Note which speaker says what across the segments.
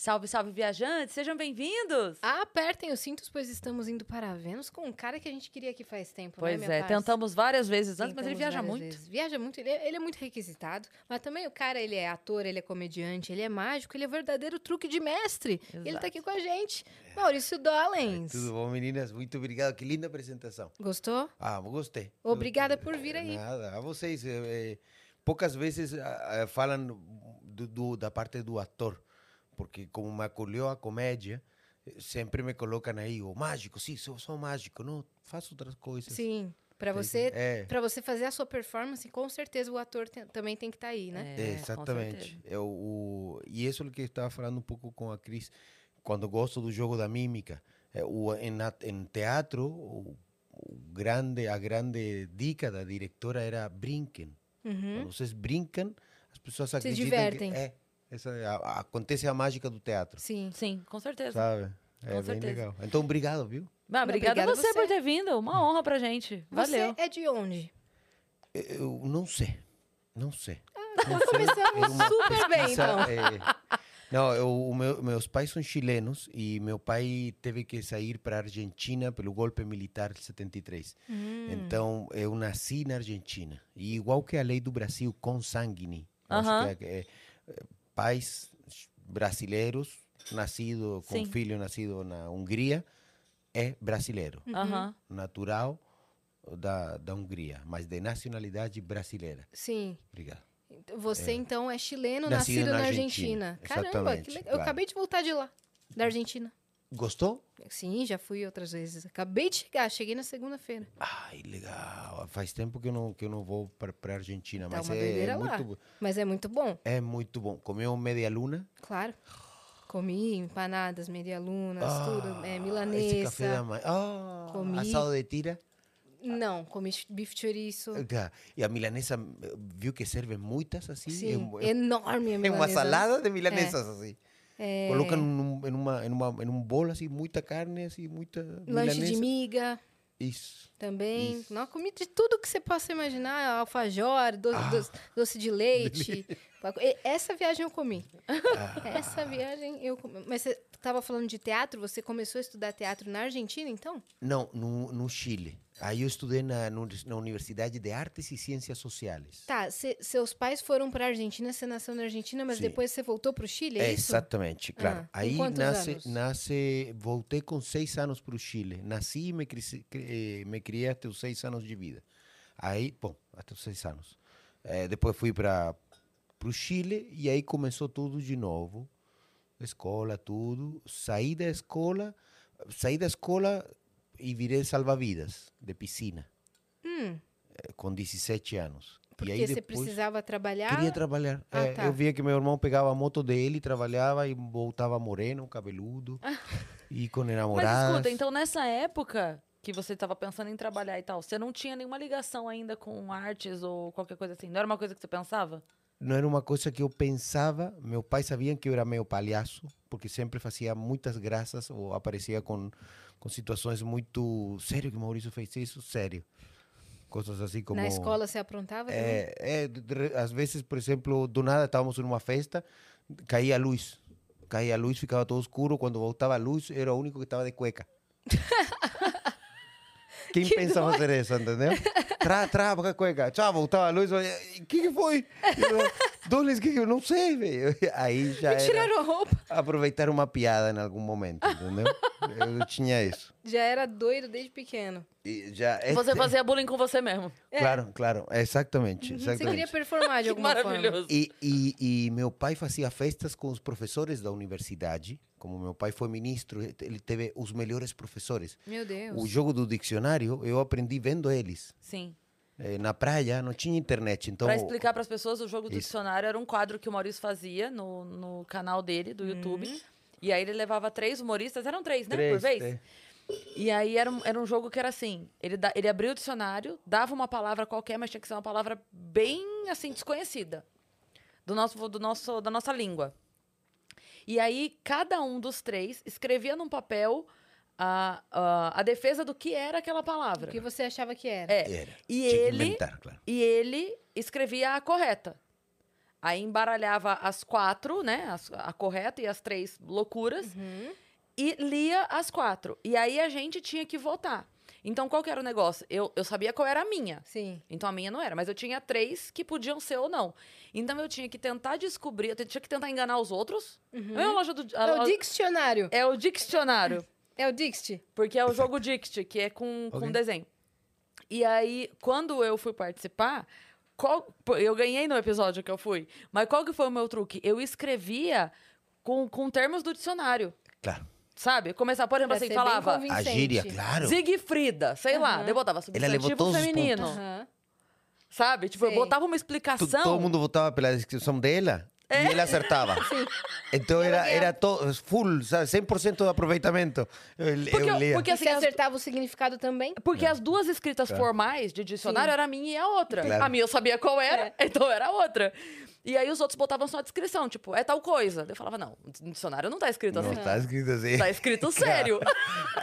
Speaker 1: Salve, salve, viajantes! Sejam
Speaker 2: Ah,
Speaker 1: bem-vindos!
Speaker 2: Apertem os cintos, pois estamos indo para Vênus com um cara que a gente queria aqui faz tempo,
Speaker 1: Pois
Speaker 2: né,
Speaker 1: é, tentamos várias vezes antes,
Speaker 2: tanto,
Speaker 1: mas ele viaja muito.
Speaker 2: Viaja muito, ele é, ele é muito requisitado, mas também o cara, ele é ator, ele é comediante, ele é mágico, ele é verdadeiro truque de mestre. E Ele
Speaker 1: Exato.
Speaker 2: tá aqui com a gente, Maurício Dollens.
Speaker 3: Tudo bom, meninas? Muito obrigado. Que linda apresentação.
Speaker 2: Gostou?
Speaker 3: Ah, gostei.
Speaker 2: Obrigada por vir aí.
Speaker 3: Nada, a vocês. eh, eh, poucas vezes ah, ah, falam do, do- da parte do ator, porque como me acolheu a comédia, eh, sempre me colocam aí, o mágico, sim, sou, sou mágico, não, faço outras coisas.
Speaker 2: Sim, para
Speaker 3: Tem que-
Speaker 2: você...
Speaker 3: É,
Speaker 2: Pra você fazer a sua performance, com certeza o ator tem- também tem que estar aí,
Speaker 1: É,
Speaker 2: né?
Speaker 1: com
Speaker 3: exatamente.
Speaker 1: certeza.
Speaker 3: É o, o- e isso é o que eu estava falando um pouco com a Cris, quando gosto do jogo da mímica. É, o, em, a- em teatro, o, o grande, a grande dica da diretora era brinquem.
Speaker 1: É. Hum?
Speaker 2: Uhum.
Speaker 3: Quando vocês brincam, as pessoas
Speaker 2: Se
Speaker 3: acreditam
Speaker 2: divertem.
Speaker 3: que... É, essa, é a- a- acontece a mágica do teatro,
Speaker 2: Sim.
Speaker 1: Sim, com certeza.
Speaker 3: sabe?
Speaker 1: Com
Speaker 3: É bem
Speaker 1: certeza.
Speaker 3: legal. Então, obrigado, viu?
Speaker 1: Mas obrigada a
Speaker 2: obrigada
Speaker 1: você,
Speaker 2: você.
Speaker 1: por ter vindo.
Speaker 3: Hum.
Speaker 1: Uma honra pra gente. Valeu.
Speaker 2: Você é de onde?
Speaker 3: Eu- Eu não sei. Não sei. Não sei,
Speaker 2: Ah, então Começamos
Speaker 3: é uma
Speaker 2: super bem,
Speaker 3: pesquisa,
Speaker 2: então.
Speaker 3: é, Não, eu, o meu- meus pais são chilenos e meu pai teve que sair para a Argentina pelo golpe militar de 73.
Speaker 1: Uhum.
Speaker 2: Hum.
Speaker 3: Então, eu nasci na Argentina. E igual que a lei do Brasil, consanguine. Eu
Speaker 1: Aham.
Speaker 3: Acho que é, é, pais brasileiros, nascido, com
Speaker 1: Sim.
Speaker 3: filho nascido na Hungria, é brasileiro.
Speaker 2: Uhum.
Speaker 1: Aham.
Speaker 3: Natural da, da Hungria, mas de nacionalidade brasileira.
Speaker 2: Sim.
Speaker 3: Obrigado.
Speaker 2: Você, então, é chileno, nascido,
Speaker 3: Nascido
Speaker 2: na
Speaker 3: na
Speaker 2: Argentina.
Speaker 3: Argentina,
Speaker 2: Caramba, que
Speaker 3: exatamente,
Speaker 2: legal. Eu
Speaker 3: claro.
Speaker 2: acabei de voltar de lá, da Argentina.
Speaker 3: Gostou?
Speaker 2: Sim, já fui outras vezes. Acabei de chegar, cheguei na segunda-feira.
Speaker 3: Ai, legal. Faz tempo que eu não, que eu não vou para a Argentina,
Speaker 2: Tá
Speaker 3: mas
Speaker 2: uma
Speaker 3: é,
Speaker 2: doideira
Speaker 3: é
Speaker 2: lá.
Speaker 3: muito, bo-
Speaker 2: Mas é muito bom,
Speaker 3: é muito bom. Comeu meia luna?
Speaker 2: claro. Comi empanadas, medialunas, tudo, é,
Speaker 3: Ah, Esse café da
Speaker 2: milanesa.
Speaker 3: manhã. Ah,
Speaker 2: Comi.
Speaker 3: assado de tira.
Speaker 2: Não, comi ch- bife chouriço.
Speaker 3: Tá. E a milanesa, eh, viu que serve muitas assim?
Speaker 2: Sim,
Speaker 3: É, um,
Speaker 2: enorme a
Speaker 3: é uma
Speaker 2: milanesa.
Speaker 3: salada de milanesas assim.
Speaker 2: É,
Speaker 3: Colocam num- em, uma, em, uma, em um bolo assim, muita carne, assim, muita
Speaker 2: lanche
Speaker 3: milanesa.
Speaker 2: de miga
Speaker 3: Isso.
Speaker 2: também.
Speaker 3: Isso.
Speaker 2: Não, comi de tudo que você possa imaginar. Alfajor, do-
Speaker 3: Ah.
Speaker 2: doce, doce de leite. E- Essa viagem eu comi.
Speaker 3: Ah.
Speaker 2: Essa viagem eu comi. Mas você estava falando de teatro? Você começou a estudar teatro na Argentina, então?
Speaker 3: Não, no, no Chile. Aí eu estudei na, no- na Universidade de Artes e Ciências Sociais.
Speaker 2: Tá, cê- seus pais foram para a Argentina, você nasceu na Argentina, mas
Speaker 3: Sim.
Speaker 2: depois você voltou para o Chile, é isso?
Speaker 3: Exatamente, claro.
Speaker 2: Ah, com
Speaker 3: Aí
Speaker 2: quantos
Speaker 3: nasce,
Speaker 2: anos?
Speaker 3: nasce, voltei com seis anos para o Chile. Nasci e me, cresci, cri- eh, me criei até os seis anos de vida. Aí, bom, até os seis anos. Eh, depois fui para o Chile e aí começou tudo de novo. Escola, tudo. Saí da escola, saí da escola e virei salva-vidas de piscina
Speaker 2: Hum,
Speaker 3: eh, com 17 anos. e
Speaker 2: porque
Speaker 3: aí
Speaker 2: você
Speaker 3: depois...
Speaker 2: precisava trabalhar.
Speaker 3: Queria trabalhar.
Speaker 2: Ah,
Speaker 3: É,
Speaker 2: tá.
Speaker 3: Eu via que meu irmão pegava a moto dele, trabalhava e voltava moreno, cabeludo. e com
Speaker 1: Mas
Speaker 3: namoradas.
Speaker 1: escuta, então nessa época que você tava pensando em trabalhar e tal, você não tinha nenhuma ligação ainda com artes ou qualquer coisa assim? Não era uma coisa que você pensava?
Speaker 3: Não era uma coisa que eu pensava. Meu pai sabia que eu era meio palhaço, porque sempre fazia muitas graças ou aparecia com, com situações muito... Sério que o Maurício fez isso? Sério. Coisas assim como...
Speaker 2: Na escola você aprontava? também?
Speaker 3: É, é, de- de- às vezes, por exemplo, do nada estávamos numa festa, caía a luz. Caía a luz, ficava todo escuro. Quando voltava a luz, era o único que estava de cueca. Quem
Speaker 2: Que
Speaker 3: pensa fazer isso, entendeu? Tra, tra, porque cueca. Tchau, voltava a luz. O que, que foi? Doles, que que eu não sei, velho. Aí já
Speaker 2: Me
Speaker 3: era
Speaker 2: tiraram a roupa.
Speaker 3: aproveitar uma piada em algum momento, Eh, entendeu? Eu tinha isso.
Speaker 2: Já era doido desde pequeno.
Speaker 3: E já,
Speaker 1: Você fazia bullying com você mesmo.
Speaker 3: Claro, claro. Exatamente,
Speaker 2: Você
Speaker 3: exatamente.
Speaker 2: queria performar de
Speaker 1: Que
Speaker 2: alguma forma.
Speaker 1: maravilhoso.
Speaker 3: E, e, e meu pai fazia festas com os professores da universidade. Como meu pai foi ministro, eh, ele teve os melhores professores.
Speaker 2: Meu Deus.
Speaker 3: O jogo do dicionário eu aprendi vendo eles.
Speaker 1: Sim.
Speaker 3: Eh, Na praia não tinha internet, então.
Speaker 1: Pra explicar pras pessoas, o jogo do
Speaker 3: Isso.
Speaker 1: dicionário era um quadro que o Maurício fazia no, no canal dele, do YouTube. E aí ele levava três humoristas, eram três, né? por
Speaker 3: Três, é.
Speaker 1: vez.
Speaker 3: três.
Speaker 1: E aí era um, era um jogo que era assim: ele, da- ele abria o dicionário, dava uma palavra qualquer, mas tinha que ser uma palavra bem assim, desconhecida. Do nosso, do nosso, da nossa língua. E aí, cada um dos três escrevia num papel a, a, a defesa do que era aquela
Speaker 2: O
Speaker 1: palavra.
Speaker 2: que você achava que era.
Speaker 1: É.
Speaker 3: Era.
Speaker 1: E
Speaker 3: Tinha que
Speaker 1: ele,
Speaker 3: inventar, claro.
Speaker 1: e ele escrevia a correta. Aí embaralhava as quatro, né? as- a correta e as três loucuras
Speaker 2: Uhum.
Speaker 1: e lia as quatro. E aí a gente tinha que votar. Então, qual que era o negócio? Eu, eu sabia qual era a minha.
Speaker 2: Sim.
Speaker 1: Então a minha não era, mas eu tinha três que podiam ser ou não. Então eu tinha que tentar descobrir, eu te- tinha que tentar enganar os outros. É a loja do. a
Speaker 2: É o
Speaker 1: lo-
Speaker 2: diccionário.
Speaker 1: é o diccionário.
Speaker 2: É o dict.
Speaker 1: Porque é o jogo Dict, que é com, com
Speaker 3: Ok.
Speaker 1: desenho. E aí, quando eu fui participar, qual- pô, eu ganhei no episódio que eu fui. Mas qual que foi o meu truque? Eu escrevia com, com termos do dicionário.
Speaker 3: Claro.
Speaker 1: Sabe? Começar, por exemplo,
Speaker 2: Pra
Speaker 1: assim,
Speaker 2: ser bem
Speaker 1: falava.
Speaker 2: convincente.
Speaker 3: A gíria, claro.
Speaker 1: Zigfrida, sei lá.
Speaker 2: Aham.
Speaker 1: Daí Eu botava
Speaker 3: levou
Speaker 1: substantivo
Speaker 3: todos os
Speaker 1: feminino.
Speaker 2: Aham.
Speaker 1: Sabe? Tipo, eu
Speaker 2: Sei.
Speaker 1: botava uma
Speaker 3: Tu-
Speaker 1: explicação.
Speaker 3: todo mundo votava pela descrição dela e ele acertava. Então
Speaker 1: E
Speaker 3: era, era todo, full, sabe? 100% de aproveitamento. Eu, eu
Speaker 1: Porque eu-
Speaker 3: lia.
Speaker 1: porque-
Speaker 2: E
Speaker 1: assim,
Speaker 2: você
Speaker 1: as-
Speaker 2: acertava o significado também?
Speaker 1: Porque
Speaker 3: É.
Speaker 1: as duas escritas formais de dicionário
Speaker 2: Sim.
Speaker 1: era a minha e a outra.
Speaker 3: Claro.
Speaker 1: A minha eu sabia qual era, então era a outra. E aí os outros botavam só a descrição, tipo, é tal coisa. Daí Eu falava, não, no dicionário não tá escrito
Speaker 3: Não
Speaker 1: assim.
Speaker 3: está escrito assim.
Speaker 1: Tá escrito sério.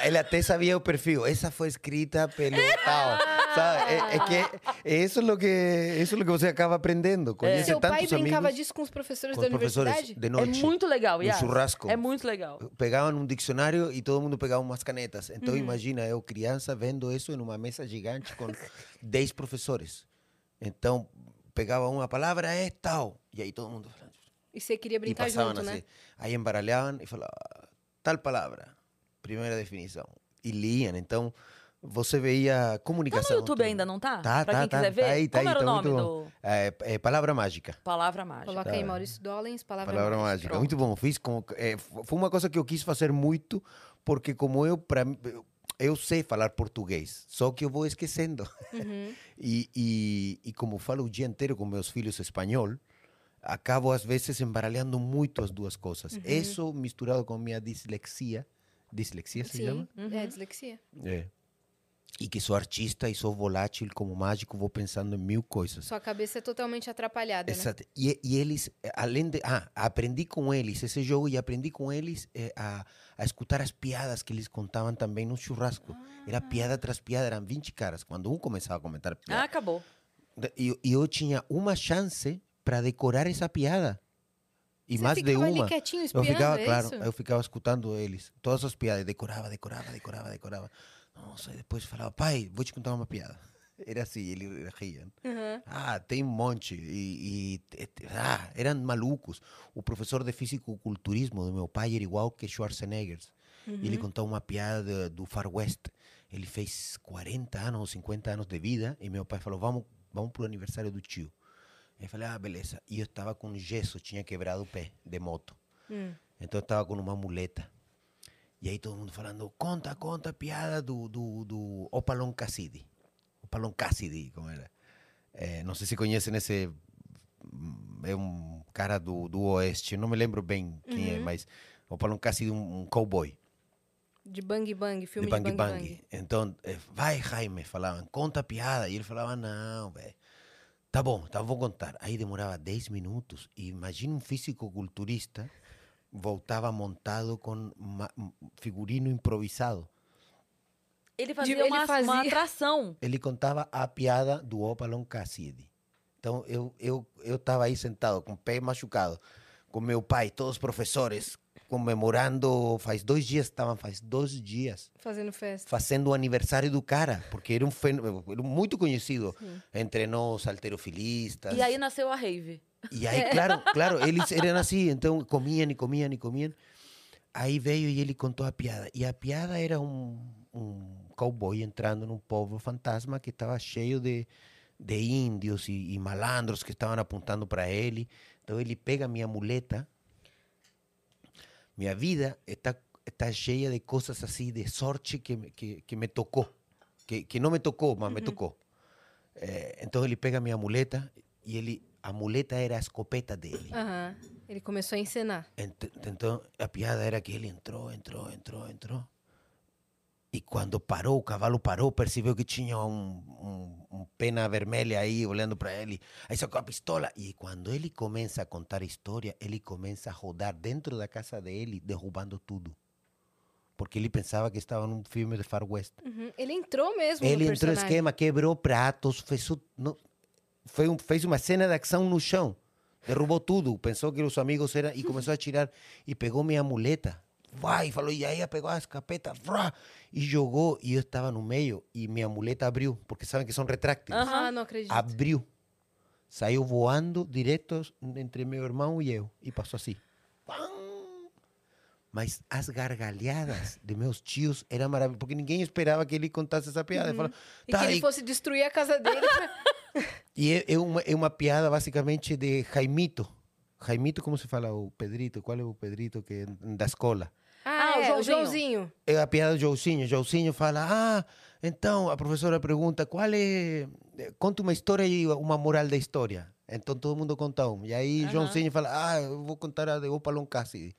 Speaker 3: Ele até sabia o perfil. Essa foi escrita pelo tal. Sabe? É, é que é isso lo que isso lo que você acaba aprendendo. Conhece
Speaker 2: Eh. Seu pai
Speaker 3: tantos
Speaker 2: brincava
Speaker 3: amigos
Speaker 2: disso com os professores
Speaker 3: com
Speaker 2: da
Speaker 3: os professores
Speaker 2: universidade?
Speaker 3: de
Speaker 1: É
Speaker 3: noite.
Speaker 1: muito legal,
Speaker 3: um
Speaker 1: Yas.
Speaker 3: churrasco.
Speaker 1: É muito legal.
Speaker 3: Pegavam um dicionário e todo mundo pegava umas canetas. Então imagina eu criança vendo isso em uma mesa gigante com 10 professores. Então pegava uma palavra é tal e aí todo mundo falando.
Speaker 2: E você queria
Speaker 3: y
Speaker 2: brincar
Speaker 3: pasaban
Speaker 2: junto,
Speaker 3: así.
Speaker 2: né?
Speaker 3: Ahí embaraleaban y falaban, tal palabra, primera definición. Y leían, então você veía
Speaker 1: Tá
Speaker 3: comunicação.
Speaker 1: no YouTube
Speaker 3: tudo.
Speaker 1: ainda, não tá?
Speaker 3: Tá,
Speaker 1: pra
Speaker 3: tá,
Speaker 1: quem
Speaker 3: tá,
Speaker 1: quiser ver.
Speaker 3: tá aí, tá
Speaker 1: Como
Speaker 3: aí,
Speaker 1: era o
Speaker 3: tá
Speaker 1: nome
Speaker 3: muito
Speaker 1: do
Speaker 3: É, é Palavra Mágica.
Speaker 1: Palavra Mágica?
Speaker 2: Coloca aí, Maurício Dollens, palavra,
Speaker 3: Palavra Mágica.
Speaker 2: Pronto.
Speaker 3: Muito bom. Fiz com, é, f- foi uma coisa que eu quis fazer muito, porque como eu, pra, mim, eu- eu sei falar português, só que eu vou esquecendo.
Speaker 2: Uhum.
Speaker 3: E, e, e como falo o dia inteiro com meus filhos espanhol, acabo às vezes embaralhando muito as duas coisas. Isso misturado com minha dislexia. Dislexia se
Speaker 2: Sim,
Speaker 3: chama?
Speaker 2: é dislexia.
Speaker 3: É. E que sou artista e sou volátil como mágico, vou pensando em mil coisas.
Speaker 2: Sua cabeça é totalmente atrapalhada, né?
Speaker 3: Exato. E, e eles, eh, além de. Ah, aprendi com eles esse jogo e aprendi com eles eh, a, a escutar as piadas que eles contavam também no churrasco. Era piada tras piada, eram 20 caras. Quando um começava a comentar piada,
Speaker 1: Ah, acabou.
Speaker 3: Da- E, e eu tinha uma chance para decorar essa piada. E
Speaker 2: Você
Speaker 3: mais de
Speaker 2: ficava
Speaker 3: uma.
Speaker 2: ali quietinho,
Speaker 3: Eu
Speaker 2: espiando,
Speaker 3: ficava,
Speaker 2: é
Speaker 3: claro,
Speaker 2: isso?
Speaker 3: eu ficava escutando eles. Todas as piadas. Decorava, decorava, decorava, decorava. Nossa, e depois falava, pai, vou te contar uma piada. Era assim, eles riam.
Speaker 2: Uhum.
Speaker 3: Ah, tem um monte. E, e- e- ah, eram malucos. O professor de fisiculturismo do meu pai era igual que Schwarzenegger. E ele contou uma piada do Far West. Ele fez 40 anos ou 50 anos de vida e meu pai falou: Vamos, vamos pro aniversário do tio. Eu falei: Ah, beleza. E eu estava com gesso, tinha quebrado o pé de moto. Então eu estava com uma muleta. E aí todo mundo falando, conta, conta a piada do, do, do Opalon Cassidy. Opalon Cassidy, como era. É, não sei se conhecem esse... hum, É um cara do, do Oeste, não me lembro bem quem é, mas Opalon Cassidy, um, um cowboy.
Speaker 2: De Bang Bang, filme
Speaker 3: de Bang Bang.
Speaker 2: Bang.
Speaker 3: Então, é, vai Jaime, falavam, conta a piada. E ele falava, não, velho. Tá bom, tá, vou contar. Aí demorava 10 minutos. E imagina um físico-culturista voltava montado com ma- um figurino improvisado.
Speaker 1: Ele fazia,
Speaker 2: ele
Speaker 1: uma,
Speaker 2: fazia-
Speaker 1: uma atração.
Speaker 3: Ele contava a piada do Opalon Cassidy. Então eu eu eu estava aí sentado com o pé machucado, com meu pai, todos os professores comemorando. Faz dois dias estavam, faz dois dias
Speaker 2: Fazendo festa.
Speaker 3: fazendo o aniversário do cara, porque era um fenômeno, era muito conhecido entre nós alterofilistas.
Speaker 1: E aí nasceu a Rave.
Speaker 3: E aí, claro, claro, eles eram assim, então comiam e comiam e comiam. Aí veio e ele contou a piada. E a piada era um, um cowboy entrando num povo fantasma que estava cheio de, de índios e, e malandros que estavam apontando para ele. Então ele pega minha muleta. Minha vida está, está cheia de coisas assim, de sorte que, me- que, que me tocou. Que, que não me tocou, mas me tocou. Eh, então ele pega minha muleta e ele a muleta era a escopeta dele.
Speaker 2: Aham. Ele começou a encenar.
Speaker 3: Ent- Então, a piada era que ele entrou, entrou, entrou, entrou. E quando parou, o cavalo parou, percebeu que tinha um, um- um pena vermelha aí olhando para ele. Aí sacou a pistola. E quando ele começa a contar a história, ele começa a rodar dentro da casa dele, derrubando tudo. Porque ele pensava que estava num filme de Far West.
Speaker 2: Uhum. Ele entrou mesmo
Speaker 3: Ele
Speaker 2: no
Speaker 3: entrou no
Speaker 2: personagem.
Speaker 3: esquema, quebrou pratos, fez, o- no- foi um- fez uma cena de ação no chão. Derrubou tudo, pensou que os amigos eram. E começou a tirar. E pegou minha muleta. Vai, falou, e aí pegou a escapeta, vrá, e jogou. E eu estava no meio. E minha muleta abriu, porque sabem que são retrácteis.
Speaker 1: Aham.
Speaker 2: Ah, não acredito.
Speaker 3: Abriu. Saiu voando direto entre meu irmão e eu. E passou assim. Pam! Mas as gargalhadas de meus tios eram maravilhosas. Porque ninguém esperava que ele contasse essa piada. Ele falou,
Speaker 2: E
Speaker 3: "Tá,
Speaker 2: que ele
Speaker 3: e-
Speaker 2: fosse destruir a casa dele. pra-
Speaker 3: e é, é uma, é uma piada basicamente de Jaimito. Jaimito, como se fala o Pedrito? Qual é o Pedrito que é da escola?
Speaker 1: Ah, o
Speaker 2: é,
Speaker 1: Joãozinho.
Speaker 2: Joãozinho.
Speaker 3: É a piada do Jouzinho. Jouzinho fala, ah, então a professora pergunta, qual é... eh, Conta uma história e uma moral da história. Então todo mundo conta um. E aí Joãozinho fala, ah, eu vou contar a de Opalon Cassidy.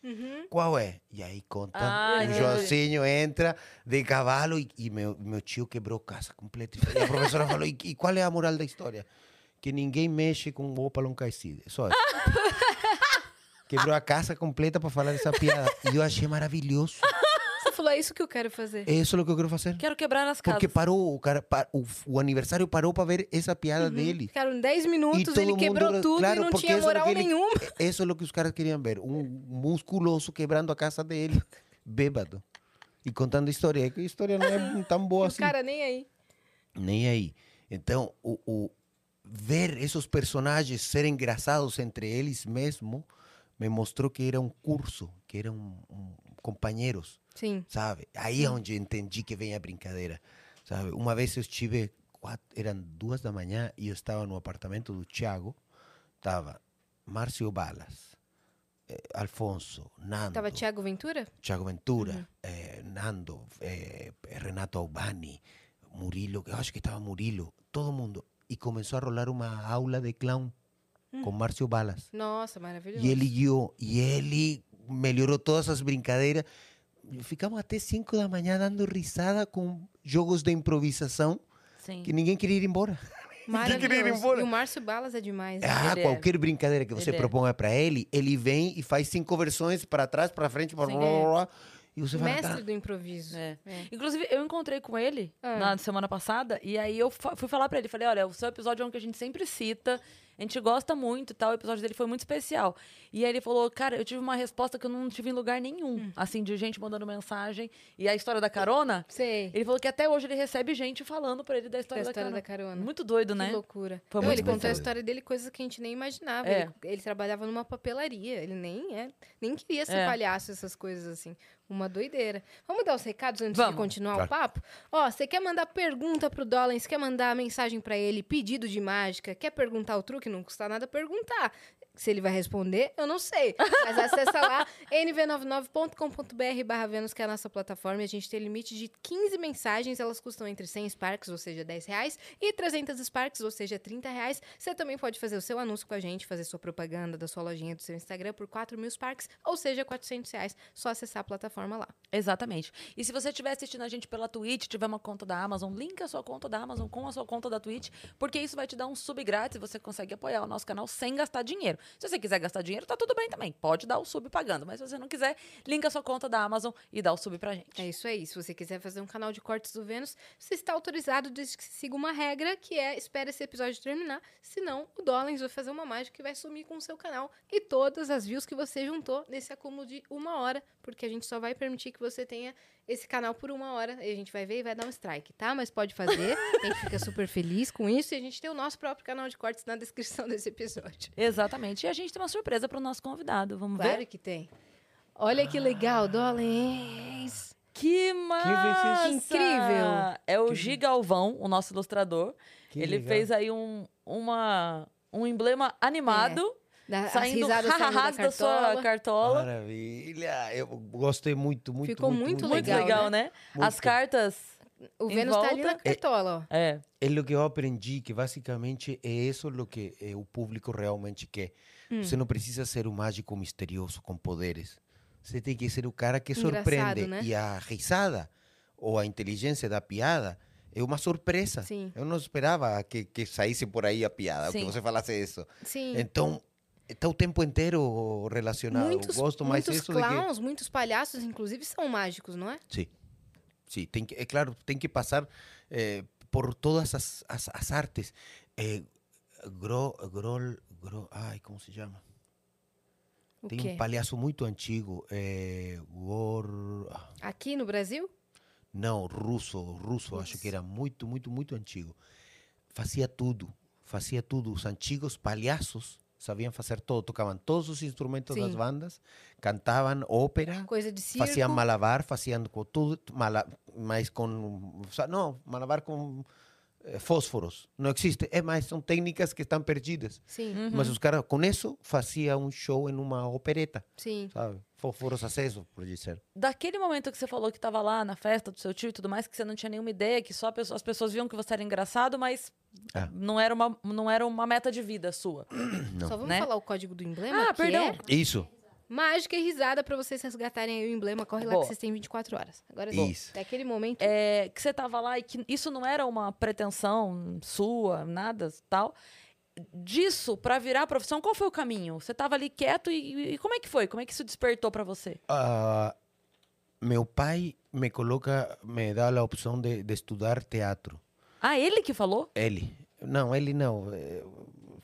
Speaker 3: Qual é? E aí conta.
Speaker 1: Ah,
Speaker 3: o
Speaker 1: entendi.
Speaker 3: Joãozinho entra de cavalo e, e meu, meu tio quebrou casa completa. E a professora falou, e, e qual é a moral da história? Que ninguém mexe com o Opalon Cassidy. Só isso. Quebrou a casa completa para falar essa piada. E eu achei maravilhoso.
Speaker 2: Você falou, é isso que eu quero fazer.
Speaker 3: Eso es lo que quiero hacer.
Speaker 1: Quero quebrar as casas.
Speaker 3: Porque paró, o, cara, pa- o, o aniversário parou para ver essa piada dele.
Speaker 2: Ficaram 10
Speaker 3: E
Speaker 2: minutos,
Speaker 3: todo
Speaker 2: ele
Speaker 3: mundo-
Speaker 2: quebrou tudo
Speaker 3: claro,
Speaker 2: e não
Speaker 3: porque
Speaker 2: tinha
Speaker 3: isso era
Speaker 2: moral
Speaker 3: que ele-
Speaker 2: nenhuma.
Speaker 3: Eso es lo que os caras queriam ver. Um musculoso quebrando a casa dele, bêbado. E contando história. Que a história não é tão boa
Speaker 2: Os
Speaker 3: assim.
Speaker 2: cara nem aí.
Speaker 3: Nem aí. Então, o, o- ver esses personagens serem engraçados entre eles mesmo me mostrou que era um curso, que eram um, companheiros.
Speaker 2: Sim.
Speaker 3: sabe? Aí é onde eu entendi que vem a brincadeira, sabe? Uma vez eu estive, quat- eram duas da manhã, e eu estava no apartamento do Thiago, estava Márcio Balas, eh, Alfonso, Nando,
Speaker 2: Tava Thiago Ventura?
Speaker 3: Thiago Ventura, eh, Nando, eh, Renato Albani, Murilo, eu acho que estava Murilo, todo mundo. E começou a rolar uma aula de clown com Márcio Balas.
Speaker 2: Nossa, maravilhoso.
Speaker 3: E ele guiou, e ele melhorou todas as brincadeiras. Ficamos até 5 da manhã dando risada com jogos de improvisação
Speaker 1: Sim.
Speaker 3: que ninguém queria ir embora.
Speaker 2: Maravilhoso.
Speaker 3: queria ir embora.
Speaker 2: E o Márcio Balas é demais. né?
Speaker 3: Ah,
Speaker 1: Ele é.
Speaker 3: qualquer brincadeira que você
Speaker 1: Ele é.
Speaker 3: proponha para ele, ele vem e faz cinco versões para trás, para frente, para blá, blá, blá, blá. E você fala,
Speaker 2: Mestre
Speaker 3: "Tá,
Speaker 2: do improviso.
Speaker 1: É.
Speaker 2: É.
Speaker 1: Inclusive, eu encontrei com ele
Speaker 2: Ah.
Speaker 1: na semana passada, e aí eu fa- fui falar pra ele, falei, olha, o seu episódio é um que a gente sempre cita, a gente gosta muito e tal, o episódio dele foi muito especial. E aí ele falou, cara, eu tive uma resposta que eu não tive em lugar nenhum,
Speaker 2: Hum.
Speaker 1: assim, de gente mandando mensagem, e a história da carona,
Speaker 2: Sei.
Speaker 1: ele tá falou que até hoje ele recebe gente falando pra ele da história,
Speaker 2: Da história
Speaker 1: da,
Speaker 2: da
Speaker 1: carona.
Speaker 2: carona.
Speaker 1: Muito doido,
Speaker 2: Que
Speaker 1: né?
Speaker 2: loucura.
Speaker 1: Foi
Speaker 2: Não,
Speaker 1: muito
Speaker 2: ele contou a
Speaker 3: doido.
Speaker 2: história dele, coisas que a gente nem imaginava.
Speaker 1: É.
Speaker 2: Ele, ele trabalhava numa papelaria. Ele nem, é, nem queria ser
Speaker 1: É.
Speaker 2: palhaço, essas coisas assim. Uma doideira. Vamos dar os recados antes
Speaker 1: Vamos.
Speaker 2: de continuar
Speaker 3: Claro.
Speaker 2: o papo? Ó, você quer mandar pergunta pro Dollins, quer mandar mensagem pra ele, pedido de mágica, quer perguntar o truque? Não custa nada perguntar. Se ele vai responder, eu não sei. Mas acessa lá nv99.com.br barra Vênus, que é a nossa plataforma. E A gente tem limite de 15 mensagens. Elas custam entre 100 Sparks, ou seja, 10 reais, e 300 Sparks, ou seja, 30 reais. Você também pode fazer o seu anúncio com a gente, fazer sua propaganda da sua lojinha, do seu Instagram por 4 mil Sparks, ou seja, 400 reais. Só acessar a plataforma lá.
Speaker 1: Exatamente. E se você estiver assistindo a gente pela Twitch, tiver uma conta da Amazon, linka a sua conta da Amazon com a sua conta da Twitch, porque isso vai te dar um sub grátis e você consegue apoiar o nosso canal sem gastar dinheiro. Se você quiser gastar dinheiro, tá tudo bem também. Pode dar o sub pagando. Mas se você não quiser, linka a sua conta da Amazon e dá o sub pra gente.
Speaker 2: É isso aí. Se você quiser fazer um canal de cortes do Vênus, você está autorizado desde que se siga uma regra que é espera esse episódio terminar. Senão, o Dollins vai fazer uma mágica que vai sumir com o seu canal e todas as views que você juntou nesse acúmulo de uma hora, porque a gente só vai permitir que você tenha esse canal por uma hora. E a gente vai ver e vai dar um strike, tá? Mas pode fazer. A gente fica super feliz com isso. E a gente tem o nosso próprio canal de cortes na descrição desse episódio.
Speaker 1: Exatamente. E a gente tem uma surpresa pro nosso convidado. Vamos
Speaker 2: Claro
Speaker 1: ver?
Speaker 2: que tem. Olha que
Speaker 1: Ah.
Speaker 2: legal, Dollins.
Speaker 1: Que massa!
Speaker 2: Incrível!
Speaker 1: É o Gigalvão, o nosso ilustrador.
Speaker 3: "Ah, Que
Speaker 1: Ele
Speaker 3: legal.
Speaker 1: fez aí um, uma, um emblema animado.
Speaker 2: É. Da,
Speaker 1: Saindo
Speaker 2: as risadas saindo
Speaker 1: hahaha
Speaker 2: da,
Speaker 1: da sua
Speaker 2: cartola.
Speaker 1: cartola.
Speaker 3: Maravilha! Eu gostei muito, muito.
Speaker 2: Ficou muito
Speaker 1: Muito
Speaker 2: legal,
Speaker 1: legal, né?
Speaker 3: Ah, Muito.
Speaker 1: As cartas
Speaker 2: O
Speaker 1: Em
Speaker 2: Vênus tá ali
Speaker 1: volta-
Speaker 2: na cartola, ó.
Speaker 1: É.
Speaker 3: É o que eu aprendi, que basicamente é isso o que eh, o público realmente quer. Você não precisa ser um mágico misterioso com poderes. Você tem que ser o cara que
Speaker 2: Engraçado,
Speaker 3: surpreende.
Speaker 2: né?
Speaker 3: E a risada ou a inteligência da piada é uma surpresa.
Speaker 2: Sim.
Speaker 3: Eu não esperava que, que saísse por aí a piada, ou que
Speaker 1: Sim.
Speaker 3: você falasse isso.
Speaker 2: Sim.
Speaker 3: Então, está o tempo inteiro relacionado.
Speaker 2: muitos
Speaker 3: eu gosto mais
Speaker 2: muitos
Speaker 3: disso do que...
Speaker 2: clowns, muitos palhaços, inclusive, são mágicos, não é?
Speaker 3: Sí, sí, ten que- é claro, tem que passar eh, por todas as, as, as artes. Eh, gro, grol, gro, ai, como se chama?
Speaker 2: O
Speaker 3: tem
Speaker 2: quê?
Speaker 3: um palhaço muito antigo, eh, Gor... ah,
Speaker 2: Aqui no Brasil?
Speaker 3: Não, russo, russo, acho que era muito, muito, muito antigo. Fazia tudo, fazia tudo. Os antigos palhaços sabiam fazer todo, tocavam todos os instrumentos das
Speaker 2: Sim.
Speaker 3: bandas, cantavam ópera,
Speaker 2: Coisa de circo.
Speaker 3: Faciam malabar, faciam com tudo, mala, mas com. sa- Não, malabar com eh, fósforos. Não existe. É mais, são técnicas que estão perdidas.
Speaker 2: Sim,
Speaker 3: Mas os caras, com isso, faziam um show em uma opereta,
Speaker 2: sim.
Speaker 3: sabe? Fósforos acesos, por dizer.
Speaker 1: Daquele momento que você falou que tava lá na festa do seu tio e tudo mais, que você não tinha nenhuma ideia, que só a pessoa- as pessoas viam que você era engraçado, mas
Speaker 3: Ah.
Speaker 1: não, era uma, não era uma meta de vida sua.
Speaker 3: Não.
Speaker 2: Só vamos
Speaker 1: Né?
Speaker 2: falar o código do emblema,
Speaker 1: Ah,
Speaker 2: que
Speaker 1: perdão.
Speaker 2: é
Speaker 3: Isso.
Speaker 2: mágica e risada pra vocês resgatarem aí o emblema. Corre lá
Speaker 1: Boa.
Speaker 2: que vocês têm 24 horas. Agora,
Speaker 3: Isso.
Speaker 2: daquele momento,
Speaker 1: É, que você tava lá e que isso não era uma pretensão sua, nada tal. Disso pra virar a profissão, qual foi o caminho? Você tava ali quieto e, e como é que foi? Como é que isso despertou pra você?
Speaker 3: Ah, meu pai me coloca, me dá a opção de, de estudar teatro.
Speaker 1: Ah, ele que falou?
Speaker 3: Ele. Não, ele não. eh,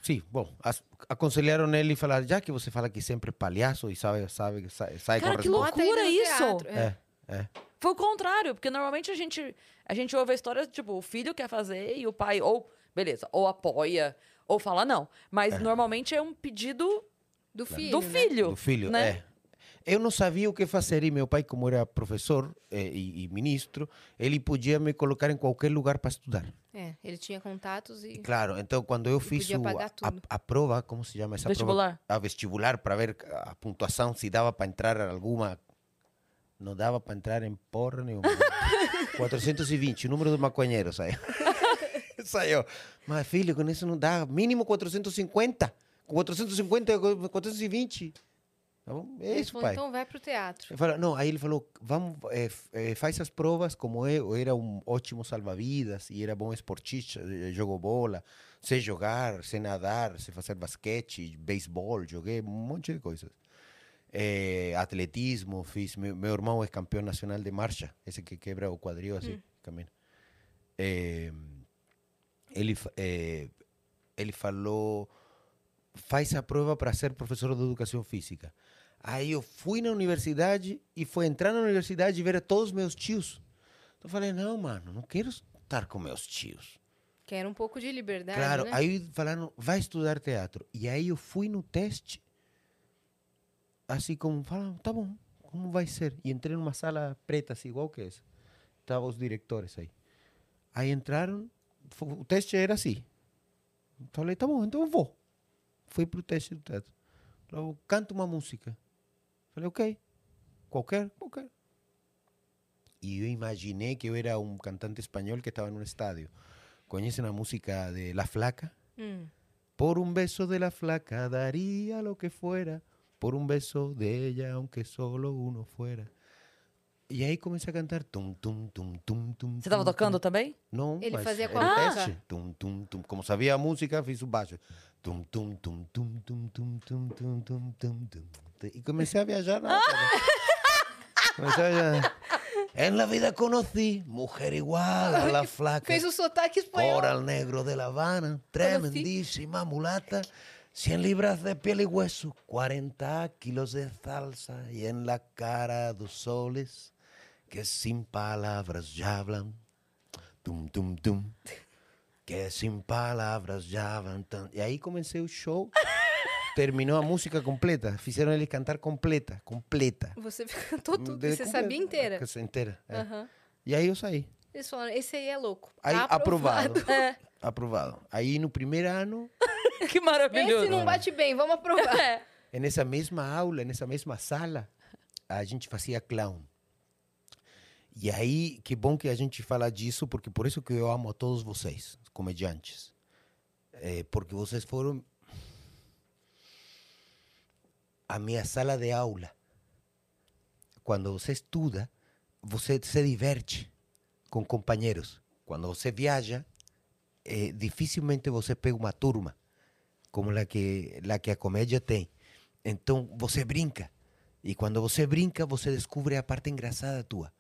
Speaker 3: Sim, bom, as- aconselharam ele e falaram, já que você fala que sempre é palhaço e sabe, sabe, sai, sai
Speaker 1: Cara,
Speaker 3: com
Speaker 1: que louco.
Speaker 3: resultado."
Speaker 2: bota ainda
Speaker 1: loucura
Speaker 2: no
Speaker 1: isso!
Speaker 2: teatro. É.
Speaker 3: É, é.
Speaker 1: Foi o contrário, porque normalmente a gente, a gente ouve a história, tipo, o filho quer fazer e o pai, ou, beleza, ou apoia, ou fala não. Mas normalmente é um pedido
Speaker 3: É.
Speaker 2: do filho,
Speaker 1: do
Speaker 2: né?
Speaker 1: filho.
Speaker 3: Do filho,
Speaker 1: né?
Speaker 3: é. Eu não sabia o que fazer e meu pai, como era professor eh, e, e ministro, ele podia me colocar em qualquer lugar para estudar.
Speaker 2: É, ele tinha contatos
Speaker 3: E
Speaker 2: e...
Speaker 3: claro, então quando eu fiz
Speaker 2: podia
Speaker 3: o-
Speaker 2: pagar
Speaker 3: a,
Speaker 2: tudo.
Speaker 3: a prova, como se chama essa
Speaker 1: Vestibular.
Speaker 3: prova? A vestibular, para ver a pontuação, se dava para entrar em alguma... Não dava para entrar em porra nenhuma. 420, o número do maconheiro saiu. saiu. Mas filho, com isso não dá. Mínimo 450. Com 450, com 420. Tá bom? É
Speaker 2: Ele
Speaker 3: isso,
Speaker 2: falou,
Speaker 3: pai. É.
Speaker 2: então vai pro teatro.
Speaker 3: Ele falou, não, aí ele falou, vamos, eh, f- eh, faz as provas, como eu era um ótimo salva-vidas e era bom esportista, eh, jogou bola, sei jogar, sei nadar, sei fazer basquete, beisebol, joguei um monte de coisas. Eh, atletismo, fiz, meu, meu irmão é campeão nacional de marcha, esse que quebra o quadril assim, caminha. Eh, ele, fa- eh, ele falou, faz a prova para ser professor de educação física. Aí eu fui na universidade e foi entrar na universidade e ver todos os meus tios. Então eu falei, não, mano, não quero estar com meus tios.
Speaker 2: Que era um pouco de liberdade,
Speaker 3: claro,
Speaker 2: né?
Speaker 3: aí falaram, vai estudar teatro. E aí eu fui no teste, assim como, falaram, tá bom, como vai ser? E entrei numa sala preta, assim, igual que essa. Estavam os diretores aí. Aí entraram, fo- o teste era assim. Falei, tá bom, então eu vou. Fui pro teste do teatro. Falou, canta uma música. Falei, ok. Qualquer, qualquer. E eu imaginei que eu era um cantante espanhol que estava em um estádio. Conhecem a música de La Flaca?
Speaker 2: Hum.
Speaker 3: Por un beso de la flaca daría lo que fuera. Por un beso de ella, aunque solo uno fuera. E aí comecei a cantar. Tum, tum, tum, tum, tum,
Speaker 1: Você tava
Speaker 3: tum,
Speaker 1: tocando
Speaker 3: tum.
Speaker 1: também?
Speaker 3: Não,
Speaker 2: Ele
Speaker 3: mas
Speaker 2: fazia
Speaker 3: era
Speaker 2: com a
Speaker 3: um
Speaker 2: boca?
Speaker 3: teste. Tum, tum, tum. Como sabia a música, fiz o baixo. Tum, tum, tum, tum, tum, tum, tum, tum, tum, tum, tum. E comecei a viajar na ópera. Comecei a viajar. En la vida conocí mujer igual a la flaca.
Speaker 2: Fez o sotaque espanhol.
Speaker 3: Coral negro de La Habana, tremendísima mulata, 100 libras de piel y hueso, 40 kilos de salsa y en la cara dos soles que sin palabras ya hablan. Tum, tum, tum. Que sin palabras ya hablan. tan- Y ahí comencé el show. Terminó la música completa. Hicieron el cantar completa, completa.
Speaker 2: Você cantou tudo,
Speaker 3: De-
Speaker 2: você sabia
Speaker 3: completa,
Speaker 2: inteira.
Speaker 3: que se Entera. é.
Speaker 2: Aham.
Speaker 3: Y ahí yo saí.
Speaker 2: Eles falaram, esse aí é louco.
Speaker 3: Aí, aprovado.
Speaker 1: É.
Speaker 3: Aprovado. Aí no primeiro ano,
Speaker 1: que maravilhoso.
Speaker 2: Esse não bate bem, vamos aprovar.
Speaker 1: É.
Speaker 3: nessa mesma aula, nessa mesma sala, a gente fazia clown. E aí, que bom que a gente fala disso, porque por isso que eu amo a todos vocês, comediantes. É, porque vocês foram a minha sala de aula. Quando você estuda, você se diverte com companheiros. Quando você viaja, é, dificilmente você pega uma turma como a que, la que a comédia tem. Então, você brinca. E quando você brinca, você descobre a parte engraçada tua.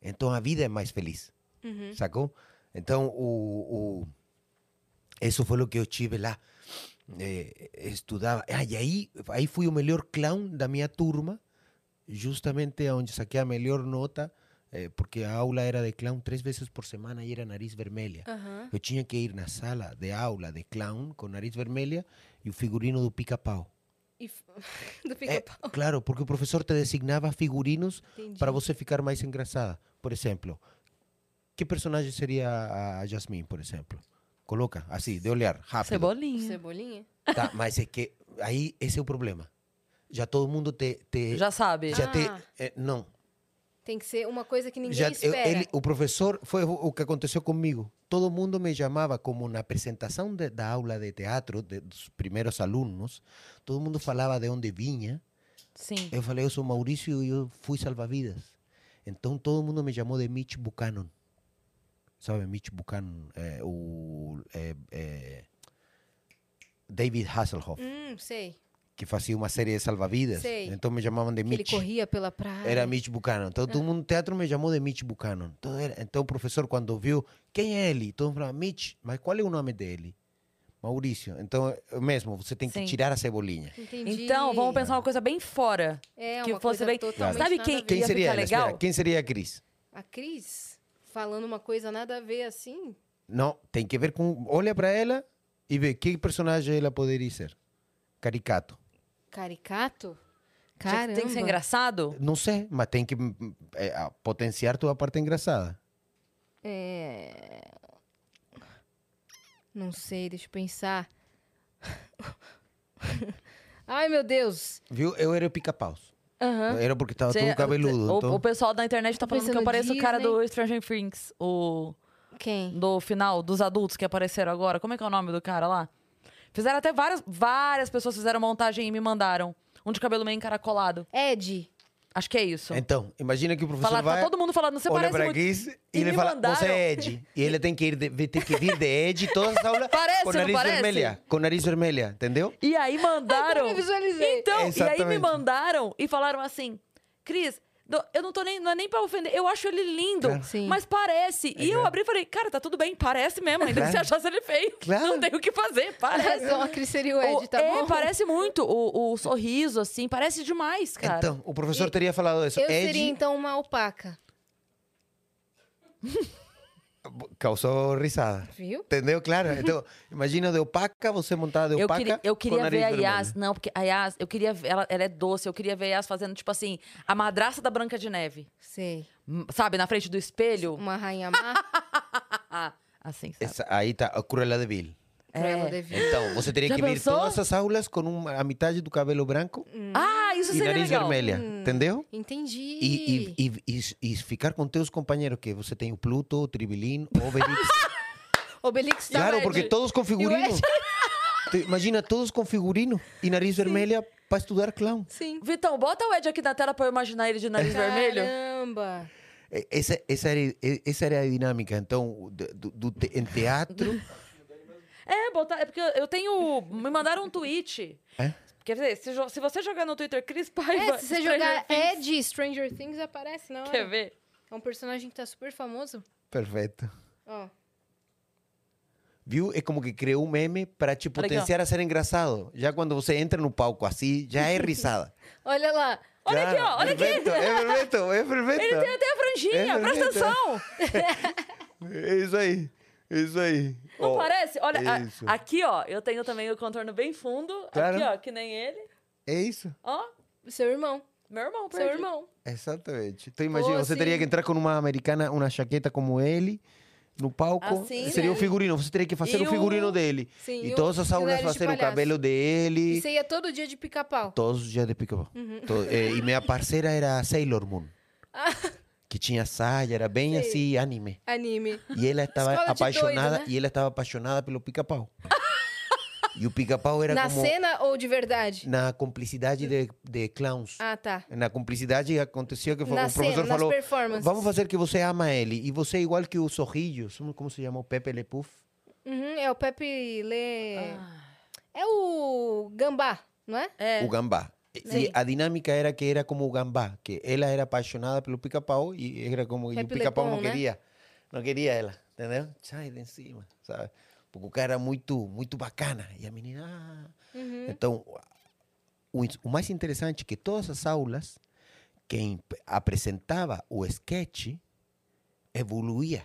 Speaker 3: Então, a vida é mais feliz. Sacou? Então, o, o- isso foi o que eu tive lá. Eh, estudava. Ah, e aí, aí fui o melhor clown da minha turma, justamente onde saquei a melhor nota, eh, porque a aula era de clown três vezes por semana e era nariz vermelha.
Speaker 2: Aham.
Speaker 3: Eu tinha que ir na sala de aula de clown com nariz vermelha e o figurino do pica-pau.
Speaker 2: E f- do
Speaker 3: É,
Speaker 2: pica-pau.
Speaker 3: claro, porque o professor te designava figurinos
Speaker 2: Entendi.
Speaker 3: para você ficar mais engraçada. Por exemplo, que personagem seria a a Jasmine, por exemplo? Coloca, assim, de olhar,
Speaker 1: é
Speaker 3: rápido.
Speaker 1: Cebolinha.
Speaker 2: Cebolinha?
Speaker 3: Tá, mas é que aí esse é o problema. Já todo mundo te... te
Speaker 1: Já sabe.
Speaker 3: já te-
Speaker 2: Ah.
Speaker 3: eh, não.
Speaker 2: Tem que ser uma coisa que ninguém
Speaker 3: Já, eu-
Speaker 2: espera.
Speaker 3: ele- o professor foi o, o que aconteceu comigo. Todo mundo me chamava como na apresentação de- da aula de teatro de- dos primeiros alunos. Todo mundo falava de onde vinha.
Speaker 1: Sim.
Speaker 3: Eu falei, eu sou Maurício e eu fui salva-vidas. Então todo mundo me chamou de Mitch Buchanan. Sabe, Mitch Buchanan, Eh, é, o é, é, eh, David Hasselhoff,
Speaker 2: Hum, sei.
Speaker 3: que fazia uma série de salva-vidas.
Speaker 2: Sei.
Speaker 3: Então me chamavam de
Speaker 2: Que ele
Speaker 3: Mitch.
Speaker 2: corria pela praia.
Speaker 3: Era Mitch Buchanan. Então,
Speaker 1: Ah.
Speaker 3: todo mundo no teatro me chamou de Mitch Buchanan. Então, era- então, o professor, quando viu, quem é ele? Todo mundo falava, Mitch, mas qual é o nome dele? Maurício. Então, é o mesmo, você tem
Speaker 1: Sim.
Speaker 3: que tirar a cebolinha.
Speaker 2: Entendi.
Speaker 1: Então, vamos pensar uma coisa bem fora.
Speaker 2: É,
Speaker 1: que
Speaker 2: uma
Speaker 1: fosse
Speaker 2: coisa
Speaker 1: bem- Sabe
Speaker 2: totalmente nada
Speaker 1: quem-
Speaker 2: a ver.
Speaker 3: Quem
Speaker 1: Ia
Speaker 3: seria
Speaker 1: ficar
Speaker 3: ela? Espera,
Speaker 1: legal?
Speaker 3: quem seria a Cris?
Speaker 2: A Cris falando uma coisa nada a ver assim.
Speaker 3: Não, tem que ver com... Olha para ela e vê que personagem ela poderia ser. Caricato.
Speaker 2: Caricato?
Speaker 1: Tinha
Speaker 2: Caramba.
Speaker 1: que- Tem que ser engraçado?
Speaker 3: Não sei, mas tem que mm, eh, ah, potenciar tua parte engraçada.
Speaker 2: É... Não sei, deixa eu pensar. Ai, meu Deus.
Speaker 3: Viu? Eu era o pica-paus.
Speaker 2: Aham.
Speaker 3: Era porque estava
Speaker 1: Cê-
Speaker 3: todo cabeludo.
Speaker 1: é, o,
Speaker 3: então-
Speaker 1: o pessoal da internet tá
Speaker 2: Tô
Speaker 1: falando que eu
Speaker 2: pensando
Speaker 1: pareço o cara
Speaker 2: Disney.
Speaker 1: do Stranger Things, o
Speaker 2: Quem?
Speaker 1: do final, dos adultos que apareceram agora. Como é que é o nome do cara lá? Fizeram até várias, várias pessoas fizeram montagem e me mandaram. Um de cabelo meio encaracolado.
Speaker 2: Ed.
Speaker 1: Acho que é isso.
Speaker 3: Então, imagina que o professor
Speaker 1: Fala,
Speaker 3: vai...
Speaker 1: tá todo mundo falando, você
Speaker 3: olha
Speaker 1: parece
Speaker 3: para
Speaker 1: muito...
Speaker 3: aqui e,
Speaker 1: e
Speaker 3: ele
Speaker 1: me
Speaker 3: fala,
Speaker 1: mandaram.
Speaker 3: você é Ed. E ele tem que, ir de, tem que vir de Ed todas as aulas
Speaker 1: Parece,
Speaker 3: com
Speaker 1: não
Speaker 3: nariz
Speaker 1: parece?
Speaker 3: vermelha. Com nariz vermelha, entendeu?
Speaker 1: E aí mandaram.
Speaker 2: Agora eu visualizei.
Speaker 1: Então, e aí me
Speaker 3: Exatamente.
Speaker 1: mandaram e falaram assim: Cris, do- eu não tô nem. Não é nem pra ofender, eu acho ele lindo,
Speaker 3: Claro.
Speaker 2: Sim.
Speaker 1: mas parece. E eu
Speaker 3: claro.
Speaker 1: abri e falei: Cara, tá tudo bem, parece mesmo, ainda que
Speaker 3: Claro.
Speaker 1: você achasse ele feio.
Speaker 3: É. Claro.
Speaker 1: Não tem o que fazer, parece.
Speaker 2: Razão, É a Cris seria o
Speaker 1: O-
Speaker 2: Ed, tá
Speaker 1: é,
Speaker 2: bom?
Speaker 1: parece muito. O, o sorriso, assim, parece demais, cara.
Speaker 3: Então, o professor teria falado isso.
Speaker 2: Eu
Speaker 3: Ed
Speaker 2: seria então uma alpaca,
Speaker 3: causou risada.
Speaker 2: viu?
Speaker 3: Entendeu? Claro. Então, imagina de opaca, você montada de
Speaker 1: Eu,
Speaker 3: opaca
Speaker 1: queria, eu
Speaker 3: com
Speaker 1: queria
Speaker 3: nariz
Speaker 1: ver a
Speaker 3: vermelho.
Speaker 1: Yas. Não, porque a Yas, eu queria ver. Ela, ela é doce, eu queria ver a Yas fazendo, tipo assim, a madraça da Branca de Neve.
Speaker 2: Sei.
Speaker 1: Hum, Sabe, na frente do espelho.
Speaker 2: Uma rainha má,
Speaker 1: assim, sabe?
Speaker 3: Essa- aí tá a Cruella de Vil.
Speaker 2: Cruella de Vil.
Speaker 3: Então, você teria
Speaker 1: Já
Speaker 3: que vir
Speaker 1: pensou?
Speaker 3: todas as aulas com uma- a metade do cabelo branco
Speaker 1: Ah, isso
Speaker 3: e
Speaker 1: seria
Speaker 3: nariz
Speaker 1: legal. Hum.
Speaker 3: vermelha. Entendeu?
Speaker 2: Entendi.
Speaker 3: E, e, e, e- e ficar com teus companheiros, que você tem o Pluto, o Tribilín, o Obelix.
Speaker 2: Obelix tá
Speaker 3: Claro,
Speaker 2: Ed.
Speaker 3: porque todos com figurino. Te imagina, todos com figurino e nariz vermelha para estudar clown.
Speaker 2: Sim.
Speaker 1: Vitão, bota o Ed aqui na tela pra eu imaginar ele de nariz vermelho.
Speaker 2: Caramba.
Speaker 3: E- Essa, essa, era, e- essa era a dinâmica, então, do- do, do te- em teatro.
Speaker 1: É, botar. É porque eu- eu tenho. Me mandaram um tweet.
Speaker 3: É?
Speaker 1: Quer dizer, se, jo- se você jogar no Twitter Cris Paiva.
Speaker 2: É, se você
Speaker 1: Stranger
Speaker 2: jogar
Speaker 1: Things,
Speaker 2: Ed Stranger Things, aparece na hora.
Speaker 1: Quer ver?
Speaker 2: É um personagem que tá super famoso.
Speaker 3: Perfeito.
Speaker 2: Ó.
Speaker 3: Viu? É como que criou um meme para te
Speaker 1: Olha aqui, ó.
Speaker 3: potenciar a ser engraçado. Já quando você entra no palco assim, já é risada.
Speaker 2: Olha lá.
Speaker 1: Olha aqui, ó, olha aqui.
Speaker 3: perfeito, É perfeito, é perfeito.
Speaker 1: Ele tem até a franjinha,
Speaker 3: É
Speaker 1: presta
Speaker 3: bonito, né?
Speaker 1: atenção!
Speaker 3: É isso aí, é isso aí.
Speaker 1: Não
Speaker 3: Ó,
Speaker 1: parece? Olha, a-
Speaker 3: isso.
Speaker 1: aqui, ó, eu tenho também o contorno bem fundo.
Speaker 3: Claro.
Speaker 1: Aqui, ó, que nem ele.
Speaker 3: É isso,
Speaker 1: Ó,
Speaker 2: Seu irmão.
Speaker 1: meu irmão,
Speaker 2: Seu
Speaker 1: perdido.
Speaker 2: irmão.
Speaker 3: exatamente. Então imagina, você
Speaker 2: assim.
Speaker 3: teria que entrar com uma americana, uma jaqueta como ele, no palco.
Speaker 1: Assim,
Speaker 3: seria
Speaker 1: né?
Speaker 3: o figurino, você teria que fazer
Speaker 1: E
Speaker 3: o figurino
Speaker 1: o-
Speaker 3: dele.
Speaker 2: Sim, e
Speaker 3: e
Speaker 2: o-
Speaker 3: todas as
Speaker 2: e o
Speaker 3: aulas
Speaker 2: nariz de
Speaker 3: fazer o
Speaker 2: palhaço.
Speaker 3: cabelo
Speaker 2: E
Speaker 3: dele.
Speaker 2: você ia todo dia de pica-pau.
Speaker 3: Todos os dias de pica-pau. To- eh, e minha parceira era Sailor Moon. que tinha saia, era bem
Speaker 2: Sim.
Speaker 3: assim, anime.
Speaker 2: Anime.
Speaker 3: E ela estava
Speaker 2: Escola de
Speaker 3: apaixonada,
Speaker 2: doido, né?
Speaker 3: e ela estava apaixonada pelo pica-pau. e o pica-pau era
Speaker 2: Na
Speaker 3: como
Speaker 2: cena ou de verdade?
Speaker 3: na cumplicidade de, de clowns.
Speaker 2: Ah, tá.
Speaker 3: Na cumplicidade aconteceu que
Speaker 2: Na
Speaker 3: o professor
Speaker 2: cena, nas
Speaker 3: falou:
Speaker 2: performances.
Speaker 3: "Vamos fazer que você ama ele e você é igual que os sorrillos, como se chama o Pepe Le Puff?"
Speaker 2: Uhum, é o Pepe Lê. É o Gambá, não é?
Speaker 1: Ah. É.
Speaker 3: o gambá. E- E a dinâmica era que era como o gambá, que ela era apaixonada pelo pica-pau e era como e o
Speaker 2: Pepe Le
Speaker 3: pica-pau não
Speaker 2: Pew, né?
Speaker 3: queria, não queria ela, entendeu? Sai de cima, sabe? Porque o cara era muito, muito bacana e a menina. ah. Então, o, ins- o mais interessante é que todas as aulas quem p- apresentava o sketch evoluía.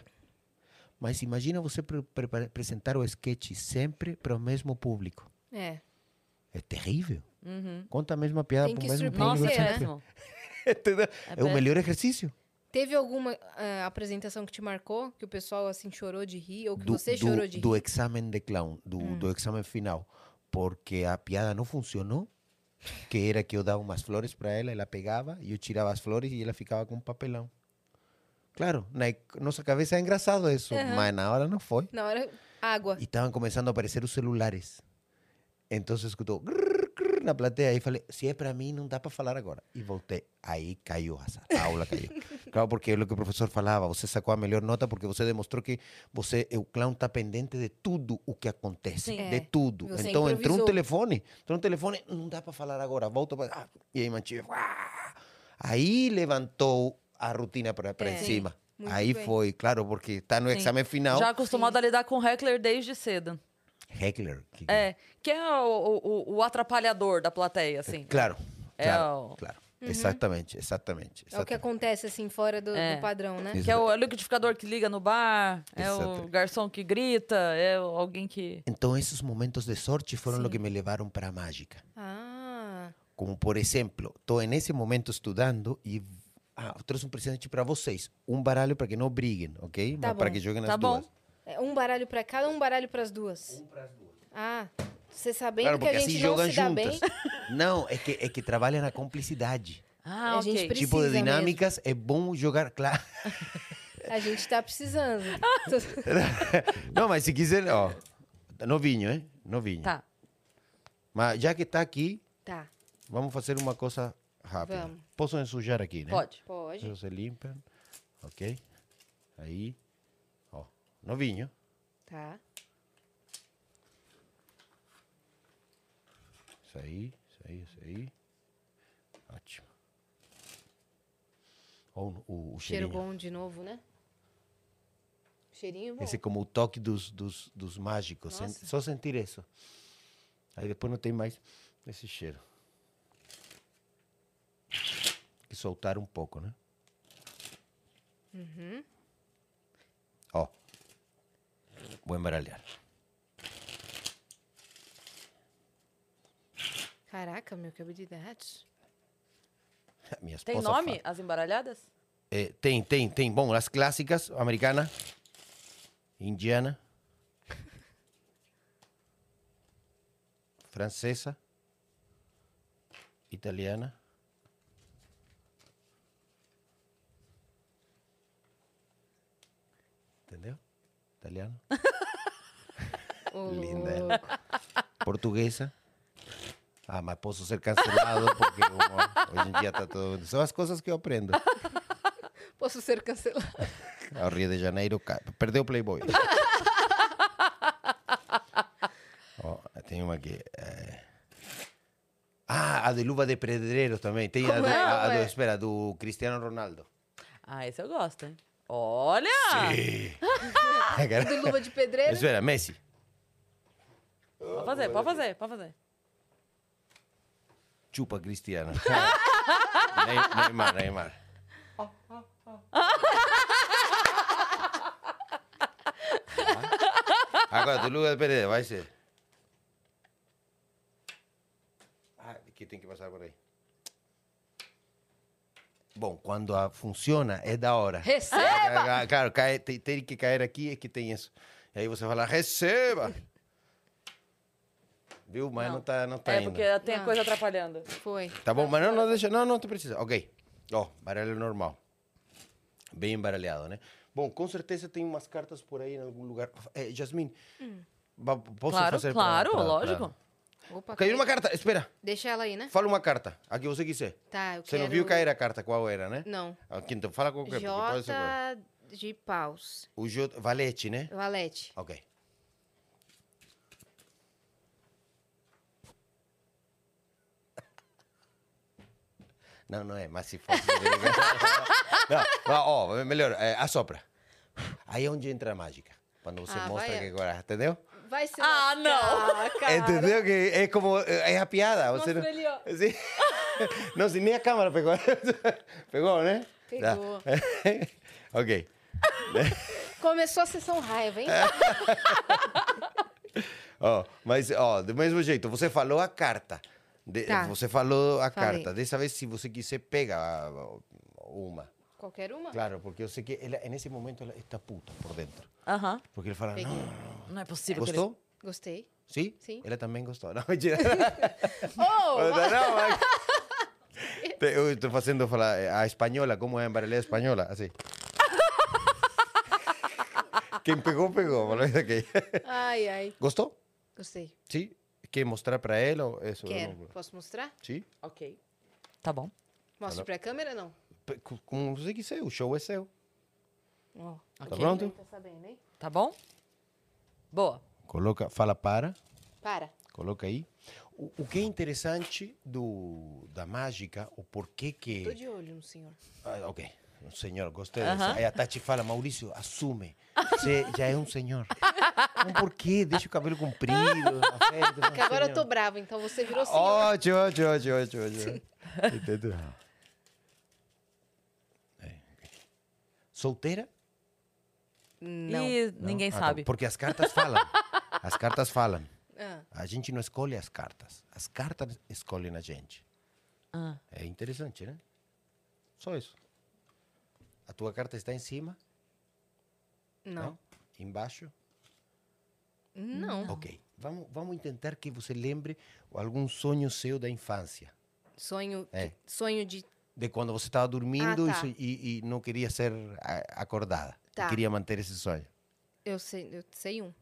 Speaker 3: Mas imagina você pre- pre- apresentar o sketch sempre para o mesmo público.
Speaker 2: É.
Speaker 3: É terrível.
Speaker 1: Uhum.
Speaker 3: Conta a mesma piada
Speaker 2: Tem
Speaker 3: pro
Speaker 2: que
Speaker 3: mesmo
Speaker 2: surpreender,
Speaker 1: Nossa,
Speaker 2: Não
Speaker 1: é
Speaker 2: sei, né?
Speaker 1: péssimo.
Speaker 3: Entendeu? É o
Speaker 1: péssimo.
Speaker 3: melhor exercício.
Speaker 2: Teve alguma eh, apresentação que te marcou? Que o pessoal, assim, chorou de rir? Ou que
Speaker 3: Do,
Speaker 2: você
Speaker 3: do-
Speaker 2: chorou de Hum.
Speaker 3: do
Speaker 2: rir?
Speaker 3: examen de clown, do, do examen final. Porque a piada não funcionou. Que era que eu dava umas flores para ela, ela pegava, e eu tirava as flores e ela ficava com um papelão. Claro, na e- nossa cabeça é engraçado isso, mas na hora não foi.
Speaker 2: Na hora, água.
Speaker 3: E estavam começando a aparecer os celulares. Então se escutou grrr, grrr, na plateia e falei, se é para mim, não dá para falar agora. E voltei. Aí caiu a sa- a aula, caiu. claro, porque é o que o professor falava, você sacou a melhor nota porque você demonstrou que você, o clown está pendente de tudo o que acontece,
Speaker 1: Sim.
Speaker 3: de
Speaker 2: É.
Speaker 3: tudo.
Speaker 2: Você
Speaker 3: então entrou um
Speaker 2: improvisou.
Speaker 3: telefone, entrou um telefone, não dá para falar agora, volta para... Ah, e aí mantive, aí levantou "Ah". a rotina para
Speaker 2: É. Sim,
Speaker 3: cima.
Speaker 2: muito
Speaker 3: Aí
Speaker 2: bem.
Speaker 3: foi, claro, porque está no
Speaker 1: Sim.
Speaker 3: exame final.
Speaker 1: Já acostumado a lidar com heckler desde cedo.
Speaker 3: Heckler. que-
Speaker 1: É. Quem é o, o- o- o atrapalhador da plateia, assim?
Speaker 3: Claro,
Speaker 1: É
Speaker 3: claro,
Speaker 2: Oh.
Speaker 1: o-
Speaker 3: claro. Exatamente, exatamente.
Speaker 2: É o que
Speaker 3: exatamente.
Speaker 2: acontece, assim, fora do, do
Speaker 1: É.
Speaker 2: padrão, né?
Speaker 3: Ex-
Speaker 1: Que é o, é o liquidificador que liga no bar, é o
Speaker 3: Exatamente.
Speaker 1: garçom que grita, é o- alguém que.
Speaker 3: Então, esses momentos de sorte foram
Speaker 2: Sim.
Speaker 3: o que me levaram para a mágica.
Speaker 2: Ah,
Speaker 3: Como, por exemplo, estou nesse momento estudando e... Ah, eu trouxe um presente para vocês. Um baralho para que não briguem, ok?
Speaker 2: Tá
Speaker 3: Mas para
Speaker 2: bom.
Speaker 3: que joguem
Speaker 1: Tá
Speaker 3: as
Speaker 1: bom.
Speaker 3: duas.
Speaker 2: é um baralho pra cada, um baralho pras duas. Um pras duas. Ah, você sabendo
Speaker 3: Claro,
Speaker 2: que a
Speaker 3: porque
Speaker 2: gente
Speaker 3: assim
Speaker 2: não
Speaker 3: jogam
Speaker 2: se dá bem.
Speaker 3: juntas. Não, é que, é que trabalha na cumplicidade.
Speaker 1: Ah,
Speaker 2: É, A gente
Speaker 1: ok.
Speaker 2: precisa-
Speaker 3: tipo de
Speaker 2: mesmo.
Speaker 3: dinâmicas, é bom jogar... Claro.
Speaker 2: A gente tá precisando.
Speaker 3: Não, mas se quiser, ó... Novinho, hein? Novinho.
Speaker 1: Tá.
Speaker 3: Mas já que está aqui,
Speaker 2: tá,
Speaker 3: Vamos fazer uma coisa rápida.
Speaker 2: Vamos.
Speaker 3: Posso ensujar aqui, né?
Speaker 1: Pode.
Speaker 2: pode.
Speaker 3: Vocês se limpam. Ok. Oh, Aí. Ó. Novinho.
Speaker 2: Tá.
Speaker 3: Isso aí, isso aí, isso aí. Ótimo. Ó, o, o, o
Speaker 2: Cheiro
Speaker 3: cheirinho.
Speaker 2: bom de novo, né? Cheirinho bom.
Speaker 3: Esse é como o toque dos, dos, dos mágicos. Sen-
Speaker 2: Nossa.
Speaker 3: só sentir isso. Aí depois não tem mais esse cheiro. Tem Que soltar um pouco, né? Ó. Vou embaralhar.
Speaker 2: Caraca, meu, que habilidade.
Speaker 3: Minha
Speaker 1: Tem
Speaker 3: esposa
Speaker 1: nome
Speaker 3: fala.
Speaker 1: as embaralhadas?
Speaker 3: É, tem, tem, tem. Bom, as clássicas, americana, indiana, francesa, italiana. Entendeu? Italiano,
Speaker 2: Ô,
Speaker 3: Linda
Speaker 2: louco.
Speaker 3: ela. portuguesa. Ah, mas posso ser cancelado porque como hoje em dia está todo... São as coisas que eu aprendo.
Speaker 2: Posso ser cancelado.
Speaker 3: Ao Rio de Janeiro ca- perdeu o Playboy. Ó, Oh, tem uma aqui. eh. Ah, a de luva de pedreiro também. Tem a,
Speaker 2: Como
Speaker 3: do,
Speaker 2: é?
Speaker 3: a- a do-
Speaker 2: Como é?
Speaker 3: espera, do Cristiano Ronaldo.
Speaker 1: Ah, esse eu gosto, hein? Olha!
Speaker 2: Ah, Do Luva de Pedreiro?
Speaker 3: espera, Messi.
Speaker 1: Pode fazer, pode fazer, pode fazer.
Speaker 3: Chupa Cristiano. Ney- Neymar, Neymar. Ah, Agora, do luva de pedreiro, vai ser. Ah, que tem que passar por aí. Bom, quando a funciona, é da hora.
Speaker 2: Receba!
Speaker 3: Ca- Claro, cai, tem, tem que cair aqui, é que tem isso. E aí você fala, receba! Viu? Mas não,
Speaker 1: Não.
Speaker 3: tá, não tá
Speaker 1: é,
Speaker 3: indo.
Speaker 1: Eh, porque tem
Speaker 2: Não.
Speaker 1: coisa atrapalhando.
Speaker 2: Ah, Foi.
Speaker 1: Ah,
Speaker 3: Oh, Tá bom, mas não, não deixa. Não, não, tu precisa. Ok. Ó, baralho normal. Bem embaralhado, né? Bom, com certeza tem umas cartas por aí em algum lugar. Eh, Jasmine, ba- posso
Speaker 1: Mm. Claro,
Speaker 3: fazer pra-
Speaker 1: claro,
Speaker 3: pra- pra-
Speaker 1: lógico.
Speaker 2: Opa,
Speaker 3: Caiu
Speaker 2: cadê?
Speaker 3: uma carta, espera.
Speaker 2: Deixa ela aí, né?
Speaker 3: Fala uma carta, a que você quiser.
Speaker 2: Tá, eu
Speaker 3: Você não
Speaker 2: quero-
Speaker 3: viu cair a carta, qual era, né?
Speaker 2: Não.
Speaker 3: Ah, Então, fala qual que é, porque pode ser qual.
Speaker 2: J de paus.
Speaker 3: O J... Valete, né?
Speaker 2: Valete.
Speaker 3: Ok. Não, não é, mas se fosse. não, não, ó, melhor, é, assopra. Aí é onde entra a mágica. Quando você
Speaker 2: Ah,
Speaker 3: mostra
Speaker 2: vai-
Speaker 3: que agora, entendeu?
Speaker 2: Vai ser.
Speaker 1: Ah, não!
Speaker 3: Entendeu que é como. eh, É a piada. Você não,
Speaker 2: Mostra ali, ó.
Speaker 3: Sim. não, se nem a câmera pegou. pegou, né? Tá.
Speaker 2: Pegou.
Speaker 3: ok.
Speaker 2: Começou a sessão raiva, hein?
Speaker 3: É. Ó, Oh, mas, ó, do mesmo jeito, você falou a carta. De-
Speaker 2: Tá.
Speaker 3: Você falou a
Speaker 2: Falei.
Speaker 3: carta. Dessa vez, se você quiser, pega ah, uma.
Speaker 2: Qualquer uma?
Speaker 3: Claro, porque eu sei que ela, nesse momento ela está puta por dentro.
Speaker 1: Aham.
Speaker 3: Porque ele fala, "Ah,
Speaker 2: Peguei.
Speaker 3: não, não, não.
Speaker 1: Não é possível que
Speaker 3: gostou?
Speaker 2: Gostei.
Speaker 3: Sim?
Speaker 2: Sim.
Speaker 3: Ela também gostou. Não, mentira.
Speaker 2: Oh!
Speaker 3: não, mas... Te- Eu estou fazendo falar eh, a espanhola, como é em realidad espanhola, assim. Quem pegou, pegou. mas não é que-
Speaker 2: Ai, ai.
Speaker 3: Gostou?
Speaker 2: Gostei.
Speaker 3: Sim? Quer mostrar para ela? ou Isso, eu
Speaker 2: Quero.
Speaker 3: não-
Speaker 2: Posso mostrar?
Speaker 3: Sim?
Speaker 1: eles... Ok. Tá bom.
Speaker 2: Mostro pra câmera, não?
Speaker 3: Pe- co- Como você quiser, o show é seu.
Speaker 2: Ó.
Speaker 3: Tá pronto?
Speaker 2: Tá sabendo, hein?
Speaker 1: Tá bom? Boa.
Speaker 3: Coloca, fala para,
Speaker 2: Para.
Speaker 3: coloca aí. O, o que é interessante do, da mágica, o porquê
Speaker 2: Tô
Speaker 3: que...
Speaker 2: de olho no senhor.
Speaker 3: Ah, ok, um senhor, gostei
Speaker 1: Aham.
Speaker 3: dessa. Aí a Tati fala, Maurício, assume. Você já é um senhor. Um porquê, deixa o cabelo comprido. um
Speaker 2: Porque agora eu tô brava, então você virou senhor.
Speaker 3: Ótimo, ótimo, ótimo, ótimo. ótimo. Entendeu? É, ok. Solteira?
Speaker 2: Não.
Speaker 1: E
Speaker 3: Não?
Speaker 1: ninguém
Speaker 3: Ah, tá.
Speaker 1: sabe.
Speaker 3: Porque as cartas falam. As cartas falam.
Speaker 2: Ah,
Speaker 3: A gente não escolhe as cartas. As cartas escolhem a gente.
Speaker 1: Ah.
Speaker 3: É interessante, né? Só isso. A tua carta está em cima?
Speaker 2: não.
Speaker 3: Embaixo?
Speaker 2: Não.
Speaker 3: Ok. Vamos, vamos tentar que você lembre algum sonho seu da infância.
Speaker 2: Sonho.
Speaker 3: É.
Speaker 2: que- Sonho de.
Speaker 3: De quando você estava dormindo
Speaker 2: Ah,
Speaker 3: e
Speaker 2: tá.
Speaker 3: so- e, e não queria ser a- acordada. E
Speaker 2: Tá.
Speaker 3: queria manter esse sonho.
Speaker 2: Eu sei, eu sei um.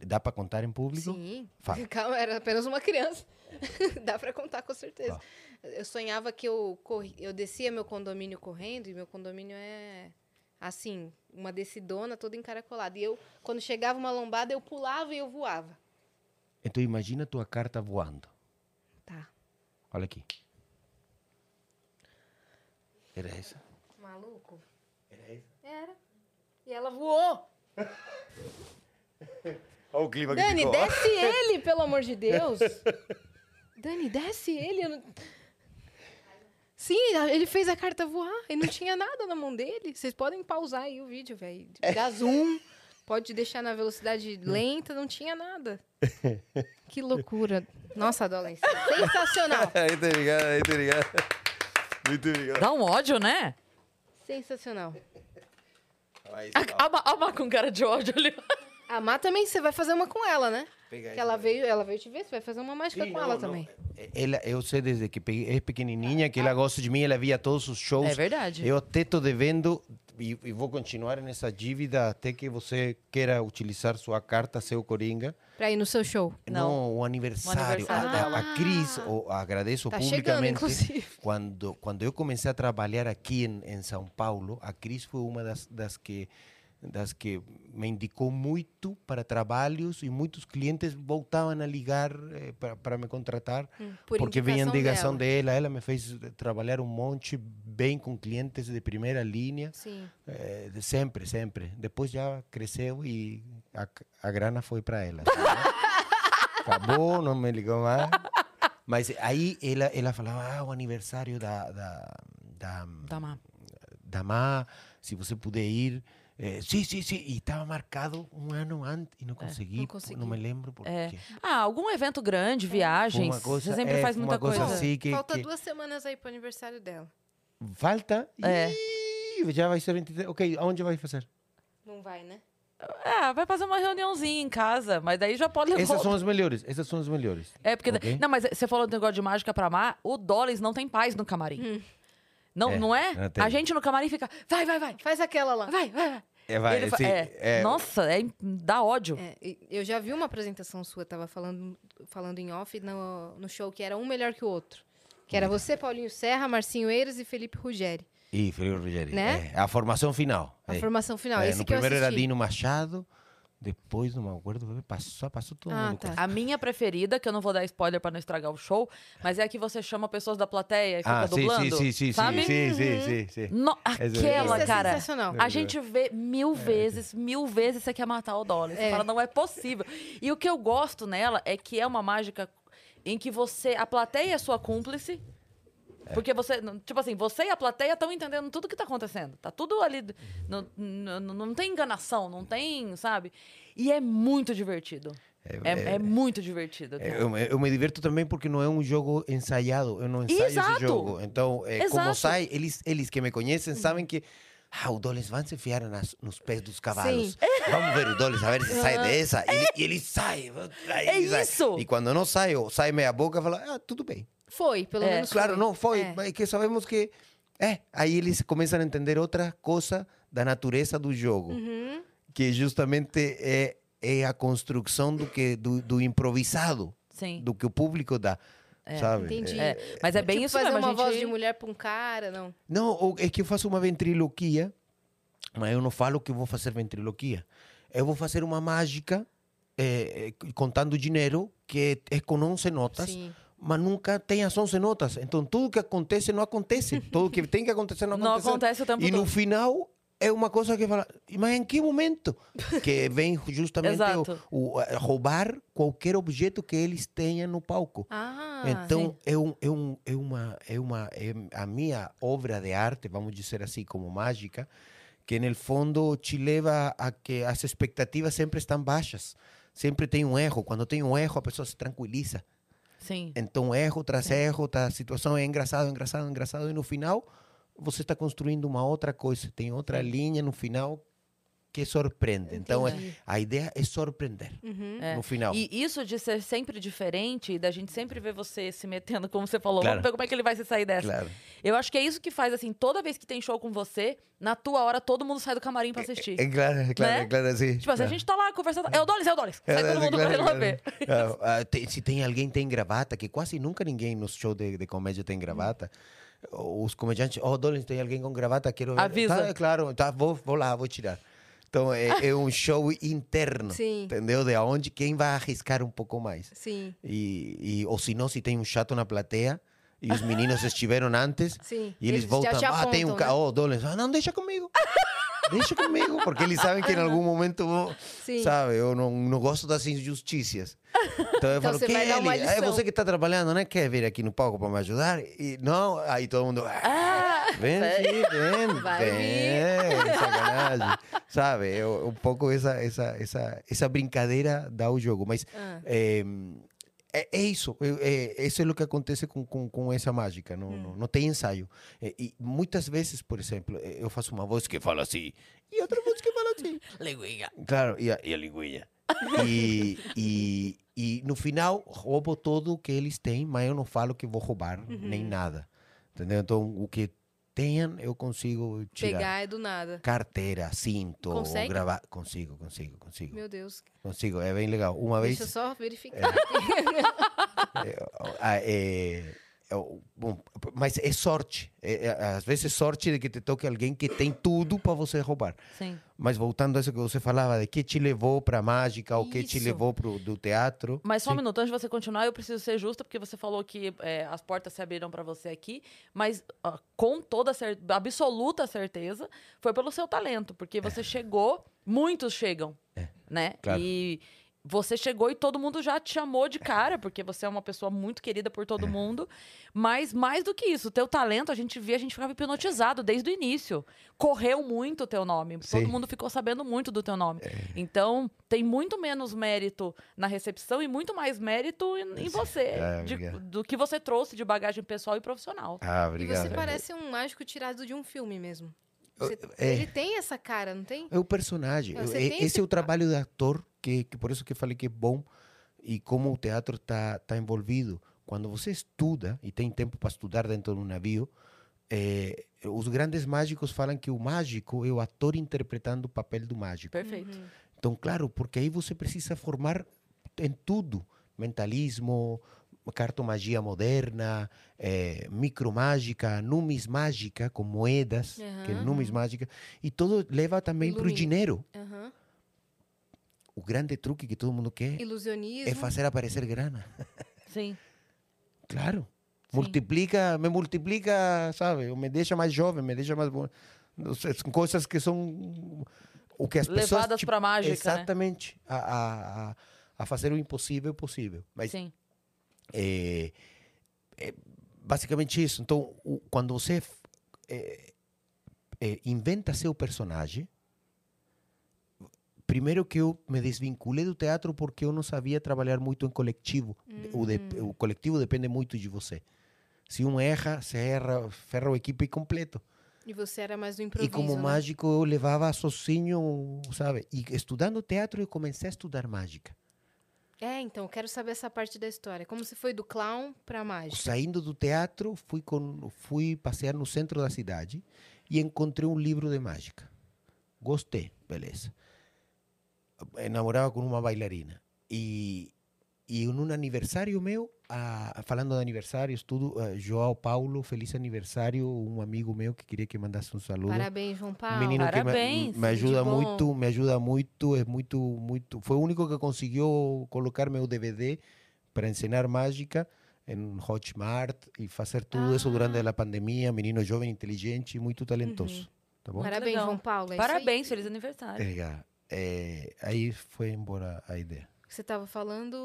Speaker 3: Dá para contar em público?
Speaker 2: Sim.
Speaker 3: Fala.
Speaker 2: Calma, era apenas uma criança. Dá pra contar com certeza.
Speaker 3: Tá.
Speaker 2: Eu sonhava que eu corri, eu descia meu condomínio correndo e meu condomínio é assim, uma descidona toda encaracolada. E eu quando chegava uma lombada eu pulava e eu voava.
Speaker 3: Então imagina tua carta voando.
Speaker 2: Tá.
Speaker 3: Olha aqui. Era essa?
Speaker 2: Maluco? Era Era. E ela voou.
Speaker 3: Olha o clima
Speaker 2: Dani, desce ele, pelo amor de Deus. Dani, desce ele. eu não- Sim, a- ele fez a carta voar e não tinha nada na mão dele. Vocês podem pausar aí o vídeo, velho.
Speaker 3: É.
Speaker 2: Dá zoom, pode deixar na velocidade lenta, não tinha nada. Que loucura. Nossa, adolescente. Sensacional.
Speaker 3: Muito obrigado, muito obrigado. Muito obrigado.
Speaker 1: Dá um ódio, né?
Speaker 2: Sensacional.
Speaker 3: Aí, ó,
Speaker 1: Alma, alma com cara de ódio ali.
Speaker 2: A Má também, você vai fazer uma com ela, né?
Speaker 3: pega
Speaker 2: Que
Speaker 3: essa
Speaker 2: ela
Speaker 3: daí.
Speaker 2: veio, ela veio te ver, você vai fazer uma mágica
Speaker 3: Sim,
Speaker 2: com
Speaker 3: não,
Speaker 2: ela
Speaker 3: não.
Speaker 2: também.
Speaker 3: Ela, eu sei desde que pe- é pequenininha que ela gosta de mim, ela via todos os shows.
Speaker 1: É verdade.
Speaker 3: Eu até tô devendo e, e vou continuar nessa dívida até que você queira utilizar sua carta, seu Coringa.
Speaker 2: Pra ir no seu show.
Speaker 3: Não,
Speaker 1: Não.
Speaker 3: o aniversário.
Speaker 1: O aniversário.
Speaker 3: A, a- a Cris, o- agradeço
Speaker 2: Tá chegando,
Speaker 3: publicamente.
Speaker 2: inclusive.
Speaker 3: quando, quando eu comecei a trabalhar aqui em, em São Paulo, a Cris foi uma das, das que das que me indicou muito para trabalhos e muitos clientes voltavam a ligar eh, para- para me contratar
Speaker 2: Mm, por
Speaker 3: porque vinha
Speaker 2: indicação
Speaker 3: indicação dela. Ela me fez trabalhar um monte bem com clientes de primeira linha.
Speaker 2: Sim.
Speaker 3: É, de sempre, sempre. Depois já cresceu e a, a grana foi para ela. sabe? Acabou, não me ligou mais. Mas aí ela, ela falava, ah, o aniversário da, da, da,
Speaker 1: Tá, má.
Speaker 3: da Má, se você puder ir. Eh, sim, sim, sim. E estava marcado um ano antes e não consegui.
Speaker 2: não
Speaker 3: pô,
Speaker 2: consegui.
Speaker 3: me lembro por
Speaker 1: É.
Speaker 3: quê.
Speaker 1: Ah, algum evento grande, viagens.
Speaker 3: Uma coisa-
Speaker 1: você sempre
Speaker 3: é,
Speaker 1: faz
Speaker 3: uma
Speaker 1: muita
Speaker 3: coisa
Speaker 1: coisa.
Speaker 3: assim. que-
Speaker 2: Falta
Speaker 3: que-
Speaker 2: duas semanas aí pro aniversário dela.
Speaker 3: Falta.
Speaker 1: É.
Speaker 3: Ih, já vai ser 23. Ok, aonde vai fazer?
Speaker 2: Não vai, né?
Speaker 1: É, vai fazer uma reuniãozinha em casa, mas daí já pode levar.
Speaker 3: Essas
Speaker 1: o-
Speaker 3: são as melhores. Essas são as melhores.
Speaker 1: É, porque.
Speaker 3: Ok?
Speaker 1: Não, mas você falou do negócio de mágica pra amar, o Dollys não tem paz no camarim. Não é?
Speaker 3: É,
Speaker 1: Não é?
Speaker 3: ela tem.
Speaker 1: A gente no camarim fica, vai, vai, vai,
Speaker 2: Faz aquela lá.
Speaker 1: vai, vai, vai.
Speaker 3: É, vai,
Speaker 1: Ele fa-
Speaker 3: sim,
Speaker 1: é,
Speaker 3: é,
Speaker 1: Nossa, é, dá ódio.
Speaker 2: É, e- eu já vi uma apresentação sua, tava falando, falando em off no, no show, que era um melhor que o outro. Que era você, Paulinho Serra, Marcinho Eiras e Felipe Ruggeri.
Speaker 3: E Felipe Ruggeri.
Speaker 2: Né?
Speaker 3: é, a formação final.
Speaker 2: A
Speaker 3: é.
Speaker 2: formação final.
Speaker 3: É,
Speaker 2: esse
Speaker 3: no
Speaker 2: que eu
Speaker 3: primeiro era
Speaker 2: assisti.
Speaker 3: Dino Machado, depois, não me acordo, passou, só passou todo
Speaker 2: Ah,
Speaker 3: mundo.
Speaker 2: tá.
Speaker 1: A minha preferida, que eu não vou dar spoiler pra não estragar o show, mas é a que você chama pessoas da plateia e fica
Speaker 3: Ah, sim, sim,
Speaker 1: dublando. Tá Uhum.
Speaker 3: sim, sim,
Speaker 1: sabe?
Speaker 3: sim, sim, sim, sim, sim.
Speaker 1: No-
Speaker 3: Essa é
Speaker 1: aquela,
Speaker 2: Isso é
Speaker 1: cara.
Speaker 2: sensacional.
Speaker 1: A gente vê mil vezes, mil vezes você quer matar o dólar. Você
Speaker 2: É.
Speaker 1: fala, não é possível. E o que eu gosto nela é que é uma mágica em que você. A plateia é sua cúmplice.
Speaker 3: É.
Speaker 1: Porque você. não- Tipo assim, você e a plateia estão entendendo tudo que tá acontecendo. Tá tudo ali. Não, não, não tem enganação, não tem, sabe? E é muito divertido. É, é muito divertido.
Speaker 3: É, Eu, eu me diverto também porque não é um jogo ensaiado, eu não ensaio
Speaker 1: Exato.
Speaker 3: esse jogo. Então, é, como
Speaker 1: Exato.
Speaker 3: sai, eles, eles que me conhecem sabem que ah, o Doles vai se enfiar nas, nos pés dos cavalos. Vamos ver o Doles, a ver se sai dessa. E, ele- e ele sai. aí
Speaker 1: É
Speaker 3: ele sai.
Speaker 1: isso.
Speaker 3: E quando não sai, ou sai meia boca, fala, ah, tudo bem.
Speaker 2: Foi, pelo
Speaker 1: É.
Speaker 2: menos.
Speaker 3: Claro, não, foi.
Speaker 2: É.
Speaker 3: mas que sabemos que. É, aí eles começam a entender outra coisa da natureza do jogo, que justamente é, é a construção do, que, do, do improvisado,
Speaker 1: Sim.
Speaker 3: do que o público dá. sabe?
Speaker 2: Entendi.
Speaker 3: É.
Speaker 1: É, Mas é bem
Speaker 2: tipo,
Speaker 1: isso
Speaker 2: fazer
Speaker 1: mesmo.
Speaker 2: uma
Speaker 1: a gente...
Speaker 2: voz de mulher pra um cara, não.
Speaker 3: Não, ou é que eu faço uma ventriloquia, mas eu não falo que eu vou fazer ventriloquia. Eu vou fazer uma mágica eh, eh, contando dinheiro, que é com 11 notas.
Speaker 2: Sim.
Speaker 3: mas nunca tem as 11 notas. Então, tudo que acontece, não acontece. Tudo que tem que acontecer, não
Speaker 1: Não
Speaker 3: acontece.
Speaker 1: acontece o tempo
Speaker 3: E no
Speaker 1: todo.
Speaker 3: final, é uma coisa que fala, mas em que momento? Que vem justamente
Speaker 1: Exato.
Speaker 3: o, o, eh, roubar qualquer objeto que eles tenham no palco.
Speaker 2: Ah,
Speaker 3: Então, é, um, é, um, é uma, é uma é a minha obra de arte, vamos dizer assim, como mágica, que no fundo te leva a que as expectativas sempre estão baixas. Sempre tem um erro. Quando tem um erro, a pessoa se tranquiliza.
Speaker 1: Sim.
Speaker 3: Então, erro tras erro, tá, a situação é engraçado, engraçado, engraçado. E no final, você está construindo uma outra coisa. Tem outra linha no final que surpreende. Então, é-
Speaker 2: Entendi.
Speaker 3: a ideia é surpreender
Speaker 2: Uhum.
Speaker 1: É.
Speaker 3: no final.
Speaker 1: E isso de ser sempre diferente, e da gente sempre ver você se metendo, como você falou,
Speaker 3: Claro.
Speaker 1: vamos ver como é que ele vai se sair dessa.
Speaker 3: Claro.
Speaker 1: Eu acho que é isso que faz, assim, toda vez que tem show com você, na tua hora todo mundo sai do camarim pra assistir.
Speaker 3: É claro, é claro,
Speaker 1: Né?
Speaker 3: é claro, sim.
Speaker 1: tipo assim, a
Speaker 3: claro.
Speaker 1: gente tá lá conversando, é o Dolis, é o Dolis.
Speaker 3: É,
Speaker 1: Sai todo
Speaker 3: é,
Speaker 1: mundo
Speaker 3: claro,
Speaker 1: pra ele lá
Speaker 3: claro.
Speaker 1: ver.
Speaker 3: Ah, ah, tem- se tem alguém tem gravata, que quase nunca ninguém nos shows de, de comédia tem gravata. Os comediantes, oh, Dolan, tem alguém com gravata, quero ver.
Speaker 1: Avisa.
Speaker 3: Tá, é claro, tá, vou, vou lá, vou tirar. Então, é, é um show interno,
Speaker 2: Sim.
Speaker 3: entendeu? De onde quem vai arriscar um pouco mais.
Speaker 2: Sim,
Speaker 3: E, e, ou se não, se tem um chato na plateia e os meninos estiveram antes
Speaker 2: Sim,
Speaker 3: e
Speaker 2: eles
Speaker 3: eles,
Speaker 2: já
Speaker 3: voltam,
Speaker 2: te
Speaker 3: ah, tem um
Speaker 2: apontam,
Speaker 3: ca- oh, Dolan, ah, não, deixa comigo. Deixa comigo, porque eles sabem que em algum momento, vou-
Speaker 2: Sim.
Speaker 3: sabe, eu não, não gosto das injustiças. Então eu
Speaker 2: Então
Speaker 3: falo,
Speaker 2: você vai dar
Speaker 3: Kelly,
Speaker 2: uma
Speaker 3: é
Speaker 2: lição."
Speaker 3: você que está trabalhando, né? Quer vir aqui no palco para me ajudar? E não, aí todo mundo, "Ah, vem, sim, vem,
Speaker 2: Vai
Speaker 3: vem, sacanagem. Sabe, é um pouco essa, essa, essa, essa brincadeira dá o jogo, mas...
Speaker 2: Ah.
Speaker 3: eh, é, é isso, é, é, isso é o que acontece com, com, com essa mágica, não,
Speaker 2: Hum.
Speaker 3: não, não tem ensaio. É, E, muitas vezes, por exemplo, é, eu faço uma voz que fala assim, e outra voz que fala assim.
Speaker 1: Linguinha.
Speaker 3: Claro, e a, e a linguinha. E, e, e no final, roubo tudo que eles têm, mas eu não falo que vou roubar
Speaker 2: Uhum.
Speaker 3: nem nada. Entendeu? Então, o que tenham, eu consigo tirar.
Speaker 2: pegar é do nada.
Speaker 3: Carteira, cinto,
Speaker 2: Consegue?
Speaker 3: gravar. Consigo, consigo, consigo.
Speaker 2: Meu Deus.
Speaker 3: Consigo, é bem legal. Uma vez. É.
Speaker 2: Deixa eu só verificar.
Speaker 3: Ah, é, é o- bom, mas é sorte. É, é, às vezes sorte de que te toque alguém que tem tudo para você roubar.
Speaker 1: Sim.
Speaker 3: Mas voltando a isso que você falava, de que te levou para mágica ou que te
Speaker 2: Isso.
Speaker 3: levou pro do teatro.
Speaker 1: Mas só um
Speaker 3: Sim.
Speaker 1: minuto, antes de você continuar, eu preciso ser justa, porque você falou que é, as portas se abriram pra você aqui, mas ó, com toda cer absoluta certeza, foi pelo seu talento, porque você chegou, muitos chegam, né?
Speaker 3: É. claro.
Speaker 1: E você chegou e todo mundo já te chamou de cara, porque você é uma pessoa muito querida por
Speaker 3: É.
Speaker 1: todo mundo. Mas mais do que isso, o teu talento, a gente via, a gente ficava hipnotizado desde o início. Correu muito o teu nome,
Speaker 3: Sim.
Speaker 1: todo mundo ficou sabendo muito do teu nome. Então, tem muito menos mérito na recepção e muito mais mérito em, em você,
Speaker 3: Ah,
Speaker 1: de-
Speaker 3: obrigado.
Speaker 1: do que você trouxe de bagagem pessoal e profissional.
Speaker 3: Ah,
Speaker 2: e
Speaker 3: obrigado.
Speaker 2: você parece um mágico tirado de um filme mesmo.
Speaker 3: Eu-
Speaker 2: Você-
Speaker 3: é.
Speaker 2: Ele tem essa cara, não tem?
Speaker 3: É o personagem.
Speaker 2: Você tá
Speaker 3: É-
Speaker 2: tem
Speaker 3: esse
Speaker 2: esse-
Speaker 3: é o trabalho de ator, que, que por isso que eu falei que é bom e como o teatro tá está tá envolvido. Quando você estuda e tem tempo para estudar dentro de um navio, eh, os grandes mágicos falam que o mágico é o ator interpretando o papel do mágico.
Speaker 1: Perfeito.
Speaker 3: Então, claro, porque aí você precisa formar em tudo: mentalismo, cartomagia moderna, eh, micromágica, numismágica, com moedas, que é
Speaker 2: Aham.
Speaker 3: numismágica, e tudo leva também para o
Speaker 2: Ilumina.
Speaker 3: dinheiro.
Speaker 2: Aham.
Speaker 3: O grande truque que todo mundo quer
Speaker 2: Ilusionismo.
Speaker 3: é fazer aparecer grana.
Speaker 1: Sim.
Speaker 3: Claro.
Speaker 1: Sim.
Speaker 3: Multiplica, me multiplica, sabe? Me deixa mais jovem, me deixa mais bom. Não sei, São coisas que são o que as pessoas tipo,
Speaker 1: Levadas pra mágica, né?
Speaker 3: Exatamente. A, a, a, a fazer o impossível possível. Mas
Speaker 1: Sim.
Speaker 3: é, é basicamente isso. Então, o- quando você f- é, é, inventa seu personagem, primeiro que eu me desvinculei do teatro porque eu não sabia trabalhar muito em coletivo. O, de-
Speaker 1: Hum.
Speaker 3: o coletivo depende muito de você. Se um erra, se erra, ferra o equipe completo.
Speaker 2: E você era mais do improviso.
Speaker 3: e como
Speaker 2: né?
Speaker 3: mágico, eu levava sozinho, sabe? E estudando teatro, eu comecei a estudar mágica.
Speaker 2: É, então, eu quero saber essa parte da história. Como você foi do clown pra mágica?
Speaker 3: Saindo do teatro, fui, com, fui passear no centro da cidade e encontrei um livro de mágica. Gostei, beleza. Eh, Namorava com uma bailarina. E, e num aniversário meu, a, falando de aniversário, estudo, eh, João Paulo, feliz aniversário, um amigo meu que queria que mandasse um saludo.
Speaker 2: Parabéns, João Paulo.
Speaker 3: Um menino
Speaker 1: Parabéns,
Speaker 3: que me- me,
Speaker 2: tudo de
Speaker 3: ajuda
Speaker 2: bom.
Speaker 3: muito, me ajuda muito, é muito, muito. Foi o único que conseguiu colocar meu DVD para ensinar mágica em Hotmart e fazer tudo isso durante a pandemia. Menino jovem, inteligente e muito talentoso. Tá bom?
Speaker 2: Parabéns,
Speaker 1: legal.
Speaker 2: João Paulo. é isso aí.
Speaker 1: Parabéns, feliz aniversário.
Speaker 3: Obrigado. É, aí foi embora a ideia.
Speaker 2: Você tava falando.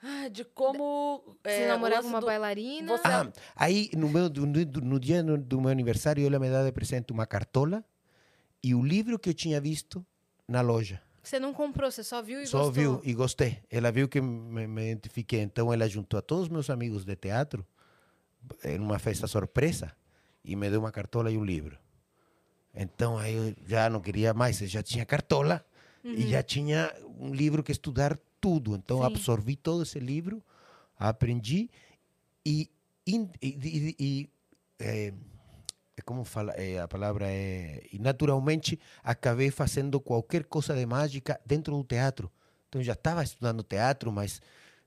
Speaker 1: Ah, De como.
Speaker 2: Você
Speaker 1: é, o
Speaker 2: namorava
Speaker 1: lance
Speaker 2: uma
Speaker 1: do-
Speaker 2: bailarina.
Speaker 1: você-
Speaker 3: Ah, aí no, meu, do- no, do- no dia no- do meu aniversário, ela me dá de presente uma cartola e o livro que eu tinha visto na loja.
Speaker 2: Você não comprou, você só viu e
Speaker 3: Só
Speaker 2: gostou.
Speaker 3: viu e gostei. Ela viu que me, me identifiquei. Então ela juntou a todos meus amigos de teatro em uma festa surpresa e me deu uma cartola e um livro. Então aí eu já não queria mais. Eu já tinha cartola e
Speaker 2: Uhum.
Speaker 3: já tinha um livro que estudar tudo. Então
Speaker 1: Sim.
Speaker 3: absorvi todo esse livro, aprendi e. in- e, e- e- eh, como fala eh, a palavra é e naturalmente acabei fazendo qualquer coisa de mágica dentro do teatro então já estava estudando teatro mas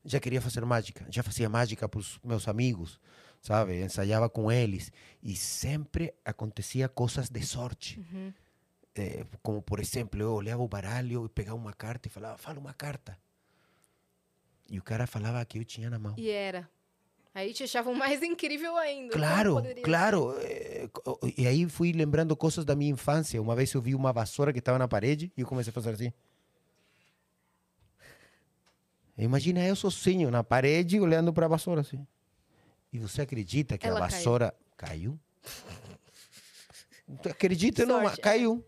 Speaker 3: já queria fazer mágica já fazia mágica para os meus amigos sabe ensaiava com eles e sempre acontecia coisas de sorte Eh, como por exemplo eu olhava o baralho e pegava uma carta e falava fala uma carta e o cara falava que eu tinha na mão
Speaker 2: E era. Aí te achavam mais incrível ainda. Como
Speaker 3: Claro,
Speaker 2: poderia
Speaker 3: claro. eh, co- E aí fui lembrando coisas da minha infância. Uma vez eu vi uma vassoura que estava na parede e eu comecei a fazer assim. Imagina eu sozinho na parede olhando para a vassoura assim. E você acredita que
Speaker 2: Ela
Speaker 3: a
Speaker 2: caiu.
Speaker 3: vassoura caiu? Tu Acredita ou não, mas
Speaker 2: Sorte, é.
Speaker 3: caiu.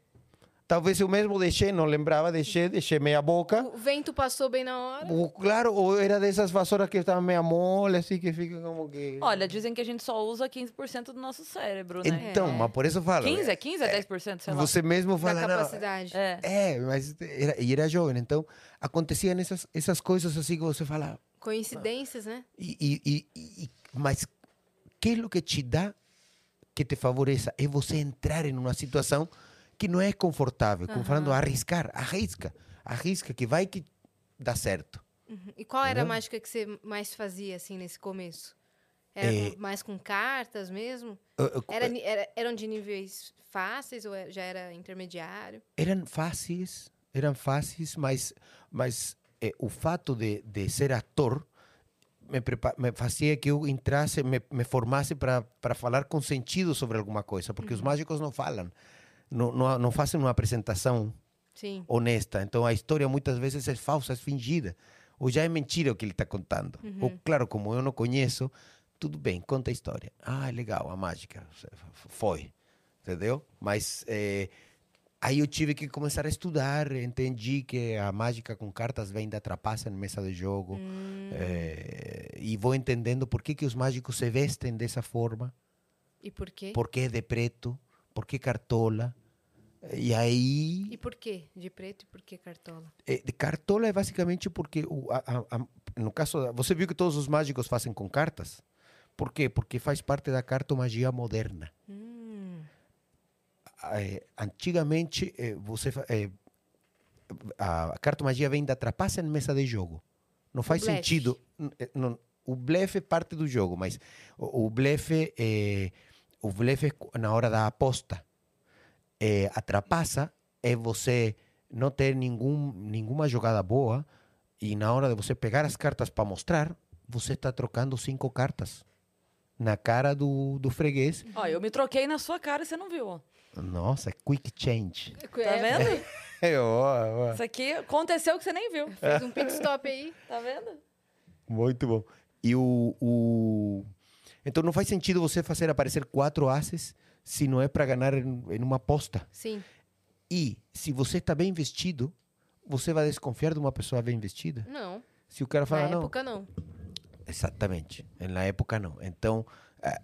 Speaker 3: Talvez eu mesmo deixei, não lembrava, deixei, deixei meia boca.
Speaker 2: ser? O vento passou bem na hora.
Speaker 3: Ou, claro, ou era dessas vassouras que estavam meia mole, assim, que fica como que...
Speaker 1: Olha, dizem que a gente só usa 15% do nosso cérebro, né?
Speaker 3: Então, mas por isso eu falo.
Speaker 1: 15? É 15? É 10%? Sei lá.
Speaker 3: Você mesmo
Speaker 2: Da
Speaker 3: fala, não.
Speaker 2: capacidade.
Speaker 1: É.
Speaker 3: É, mas era, e era jovem, então aconteciam essas, essas coisas assim que você fala.
Speaker 2: Coincidências, né?
Speaker 3: E, e- e- e- e- mas que é o que te dá que te favoreça? É você entrar em uma situação que não é confortável. Como falando, arriscar, arrisca, arrisca, que vai que dá certo.
Speaker 2: Uhum. E qual era a
Speaker 3: Entendeu?
Speaker 2: mágica que você mais fazia, assim, nesse começo? Era
Speaker 3: É.
Speaker 2: com- mais com cartas mesmo?
Speaker 3: Eu- eu-
Speaker 2: Era, ni- era- eram de níveis fáceis ou é- já era intermediário?
Speaker 3: eram fáceis, eram fáceis, mas, mas eh, o fato de, de ser ator me, prepa- me fazia que eu entrasse, me, me formasse para falar com sentido sobre alguma coisa, porque os mágicos não falam, não, não, não fazem uma apresentação
Speaker 2: Sim.
Speaker 3: honesta. Então a história muitas vezes é falsa, é fingida, ou já é mentira o que ele está contando. Ou, claro, como eu não conheço, tudo bem, conta a história. Ah, legal, a mágica. Foi. Entendeu? Mas. eh, Aí eu tive que começar a estudar, entendi que a mágica com cartas vem da trapaça em mesa de jogo. eh, e vou entendendo por que, que os mágicos se vestem dessa forma,
Speaker 2: E por quê?
Speaker 3: por que de preto, por que cartola. E aí.
Speaker 2: E por quê? De preto e por que cartola?
Speaker 3: Eh, de cartola é basicamente porque o- a- a- a- no caso da- você viu que todos os mágicos fazem com cartas Por quê? Porque faz parte da cartomagia moderna.
Speaker 2: Hum.
Speaker 3: Ah, eh, antigamente, eh, você fa- eh, a a cartomagia vem da trapaça em mesa de jogo. Não faz
Speaker 2: blefe.
Speaker 3: sentido. n- eh, não- o blefe é parte do jogo, mas o, o blefe é, o blefe é co- na hora da aposta. Eh, a trapaça é você não ter nenhum, nenhuma jogada boa e na hora de você pegar as cartas para mostrar, você está trocando cinco cartas na cara do, do freguês.
Speaker 1: Ó, eu me troquei na sua cara e você não viu.
Speaker 3: Nossa, é quick change.
Speaker 1: Tá vendo?
Speaker 3: É, ó, ó.
Speaker 1: Isso aqui aconteceu que você nem viu.
Speaker 3: É.
Speaker 2: Fez um pit stop aí.
Speaker 1: Tá vendo?
Speaker 3: Muito bom. E o, o- Então não faz sentido você fazer aparecer quatro aces se não é para ganhar em, em uma aposta.
Speaker 2: Sim.
Speaker 3: E se você está bem vestido, você vai desconfiar de uma pessoa bem vestida?
Speaker 2: Não.
Speaker 3: Se o cara
Speaker 2: Na
Speaker 3: falar, não.
Speaker 2: época, não.
Speaker 3: Exatamente. Na época, não. Então, a,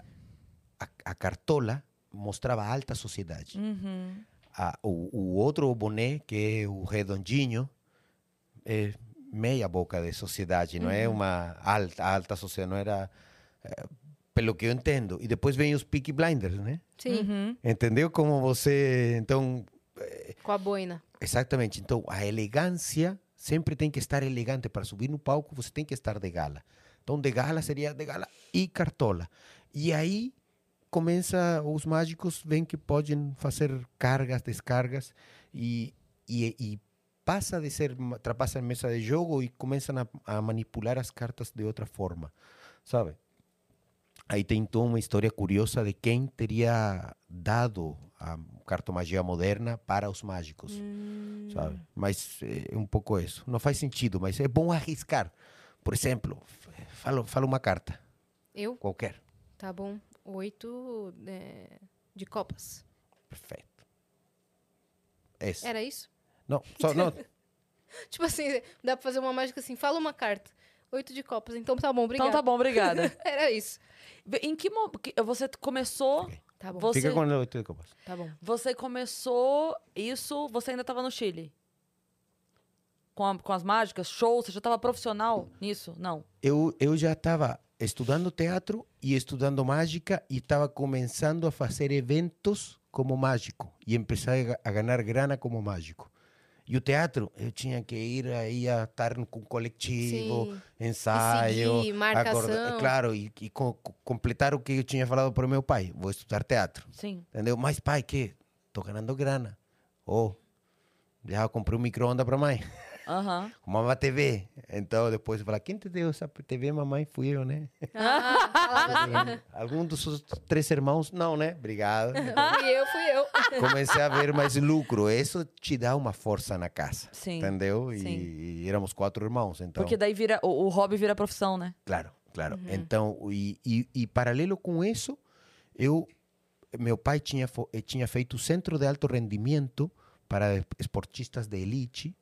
Speaker 3: a- a cartola mostrava a alta sociedade.
Speaker 1: Uhum.
Speaker 3: A- o, o outro boné, que é o redondinho, é meia boca de sociedade, não é uma alta, alta sociedade, não era... eh, pelo que eu entendo. E depois vem os Peaky Blinders, né?
Speaker 2: Sim.
Speaker 1: Uhum.
Speaker 3: Entendeu como você... Então,
Speaker 2: Com a boina.
Speaker 3: Exatamente. Então, a elegância sempre tem que estar elegante. Para subir no palco, você tem que estar de gala. Então, de gala seria de gala e cartola. E aí começa, os mágicos veem que podem fazer cargas, descargas e, e, e passa de ser ma- trapaça em mesa de jogo e começam a, a manipular as cartas de outra forma, sabe? Aí tem toda uma história curiosa de quem teria dado a cartomagia moderna para os mágicos
Speaker 2: Hum.
Speaker 3: sabe? Mas é um pouco isso. Não faz sentido, mas é bom arriscar. Por exemplo, f- falo, falo uma carta,
Speaker 2: Eu?
Speaker 3: qualquer.
Speaker 2: Tá bom. Oito é, de copas.
Speaker 3: Perfeito. Essa.
Speaker 2: Era isso?
Speaker 3: Não, só, não,
Speaker 2: Tipo assim, dá pra fazer uma mágica assim. Fala uma carta. Oito de copas. Então tá bom, obrigado.
Speaker 1: Então tá bom, obrigada.
Speaker 2: Era isso.
Speaker 1: em que momento você começou?
Speaker 2: Tá bom.
Speaker 1: Você,
Speaker 3: fica com o teu compasso.
Speaker 2: Tá bom.
Speaker 1: você começou isso, você ainda tava no Chile? Com, a- com as mágicas, show, você já tava profissional nisso? Não.
Speaker 3: Eu, eu já estava estudando teatro e estudando mágica e estava começando a fazer eventos como mágico e começar a ga- a ganhar grana como mágico. E o teatro, eu tinha que ir aí a estar com coletivo,
Speaker 2: Sim.
Speaker 3: ensaio,
Speaker 2: E seguir, marcação.
Speaker 3: claro, e, e co- co- completar o que eu tinha falado para o meu pai, vou estudar teatro,
Speaker 1: Sim.
Speaker 3: entendeu? Mas pai, que? Tô ganhando grana. Ou já comprei um micro-ondas para mãe,
Speaker 1: Aham.
Speaker 3: uma TV. Então depois eu falo, quem te deu essa TV, mamãe? Fui eu, né?
Speaker 2: Ah, falava assim.
Speaker 3: Algum dos seus três irmãos? Não, né? Obrigado.
Speaker 2: Fui eu, fui eu.
Speaker 3: Comecei a ver mais lucro. Isso te dá uma força na casa,
Speaker 1: Sim.
Speaker 3: entendeu? E,
Speaker 1: Sim.
Speaker 3: e éramos quatro irmãos, então...
Speaker 1: Porque daí vira. O, o hobby vira profissão, né?
Speaker 3: Claro, claro. Então, e, e, e paralelo com isso, eu meu pai tinha fo- eh, tinha feito centro de alto rendimento para es- esportistas de elite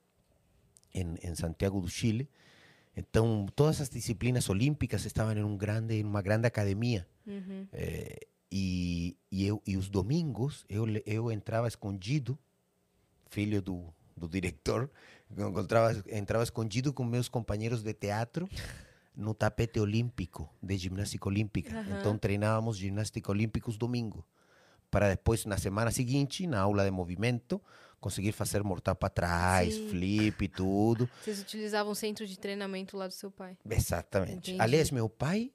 Speaker 3: em, em Santiago do Chile. Então, todas as disciplinas olímpicas estavam em um grande em uma grande academia.
Speaker 2: Uhum.
Speaker 3: Eh, e, e eu e os domingos eu le- eu entrava escondido, filho do do diretor, eu encontrava entrava escondido com meus companheiros de teatro no tapete olímpico de ginástica olímpica. Então treinávamos ginástica olímpica os domingos, para depois na semana seguinte, na aula de movimento, conseguir fazer mortal para trás,
Speaker 2: Sim.
Speaker 3: flip e tudo.
Speaker 2: Vocês utilizavam o centro de treinamento lá do seu pai.
Speaker 3: Exatamente.
Speaker 2: Entendi.
Speaker 3: Aliás, meu pai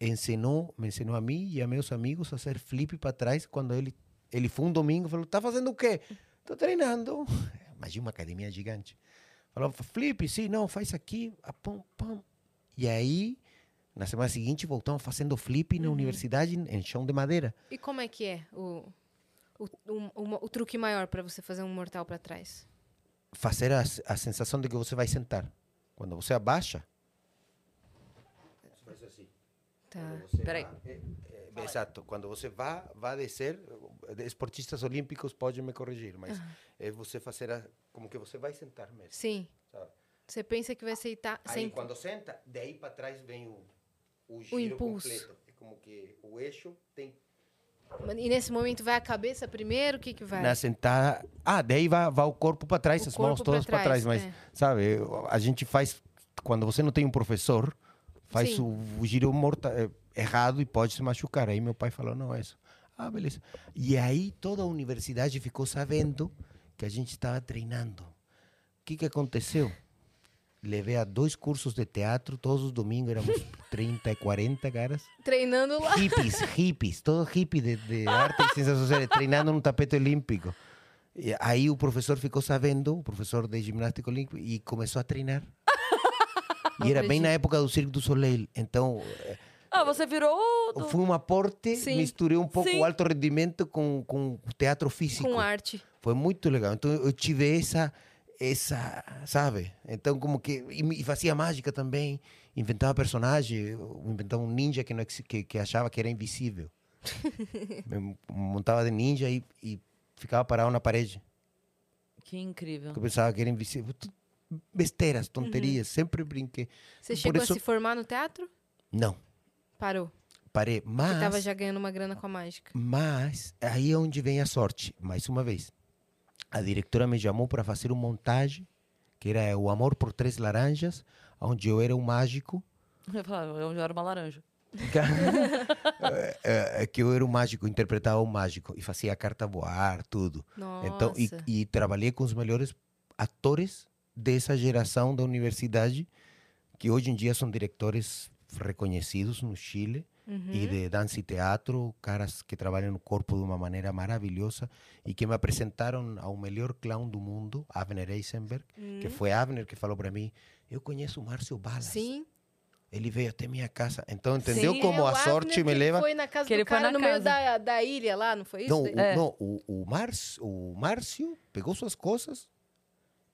Speaker 3: ensinou, me ensinou a mim e a meus amigos a fazer flip para trás quando ele ele foi um domingo e falou: "Tá fazendo o quê?" "Tô treinando". Imagina uma academia gigante. Falou: "Flip, sim, não, faz aqui, ah, pam, pam". E aí, na semana seguinte, voltamos fazendo flip na universidade em em chão de madeira.
Speaker 2: E como é que é o, o, o, o- o truque maior pra você fazer um mortal pra trás?
Speaker 3: Fazer a, a sensação de que você vai sentar. Quando você abaixa,
Speaker 2: Tá.
Speaker 1: Peraí.
Speaker 3: É, Exato, quando você vá, vá descer, esportistas olímpicos podem me corrigir, mas é você fazer a- como que você vai sentar mesmo.
Speaker 2: Sim.
Speaker 3: Sabe?
Speaker 2: Você pensa que vai aceitar.
Speaker 3: Aí
Speaker 2: sem-
Speaker 3: quando senta, daí para trás vem o, o giro
Speaker 2: impulso.
Speaker 3: completo. É como que o eixo tem.
Speaker 2: E nesse momento vai a cabeça primeiro? O que, que vai?
Speaker 3: Na sentada. né, Ah, daí vai, vai o corpo para trás,
Speaker 2: O
Speaker 3: as mãos
Speaker 2: corpo
Speaker 3: todas
Speaker 2: pra
Speaker 3: para trás,
Speaker 2: trás, é.
Speaker 3: mas sabe, a gente faz. Quando você não tem um professor, faz
Speaker 2: Sim.
Speaker 3: o, o giro morta, eh, errado e pode se machucar. Aí meu pai falou, não, é isso. Ah, beleza. E aí toda a universidade ficou sabendo que a gente estava treinando. O que, que aconteceu? Levei a dois cursos de teatro, todos os domingos éramos 30 e 40 caras.
Speaker 2: Treinando lá.
Speaker 3: Hippies, hippies, todo hippie de, de arte e ciências sociais, treinando no tapete olímpico. E aí o professor ficou sabendo, o professor de ginástica olímpica, e começou a treinar. E era bem na época do Cirque du Soleil. Então, eh,
Speaker 1: Ah, você virou. o do-
Speaker 3: foi um aporte,
Speaker 2: Sim.
Speaker 3: misturei um pouco
Speaker 1: Sim.
Speaker 3: o alto rendimento com, com o teatro físico.
Speaker 2: Com arte.
Speaker 3: Foi muito legal. Então, eu tive essa, essa sabe? Então, como que... E me- e fazia mágica também. Inventava personagem. eu Inventava um ninja que, não, exi- que, que achava que era invisível. Me montava de ninja e, e ficava parado na parede.
Speaker 1: Que incrível.
Speaker 3: Porque eu pensava que era invisível. Tu- Besteiras, tonterias. Sempre brinquei.
Speaker 2: Você
Speaker 3: Por
Speaker 2: chegou
Speaker 3: isso-
Speaker 2: a se formar no teatro?
Speaker 3: Não,
Speaker 2: Parou.
Speaker 3: parei.
Speaker 2: Você tava
Speaker 3: Mas...
Speaker 2: já ganhando uma grana com a mágica.
Speaker 3: Mas aí é onde vem a sorte, mais uma vez. A diretora me chamou para fazer um montagem, que era O Amor por Três Laranjas, onde eu era um mágico.
Speaker 1: Eu falava, eu já era uma laranja.
Speaker 3: É, é, é que eu era um mágico, interpretava um mágico e fazia carta voar, tudo.
Speaker 2: Nossa.
Speaker 3: Então, e, e trabalhei com os melhores atores dessa geração da universidade, que hoje em dia são diretores reconhecidos no Chile.
Speaker 2: Uhum.
Speaker 3: e de dança e teatro, caras que trabalham no corpo de uma maneira maravilhosa e que me apresentaram ao melhor clown do mundo, Avner Eisenberg, que foi Avner que falou para mim, eu conheço o Márcio Balas,
Speaker 2: Sim.
Speaker 3: ele veio até minha casa. Então entendeu
Speaker 1: Sim,
Speaker 3: como
Speaker 2: É,
Speaker 3: a
Speaker 2: o
Speaker 3: sorte
Speaker 2: Abner
Speaker 3: me
Speaker 2: que
Speaker 3: leva?
Speaker 2: Foi na casa
Speaker 1: Que ele
Speaker 2: do
Speaker 1: foi na
Speaker 2: cara no meio
Speaker 1: casa.
Speaker 2: da, da ilha lá, não foi isso?
Speaker 3: Não, o,
Speaker 1: É.
Speaker 3: não, o, o, Márcio- o Márcio pegou suas coisas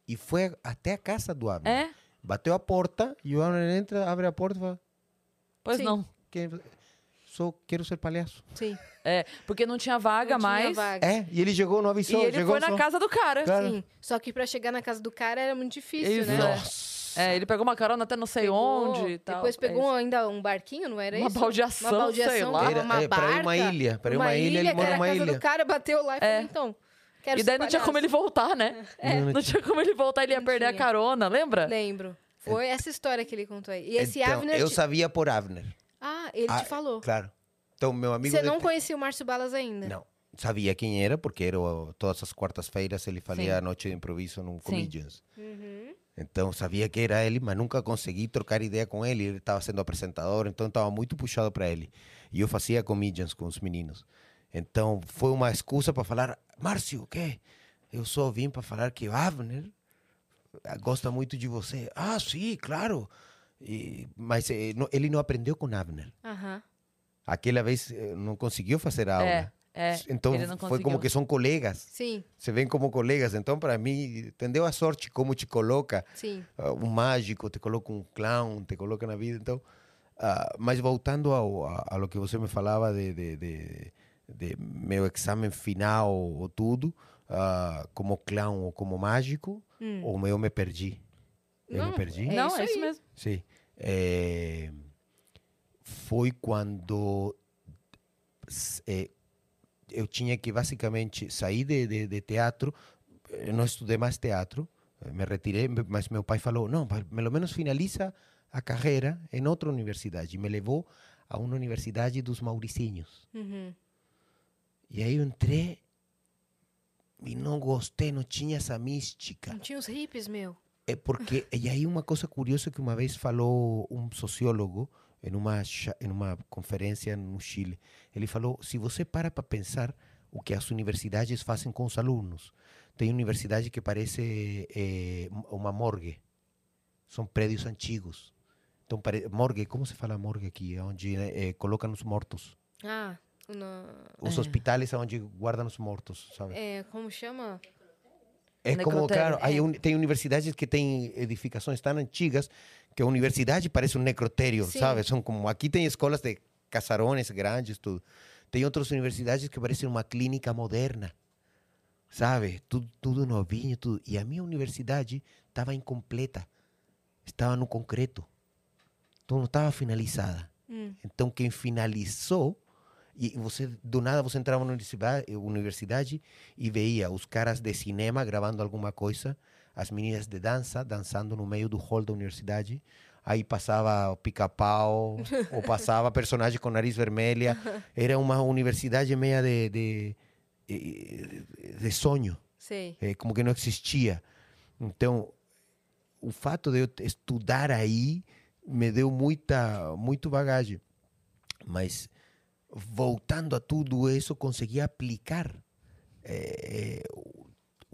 Speaker 3: e foi até a casa do Avner.
Speaker 1: É?
Speaker 3: Bateu a porta e o Avner entra, abre a porta e fala,
Speaker 1: Pois
Speaker 2: Sim.
Speaker 1: não.
Speaker 3: "Quem- só quero ser palhaço.
Speaker 2: Sim.
Speaker 1: É, porque não tinha vaga
Speaker 2: Não tinha
Speaker 1: mais.
Speaker 2: vaga.
Speaker 3: É, e ele chegou, não avisou.
Speaker 1: E ele
Speaker 3: chegou
Speaker 1: foi na
Speaker 3: só.
Speaker 1: casa do cara.
Speaker 3: Cara.
Speaker 2: Sim. Só que pra chegar na casa do cara era muito difícil,
Speaker 1: Isso,
Speaker 2: né?
Speaker 1: né?
Speaker 3: Nossa.
Speaker 1: É, ele pegou uma carona até não sei
Speaker 2: Pegou,
Speaker 1: onde e tal.
Speaker 2: Depois
Speaker 1: É
Speaker 2: pegou
Speaker 1: isso.
Speaker 2: ainda um barquinho, não era
Speaker 1: Uma
Speaker 2: isso?
Speaker 1: baldeação,
Speaker 2: uma
Speaker 1: sei
Speaker 2: baldeação,
Speaker 1: lá.
Speaker 2: tava
Speaker 3: Era-
Speaker 2: uma
Speaker 3: é,
Speaker 2: barca.
Speaker 3: pra ir uma ilha, pra ir uma ilha, ele
Speaker 2: que
Speaker 3: mora
Speaker 2: era
Speaker 3: numa
Speaker 2: a casa
Speaker 3: ilha.
Speaker 2: do cara, bateu lá e falou,
Speaker 1: É.
Speaker 2: então, quero
Speaker 1: E daí não tinha como ele voltar, né?
Speaker 3: Não, não
Speaker 1: Não tinha como ele voltar, ele ia
Speaker 2: Não
Speaker 1: perder a
Speaker 2: tinha.
Speaker 1: carona, lembra?
Speaker 2: Lembro. Foi essa história que ele contou aí. E esse
Speaker 3: Então,
Speaker 2: Avner...
Speaker 3: eu
Speaker 2: te-
Speaker 3: sabia por Avner.
Speaker 2: Ah, ele
Speaker 3: Ah,
Speaker 2: te falou.
Speaker 3: Claro. Então, meu amigo...
Speaker 2: Você
Speaker 3: de-
Speaker 2: não conhecia o Márcio Balas ainda?
Speaker 3: Não. Sabia quem era, porque era o- todas as quartas-feiras ele fazia
Speaker 1: Sim.
Speaker 3: a noite de improviso no Comedians.
Speaker 2: Uhum.
Speaker 3: Então, sabia que era ele, mas nunca consegui trocar ideia com ele. Ele estava sendo apresentador, então estava muito puxado para ele. E eu fazia Comedians com os meninos. Então, foi uma excusa para falar, Márcio, o quê? Eu só vim para falar que o Avner gosta muito de você. Ah, sim, claro. E- mas eh, não- ele não aprendeu com Avner.
Speaker 2: Aham.
Speaker 3: Aquela vez eh, não conseguiu fazer a aula.
Speaker 1: É, é.
Speaker 3: Então
Speaker 1: ele não
Speaker 3: foi como
Speaker 1: conseguiu.
Speaker 3: que são colegas,
Speaker 2: Sim,
Speaker 3: se veem como colegas. Então para mim, entendeu a sorte como te coloca
Speaker 2: sim.
Speaker 3: ah, um mágico, te coloca um clown, te coloca na vida. Então, ah, mas voltando ao, a, a lo que você me falava de, de, de, de meu exame final ou tudo, ah, como clown ou como mágico,
Speaker 2: Hum.
Speaker 3: ou eu me perdi. Eu me perdi.
Speaker 2: É
Speaker 1: não,
Speaker 2: isso
Speaker 1: é isso
Speaker 2: aí.
Speaker 1: mesmo.
Speaker 3: Sí. Eh, foi quando s- eh, eu tinha que basicamente sair de, de, de teatro. Eh, Eu não estudei mais teatro, eh, me retirei, me- mas meu pai falou: não, pa- pelo menos finaliza a carreira em outra universidade. E me levou a uma universidade dos Mauricinhos.
Speaker 2: Uhum.
Speaker 3: E aí eu entrei e não gostei, não tinha essa mística.
Speaker 2: Não tinha os hippies, meu.
Speaker 3: É porque e aí uma coisa curiosa que uma vez falou um sociólogo em uma cha- em uma conferência no Chile. Ele falou: se você para para pensar o que as universidades fazem com os alunos, tem universidade que parece eh, um- uma morgue, são prédios antigos. Então pare, morgue, como se fala morgue aqui, É onde eh, colocam os mortos,
Speaker 2: Ah, na-
Speaker 3: os
Speaker 1: É.
Speaker 3: hospitais onde guardam os mortos, sabe?
Speaker 2: é, como chama?
Speaker 3: É como,
Speaker 1: Necrotério.
Speaker 3: claro, aí
Speaker 2: É.
Speaker 3: uni- tem universidades que têm edificações tão antigas que a universidade parece um necrotério,
Speaker 2: Sim.
Speaker 3: sabe? São como, aqui tem escolas de casarões grandes, tudo. Tem outras universidades que parecem uma clínica moderna, sabe? Tudo, tudo novinho, tudo. E a minha universidade estava incompleta, estava no concreto. Então não estava finalizada.
Speaker 2: Hum.
Speaker 3: Então quem finalizou e você do nada você entrava na universidade, universidade e veia os caras de cinema gravando alguma coisa, as meninas de dança dançando no meio do hall da universidade, Aí passava o pica-pau, ou passava personagem com nariz vermelha. Era uma universidade meia de, de, eh, de sonho,
Speaker 2: Sei.
Speaker 3: eh, como que não existia. Então, o fato de eu te- estudar aí me deu muita, muito bagagem. Mas, voltando a tudo isso, consegui aplicar eh,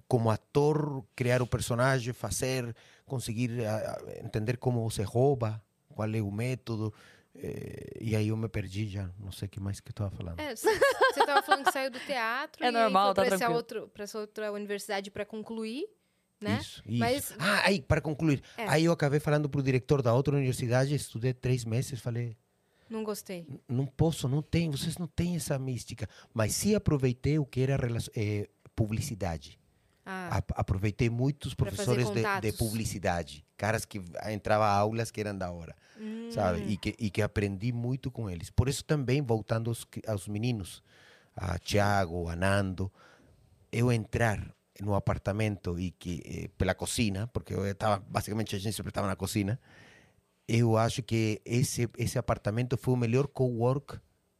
Speaker 3: como ator, criar o personagem, fazer, conseguir ah, ah, entender como se rouba, qual é o método. eh, e aí eu me perdi já, não sei o que mais que eu estava falando.
Speaker 2: É, c- você tava falando que saiu do teatro
Speaker 1: É
Speaker 2: e
Speaker 1: normal,
Speaker 2: aí
Speaker 1: tá
Speaker 2: foi pra, essa
Speaker 1: tranquilo.
Speaker 2: outro, pra essa outra universidade pra concluir, né?
Speaker 3: Isso, isso.
Speaker 2: Mas-
Speaker 3: Ah, aí, para concluir.
Speaker 2: É.
Speaker 3: Aí eu acabei falando para o diretor da outra universidade, estudei três meses, falei,
Speaker 2: Não gostei.
Speaker 3: "N- não posso, não tem, vocês não têm essa mística. Mas sim aproveitei o que era relacio- eh, publicidade.
Speaker 2: Ah,
Speaker 3: A- aproveitei muitos
Speaker 2: Pra fazer
Speaker 3: professores de- de,
Speaker 2: contatos.
Speaker 3: publicidade, caras que entravam a aulas que eram da hora,
Speaker 2: hum,
Speaker 3: sabe? E que, e que aprendi muito com eles. Por isso também, voltando aos, cri- aos meninos, a Tiago, a Nando, eu entrar no apartamento e que eh, pela cozinha, porque eu estava, basicamente a gente sempre estava na cozinha, eu acho que esse, esse apartamento foi o melhor co-work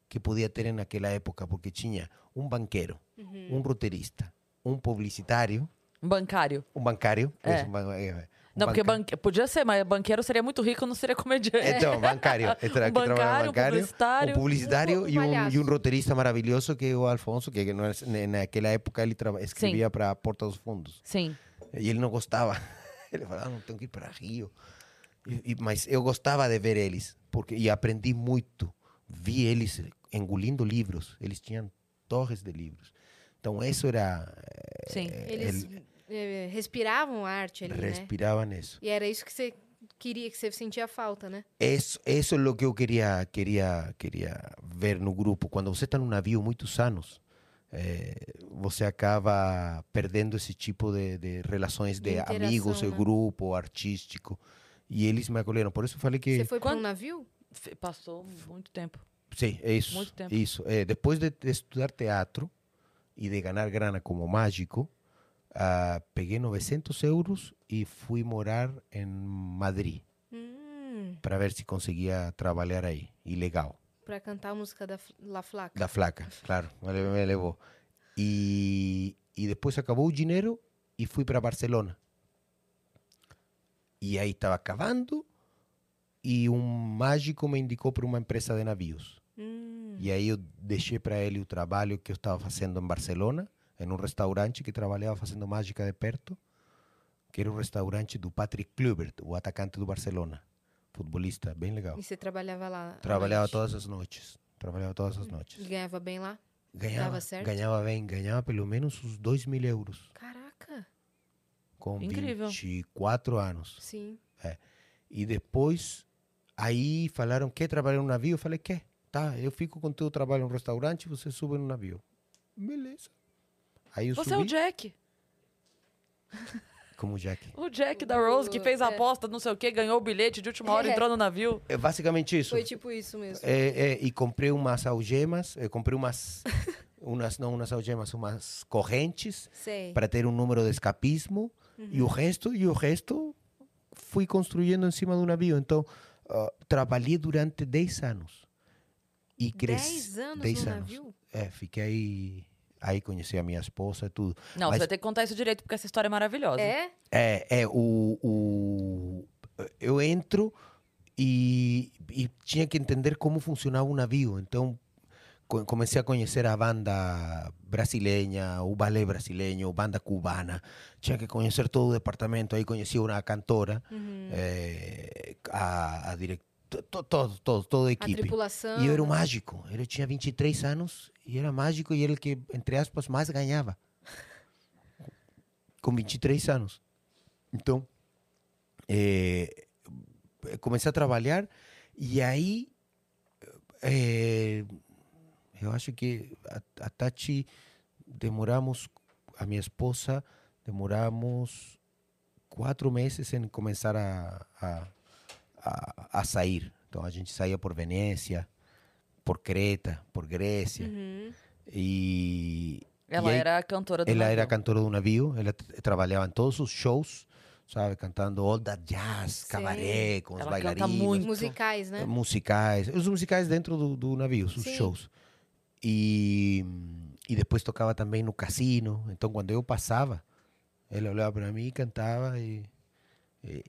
Speaker 3: que podia ter naquela época, porque tinha um banqueiro, um roteirista, um publicitário,
Speaker 1: Um bancário.
Speaker 3: um bancário.
Speaker 1: É.
Speaker 3: isso, um ban- é, é, um
Speaker 1: Não, porque
Speaker 3: banca-
Speaker 1: banque... podia ser, mas banqueiro seria muito rico, não seria comediante.
Speaker 3: Então, bancário. Entra, que trabalha
Speaker 1: bancário,
Speaker 3: no
Speaker 1: um publicitário.
Speaker 3: um publicitário
Speaker 2: Um
Speaker 3: e, um,
Speaker 2: palhaço.
Speaker 3: e um roteirista maravilhoso que é o Alfonso, que no- na- naquela época ele traba- escrevia para a Porta dos Fundos.
Speaker 1: Sim.
Speaker 3: E ele não gostava. Ele falava, não tenho "Ah, que ir para Rio. E, e- mas eu gostava de ver eles, porque e aprendi muito. Vi eles engolindo livros. Eles tinham torres de livros. Então, isso era. eh,
Speaker 1: Sim.
Speaker 2: eles eh, respiravam arte ali, né?
Speaker 3: respiravam isso.
Speaker 2: E era isso que você queria, que você sentia falta, né?
Speaker 3: Isso, isso é o que eu queria, queria, queria ver no grupo. Quando você está num navio muitos anos, eh, você acaba perdendo esse tipo de, de relações
Speaker 2: De
Speaker 3: de,
Speaker 2: interação,
Speaker 3: amigos, e
Speaker 2: né?
Speaker 3: grupo, artístico. E eles me acolheram. Por isso eu falei que.
Speaker 2: Você foi pra um
Speaker 1: Quando-
Speaker 2: navio?
Speaker 1: F- Passou muito tempo.
Speaker 3: Sim, é isso.
Speaker 1: Muito tempo.
Speaker 3: Isso. É, depois Eh, de, de estudar teatro e de ganhar grana como mágico, ah, peguei 900 euros e fui morar em Madrid
Speaker 2: Hum,
Speaker 3: para ver se conseguia trabalhar aí. E legal.
Speaker 2: pra cantar a música da F- La Flaca.
Speaker 3: Da flaca, claro, me, le- me levou. E, e depois acabou o dinheiro e fui para Barcelona. E aí estava acabando e um mágico me indicou para uma empresa de navios.
Speaker 2: Hum,
Speaker 3: E aí eu deixei para ele o trabalho que eu estava fazendo em Barcelona, em um restaurante que trabalhava fazendo mágica de perto, que era o restaurante do Patrick Kluivert, o atacante do Barcelona, futebolista, bem legal.
Speaker 2: E você trabalhava lá? à
Speaker 3: Trabalhava
Speaker 2: noite?
Speaker 3: todas as noites, trabalhava todas as noites.
Speaker 2: E ganhava bem lá?
Speaker 3: Ganhava,
Speaker 2: Dava certo?
Speaker 3: ganhava bem, ganhava pelo menos uns 2 mil euros
Speaker 2: Caraca,
Speaker 3: com
Speaker 1: Incrível.
Speaker 3: 24 anos.
Speaker 2: sim.
Speaker 3: E depois, aí falaram, quer trabalhar no navio? Eu falei, quer? Tá, eu fico com teu trabalho no restaurante, você sube no navio. Beleza. Aí eu
Speaker 1: Você é
Speaker 3: subi
Speaker 1: o Jack.
Speaker 3: como Jack.
Speaker 1: O Jack da Rose, que fez a
Speaker 2: É.
Speaker 1: aposta, não sei o quê, ganhou o bilhete de última hora,
Speaker 2: É.
Speaker 1: entrou no navio.
Speaker 3: É basicamente isso.
Speaker 2: Foi tipo isso mesmo.
Speaker 3: É, é, e comprei umas algemas, eu comprei umas, umas, não umas algemas, umas correntes
Speaker 2: Sei.
Speaker 3: para ter um número de escapismo e o resto e o resto fui construindo em cima de um navio então ah, trabalhei durante 10 anos e cresci
Speaker 2: 10 anos
Speaker 3: dez
Speaker 2: no
Speaker 3: anos.
Speaker 2: navio?
Speaker 3: é, fiquei aí aí conheci a minha esposa e tudo
Speaker 1: Não,
Speaker 3: Mas-
Speaker 1: você vai ter que contar isso direito, porque essa história é maravilhosa.
Speaker 2: É?
Speaker 3: é é o, o eu entro e, e tinha que entender como funcionava um navio então co- comecei a conhecer a banda brasileira, o balé brasileiro, banda cubana. Tinha que conhecer todo o departamento. Aí conheci uma cantora,
Speaker 2: Uhum.
Speaker 3: eh, a, a diretora, todo, todo, toda a
Speaker 2: A
Speaker 3: equipe.
Speaker 2: tripulação.
Speaker 3: E eu era um
Speaker 2: né?
Speaker 3: mágico. Ele tinha 23 anos e era mágico e era o que, entre aspas, mais ganhava. Com 23 anos. Então, eh, eu comecei a trabalhar e aí eh, eu acho que a, a Tati demoramos, a minha esposa, demoramos quatro meses em começar a, a, a, a sair. Então a gente saía por Venécia, por Creta, por Grécia.
Speaker 2: Uhum.
Speaker 3: E
Speaker 1: Ela
Speaker 3: E aí-
Speaker 1: era a cantora do
Speaker 3: ela era
Speaker 1: navio.
Speaker 3: cantora de um navio, ela t- trabalhava em todos os shows sabe? Cantando all that jazz, cabaré, com os
Speaker 1: Ela canta
Speaker 3: bailarinos.
Speaker 1: muito.
Speaker 2: Musicais, né?
Speaker 3: Eh, musicais, os musicais dentro do, do navio, os
Speaker 2: Sim.
Speaker 3: shows. E, e depois tocava também no cassino. Então, quando eu passava, ele olhava para mim e cantava. E, e-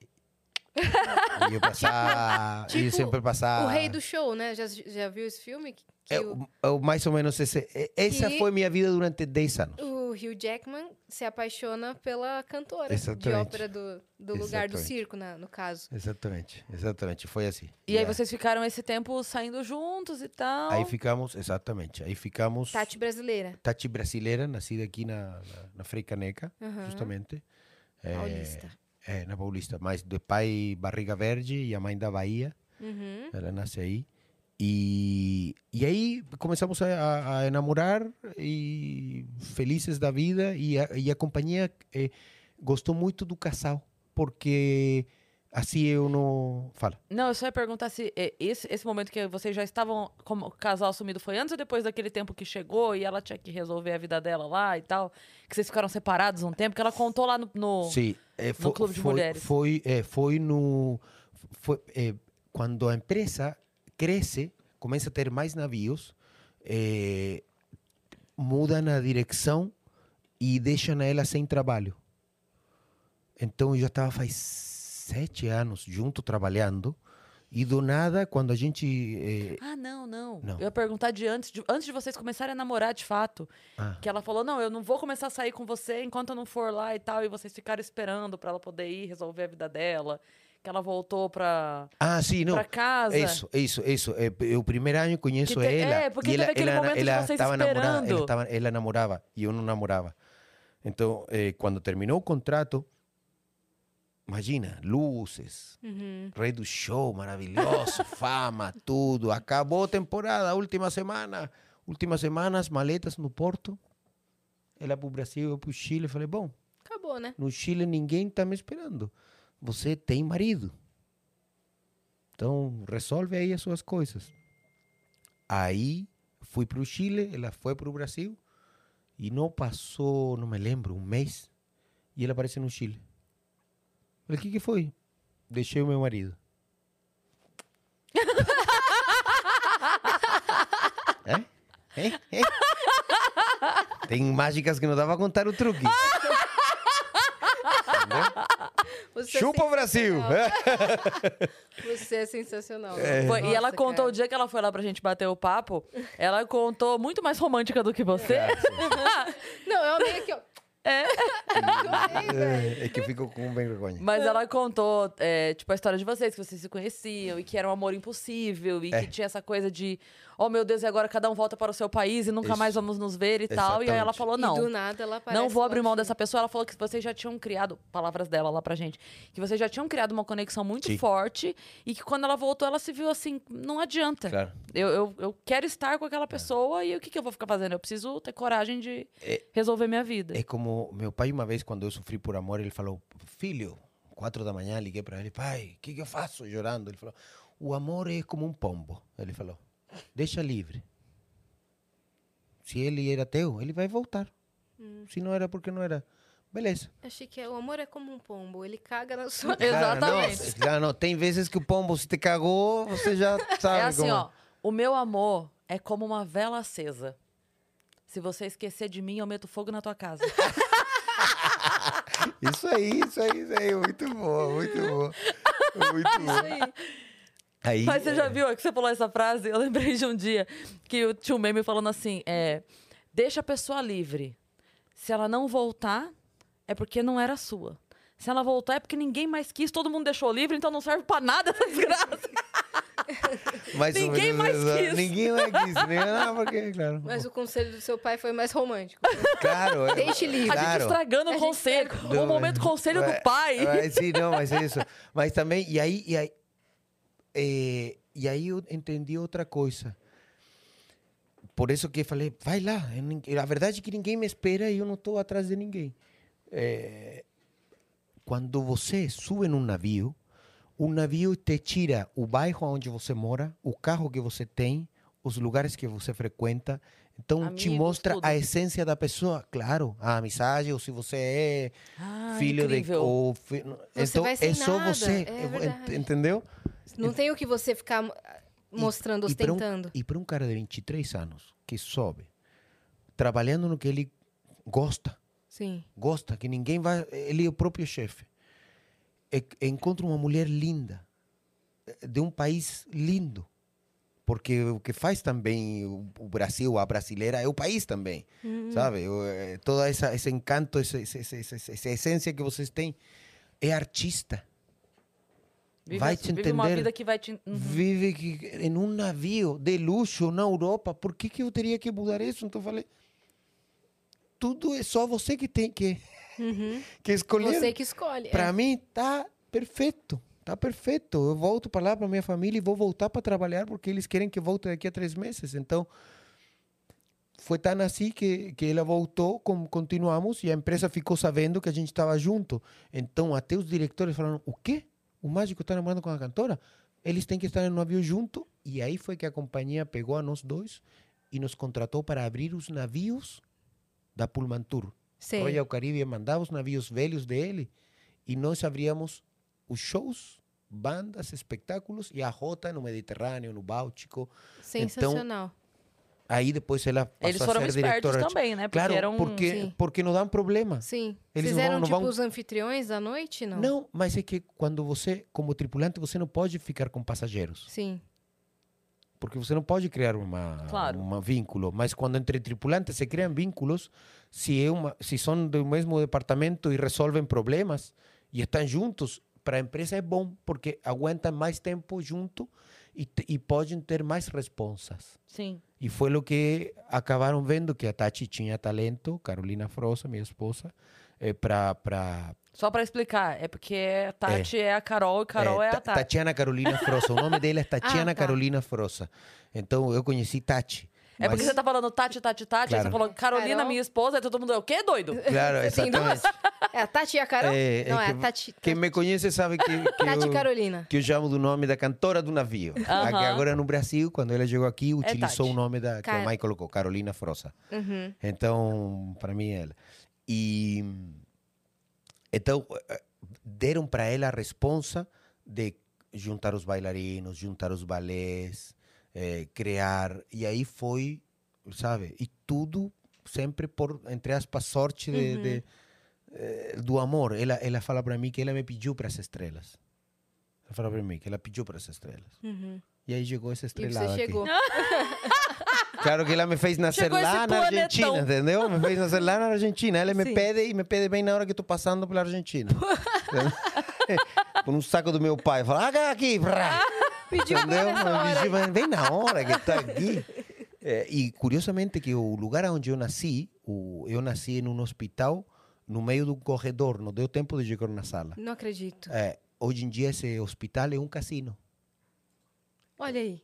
Speaker 3: e eu passava, e eu
Speaker 2: tipo,
Speaker 3: sempre passava.
Speaker 2: O Rei do Show, né? Já, já viu esse filme? Que
Speaker 3: É,
Speaker 2: o,
Speaker 3: o- é o mais ou menos esse. é- Essa
Speaker 2: Que-
Speaker 3: foi minha vida durante 10 anos.
Speaker 2: o Hugh Jackman se apaixona pela cantora de
Speaker 3: Exatamente.
Speaker 2: ópera do, do lugar do
Speaker 3: Exatamente.
Speaker 2: circo, na- no caso.
Speaker 3: Exatamente, exatamente. Foi assim.
Speaker 1: E aí
Speaker 3: Yeah.
Speaker 1: vocês ficaram esse tempo saindo juntos e tal.
Speaker 3: Aí ficamos, exatamente. Aí ficamos.
Speaker 2: Tati brasileira.
Speaker 3: Tati brasileira, nascida aqui na, na, na Frei Caneca,
Speaker 2: Aham.
Speaker 3: justamente. É,
Speaker 2: Paulista.
Speaker 3: É, na Paulista, mas de pai barriga verde e a mãe da Bahia,
Speaker 2: Uhum.
Speaker 3: ela nasce aí. E, e aí começamos a- a, a enamorar e felizes da vida e a, e a companhia eh, gostou muito do casal, porque assim eu não... Fala.
Speaker 1: Não, eu só ia perguntar se é, esse, esse momento que vocês já estavam como casal assumido foi antes ou depois daquele tempo que chegou e ela tinha que resolver a vida dela lá e tal? Que vocês ficaram separados um tempo, que ela contou lá no. no-
Speaker 3: Sim, é, fo-
Speaker 1: Clube de
Speaker 3: foi,
Speaker 1: Mulheres.
Speaker 3: Foi, é, foi no. Foi, é, quando a empresa cresce, começa a ter mais navios, é, mudam a direção e deixam ela sem trabalho. Então eu já estava faz sete anos junto trabalhando e do nada, quando a gente. é,
Speaker 1: Ah, não, não,
Speaker 3: Não.
Speaker 1: Eu ia perguntar de antes, de antes de vocês começarem a namorar de fato.
Speaker 3: ah,
Speaker 1: Que ela falou: não, eu não vou começar a sair com você enquanto eu não for lá e tal. E vocês ficaram esperando pra ela poder ir resolver a vida dela. Que ela voltou pra,
Speaker 3: ah, sim, não.
Speaker 1: pra casa.
Speaker 3: É Isso, é isso, é isso. É, Eh, p- o primeiro ano eu conheço
Speaker 1: Que te-
Speaker 3: ela.
Speaker 1: é, porque
Speaker 3: e
Speaker 1: teve
Speaker 3: ela,
Speaker 1: aquele
Speaker 3: ela,
Speaker 1: momento de
Speaker 3: ela
Speaker 1: vocês
Speaker 3: estava namorada,
Speaker 1: esperando.
Speaker 3: ela, estava- ela namorava e eu não namorava. Então, eh, quando terminou o contrato, imagina, luzes,
Speaker 2: Uhum.
Speaker 3: rei do show, maravilhoso, fama, tudo. Acabou a temporada, última semana, últimas semanas, maletas no Porto. Ela para o Brasil, eu para o Chile. Falei, bom,
Speaker 2: Acabou, né?
Speaker 3: no Chile ninguém está me esperando. Você tem marido. Então resolve aí as suas coisas. Aí fui para o Chile, ela foi para o Brasil e não passou, não me lembro, um mês e ela aparece no Chile. Falei, o que, que foi? Deixei o meu marido. Hã? Hã? Hã? É? Tem mágicas que não dá para contar o truque. Entendeu?
Speaker 2: Você
Speaker 3: Chupa
Speaker 2: é
Speaker 3: o Brasil! né?
Speaker 2: sensacional. Você é sensacional.
Speaker 1: Foi- e ela
Speaker 2: Nossa,
Speaker 1: contou
Speaker 2: cara.
Speaker 1: o dia que ela foi lá pra gente bater o papo. Ela contou muito mais romântica do que você.
Speaker 2: Não, eu amei aqui, ó.
Speaker 3: É, é que eu fico com bem vergonha.
Speaker 1: Mas ela contou, é, tipo, a história de vocês, que vocês se conheciam e que era um amor impossível
Speaker 3: É.
Speaker 1: e que tinha essa coisa de, oh meu Deus, e agora cada um volta para o seu país e nunca
Speaker 3: Isso.
Speaker 1: mais vamos nos ver e tal. E aí ela
Speaker 3: Exatamente.
Speaker 1: falou,
Speaker 2: E do
Speaker 1: não.
Speaker 2: nada ela aparece.
Speaker 1: Não vou
Speaker 2: lá
Speaker 1: abrir
Speaker 2: no
Speaker 1: mão
Speaker 2: filme.
Speaker 1: dessa pessoa. Ela falou que vocês já tinham criado, palavras dela lá pra gente, que vocês já tinham criado uma conexão muito
Speaker 3: Sim.
Speaker 1: forte e que quando ela voltou, ela se viu assim: não adianta.
Speaker 3: Claro.
Speaker 1: Eu, eu, eu quero estar com aquela pessoa e o que, que eu vou ficar fazendo? Eu preciso ter coragem de
Speaker 3: É-
Speaker 1: resolver minha vida.
Speaker 3: É como meu pai, uma vez, quando eu sofri por amor, ele falou: Filho, quatro da manhã, liguei para ele: Pai, o que, que eu faço? Chorando. Ele falou: O amor é como um pombo. Ele falou: Deixa livre. Se ele era teu, ele vai voltar.
Speaker 1: Hum.
Speaker 3: Se não era, porque não era. Beleza.
Speaker 2: Achei que é, o amor é como um pombo, ele caga na sua.
Speaker 3: Cara, não,
Speaker 1: Exatamente.
Speaker 3: Cara, não, tem vezes que o pombo, se te cagou, você já sabe.
Speaker 1: é assim,
Speaker 3: como...
Speaker 1: ó. O meu amor é como uma vela acesa. Se você esquecer de mim, eu meto fogo na tua casa.
Speaker 3: Isso aí, isso aí, isso aí. Muito bom, muito bom. Muito bom. Aí,
Speaker 1: Mas você já viu, é que você falou essa frase, eu lembrei de um dia que eu tinha um meme falando assim, é, deixa a pessoa livre. Se ela não voltar, é porque não era sua. Se ela voltar, é porque ninguém mais quis, todo mundo deixou livre, então não serve pra nada essa desgraça.
Speaker 3: mais ou
Speaker 1: ninguém
Speaker 3: menos
Speaker 1: mais
Speaker 3: essa-
Speaker 1: quis.
Speaker 3: Ninguém mais quis. Né? Não, porque, claro.
Speaker 2: Mas o conselho do seu pai foi mais romântico.
Speaker 3: Claro. é-
Speaker 2: Deixe livre.
Speaker 1: A gente
Speaker 3: Claro.
Speaker 1: estragando o
Speaker 2: gente
Speaker 1: conselho,
Speaker 3: Do-
Speaker 1: o momento conselho
Speaker 3: Vai-
Speaker 1: do pai.
Speaker 3: vai- sim, não, mas é isso. Mas também, e aí, e aí, eh, e aí eu entendi outra coisa. Por isso que eu falei, vai lá. eu nin- A verdade é que ninguém me espera e eu não estou atrás de ninguém. Eh, quando você sube num navio, o navio te tira o bairro onde você mora, o carro que você tem, os lugares que você frequenta. Então te
Speaker 1: Amigos,
Speaker 3: mostra
Speaker 1: tudo.
Speaker 3: a essência da pessoa, claro, a amizade, ou se você é
Speaker 1: Ah,
Speaker 3: filho de.
Speaker 1: incrível.
Speaker 3: Ou, fi- então
Speaker 2: vai sem
Speaker 3: é só
Speaker 2: nada,
Speaker 3: você.
Speaker 2: é
Speaker 3: eu vou- ent-
Speaker 2: verdade.
Speaker 3: entendeu?
Speaker 2: Não tem o que você ficar ah, mostrando,
Speaker 3: E pra um-
Speaker 2: ostentando.
Speaker 3: E para um cara de 23 anos que sobe, trabalhando no que ele gosta,
Speaker 2: Sim.
Speaker 3: gosta, que ninguém vai. Ele é o próprio chefe. E- Encontra uma mulher linda, eh, de um país lindo. Porque o que faz também o o Brasil, a brasileira, é o país também,
Speaker 2: Uhum.
Speaker 3: sabe? O, eh, Toda essa esse encanto, essa, essa, essa, essa, essa essência que vocês têm, é artista.
Speaker 1: Vive
Speaker 3: vai
Speaker 1: a-
Speaker 3: te
Speaker 1: Vive uma
Speaker 3: entender.
Speaker 1: vida que vai te... Uhum.
Speaker 3: vive que- em um navio de luxo na Europa, por que, que eu teria que mudar isso? Então eu falei, tudo é só você que tem que, que escolher.
Speaker 2: Você que escolhe. é.
Speaker 3: Para mim tá perfeito, tá perfeito. Eu volto para lá para minha família e vou voltar para trabalhar porque eles querem que eu volte daqui a três meses. Então foi tão assim que, que ela voltou, com, continuamos e a empresa ficou sabendo que a gente estava junto. Então até os diretores falaram: o quê? O mágico está namorando com a cantora? Eles têm que estar no navio junto. E aí foi que a companhia pegou a nós dois e nos contratou para abrir os navios da Pullman Tour.
Speaker 2: Sei.
Speaker 3: Royal Caribbean mandava os navios velhos dele e nós abríamos os shows, bandas, espetáculos e a rota no Mediterrâneo, no Báltico.
Speaker 2: Sensacional.
Speaker 3: Aí depois ela passou
Speaker 1: Eles foram
Speaker 3: a ser
Speaker 1: espertos
Speaker 3: diretora.
Speaker 1: também, né? Porque
Speaker 3: Claro,
Speaker 1: eram...
Speaker 3: porque,
Speaker 2: Sim.
Speaker 3: porque não dá um problema.
Speaker 2: Sim.
Speaker 3: Eles
Speaker 2: Vocês
Speaker 3: não vão-
Speaker 2: eram
Speaker 3: não
Speaker 2: tipo
Speaker 3: vão-
Speaker 2: os anfitriões da noite, não?
Speaker 3: Não. mas é que quando você, como tripulante, você não pode ficar com passageiros.
Speaker 2: Sim.
Speaker 3: Porque você não pode criar uma,
Speaker 1: Claro.
Speaker 3: uma vínculo. Mas quando entre tripulantes se criam vínculos, se, é uma, se são do mesmo departamento e resolvem problemas e estão juntos, para a empresa é bom, porque aguentam mais tempo junto e, te- e podem ter mais responsas.
Speaker 1: Sim.
Speaker 3: E foi o que acabaram vendo que a Tati tinha talento, Carolina Frosa, minha esposa, eh, para
Speaker 1: Só pra explicar, é porque a Tati é, a Carol e Carol é, a
Speaker 3: eh,
Speaker 1: Ah,
Speaker 3: Ta-
Speaker 1: Tati.
Speaker 3: Tatiana Carolina Frosa. O nome dela é Tatiana
Speaker 2: tá.
Speaker 3: Carolina Frosa. Então eu conheci Tati.
Speaker 1: É porque
Speaker 3: mas-
Speaker 1: você tá falando Tati, Tati, Tati, aí
Speaker 3: Claro.
Speaker 1: você falou Carolina,
Speaker 2: Carol.
Speaker 1: minha esposa, aí todo mundo é o quê, doido?
Speaker 3: Claro,
Speaker 2: Você tem duas?
Speaker 3: exatamente.
Speaker 2: É a Tati e a Carol?
Speaker 3: É, é
Speaker 2: não, é,
Speaker 3: que-
Speaker 2: a Tati.
Speaker 3: Quem me conhece sabe que, que,
Speaker 2: Tati
Speaker 3: eu,
Speaker 2: Carolina.
Speaker 3: que eu chamo do nome da cantora do navio. A que
Speaker 1: Aham.
Speaker 3: agora no Brasil, quando ela chegou aqui, utilizou
Speaker 1: Tati.
Speaker 3: o nome da que
Speaker 2: É Car-
Speaker 3: a mãe colocou, Carolina Frosa.
Speaker 2: Uhum.
Speaker 3: Então, para mim, é ela. E. Então, eh, deram para ela a responsa de juntar os bailarinos, juntar os balés, eh, criar. E aí foi, sabe? E tudo sempre por, entre aspas, sorte
Speaker 2: Uhum.
Speaker 3: de, de, eh, do amor. Ela, ela fala para mim que ela me pediu para as estrelas. Ela fala para mim que ela pediu para as estrelas.
Speaker 2: Uhum.
Speaker 3: E aí chegou essa
Speaker 2: E
Speaker 3: estrelada.
Speaker 2: você
Speaker 3: aqui. Ah!
Speaker 2: chegou.
Speaker 3: Claro que ela me fez nascer
Speaker 1: Chegou esse
Speaker 3: lá na
Speaker 1: planetão.
Speaker 3: Argentina, entendeu? Me fez nascer lá na Argentina. Ela me
Speaker 2: Sim.
Speaker 3: pede e me pede bem na hora que eu tô passando pela Argentina. Com um saco do meu pai. Fala, ah, aqui, brá.
Speaker 2: Pediu pra
Speaker 3: entendeu?
Speaker 2: nessa
Speaker 3: Me
Speaker 2: hora.
Speaker 3: pediu, mas bem na hora que tá aqui. É, e curiosamente que o lugar onde eu nasci, o, eu nasci em um hospital no meio de um corredor. Não deu tempo de chegar na sala.
Speaker 2: Não acredito.
Speaker 3: É, hoje em dia esse hospital é um cassino.
Speaker 2: Olha aí.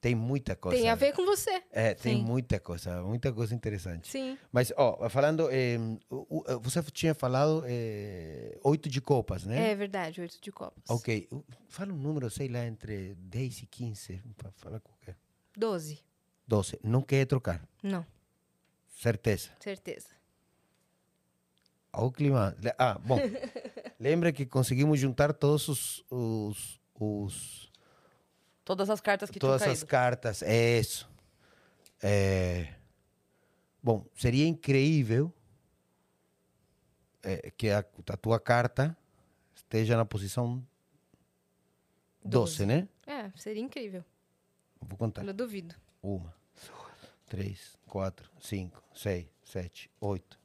Speaker 3: Tem muita coisa.
Speaker 2: Tem a ver com você.
Speaker 3: É, tem
Speaker 1: Sim.
Speaker 3: muita coisa, muita coisa interessante.
Speaker 2: Sim.
Speaker 3: Mas, ó, falando, eh, o- o- você tinha falado eh, oito de copas,
Speaker 2: É,
Speaker 3: né?
Speaker 2: verdade, oito de copas.
Speaker 3: Ok. o- Fala um número, sei lá, entre 10 e 15. pa- Fala qualquer.
Speaker 2: Doze.
Speaker 3: 12. Não quer trocar.
Speaker 2: Não,
Speaker 3: Certeza.
Speaker 2: certeza.
Speaker 3: Ao clima. le- Ah, bom. Lembra que conseguimos juntar todos os. os, os-
Speaker 1: Todas as cartas que
Speaker 3: todas
Speaker 1: tinham
Speaker 3: as
Speaker 1: caído.
Speaker 3: cartas. É isso. É, Bom, seria incrível eh, que a, a tua carta esteja na posição 12, né?
Speaker 2: É, seria incrível.
Speaker 3: Vou contar.
Speaker 2: Eu duvido.
Speaker 3: Uma, duas, três, quatro, cinco, seis, sete, oito,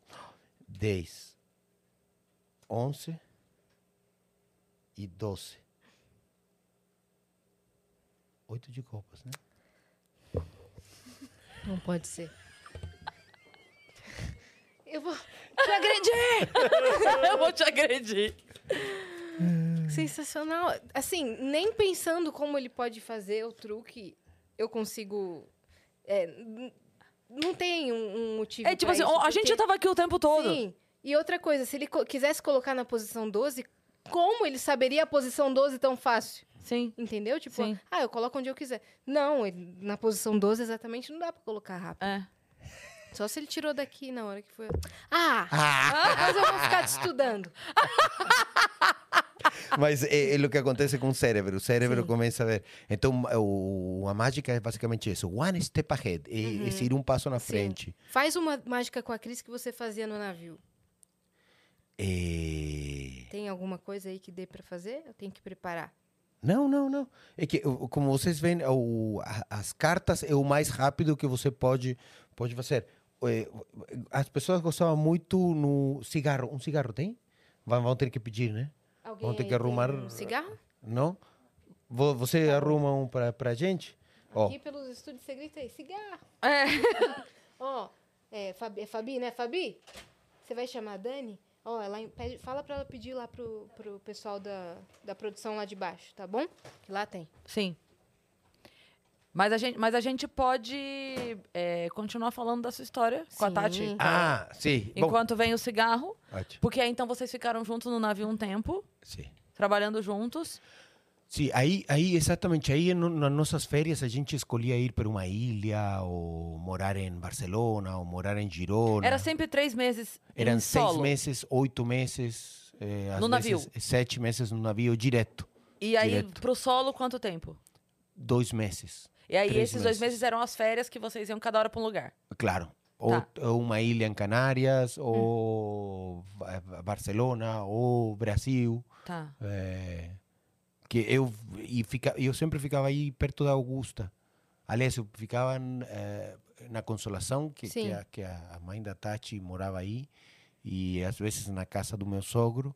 Speaker 3: dez, onze e doze. Oito de copas, né?
Speaker 2: Não pode ser. Eu vou te agredir!
Speaker 1: Eu vou te agredir.
Speaker 2: Sensacional. Assim, nem pensando como ele pode fazer o truque, eu consigo. é, n- não tem um, um motivo.
Speaker 1: É tipo
Speaker 2: pra
Speaker 1: assim,
Speaker 2: isso,
Speaker 1: ó, a
Speaker 2: porque-
Speaker 1: gente já tava aqui o tempo todo.
Speaker 2: Sim. E outra coisa, se ele co- quisesse colocar na posição 12, como ele saberia a posição 12 tão fácil?
Speaker 1: Sim.
Speaker 2: Entendeu? Tipo,
Speaker 1: Sim.
Speaker 2: ah, eu coloco onde eu quiser. Não, ele- na posição 12 exatamente não dá pra colocar rápido.
Speaker 1: É.
Speaker 2: Só se ele tirou daqui na hora que foi. Ah! Depois eu vou ficar te estudando.
Speaker 3: Mas é, é o que acontece com o cérebro. O cérebro
Speaker 2: Sim.
Speaker 3: começa a ver. Então, o, a mágica é basicamente isso. One step ahead. É, é ir um passo na
Speaker 2: Uhum. Sim.
Speaker 3: frente.
Speaker 2: Faz uma mágica com a Cris que você fazia no navio.
Speaker 3: É...
Speaker 2: Tem alguma coisa aí que dê pra fazer? Eu tenho que preparar.
Speaker 3: Não, não, não. É que, o- como vocês veem, o- a- as cartas é o mais rápido que você pode, pode fazer. É, As pessoas gostavam muito no cigarro. Um cigarro tem? Vão, vão ter que pedir, né?
Speaker 2: Alguém
Speaker 3: Vão ter
Speaker 2: aí
Speaker 3: que arrumar-
Speaker 2: Um cigarro?
Speaker 3: Não? Vo- Você arruma um pra, pra gente? Oh. Ó,
Speaker 2: Aqui pelos estúdios você grita aí, cigarro.
Speaker 1: É.
Speaker 2: Ó, é Fabi, é Fabi, né? Fabi, você vai chamar a Dani? Ó, ela em- pede, fala pra ela pedir lá pro, pro pessoal da, da produção lá de baixo, tá bom? Que lá tem.
Speaker 1: Sim. Mas a gente, mas a gente pode é, continuar falando da sua história com a Tati.
Speaker 2: Sim.
Speaker 3: Ah, sim. Bom,
Speaker 1: Enquanto vem o cigarro.
Speaker 3: ótimo.
Speaker 1: Porque aí então vocês ficaram juntos no navio um tempo,
Speaker 3: Sim.
Speaker 1: trabalhando juntos.
Speaker 3: Sim, aí, aí exatamente, aí no- nas nossas férias a gente escolhia ir para uma ilha, ou morar em Barcelona, ou morar em Girona.
Speaker 1: Era sempre três meses. em
Speaker 3: um. Eram
Speaker 1: solo.
Speaker 3: seis meses, oito meses. eh, às
Speaker 1: No
Speaker 3: vezes
Speaker 1: navio.
Speaker 3: Sete meses no navio, direto.
Speaker 1: E aí,
Speaker 3: direto.
Speaker 1: pro solo, quanto tempo?
Speaker 3: Dois meses,
Speaker 1: E aí,
Speaker 3: Três
Speaker 1: esses dois
Speaker 3: meses.
Speaker 1: meses eram as férias que vocês iam cada hora pra um lugar.
Speaker 3: claro. Ou,
Speaker 1: Tá.
Speaker 3: ou uma ilha em Canárias,
Speaker 1: Hum.
Speaker 3: ou Ba- Ba- Barcelona, ou Brasil.
Speaker 1: Tá.
Speaker 3: eh, que eu, e fica, eu sempre ficava aí perto da Augusta. Aliás, eu ficava eh, na Consolação, que, que,
Speaker 2: Sim.
Speaker 3: a, que a mãe da Tati morava aí, e às vezes na casa do meu sogro,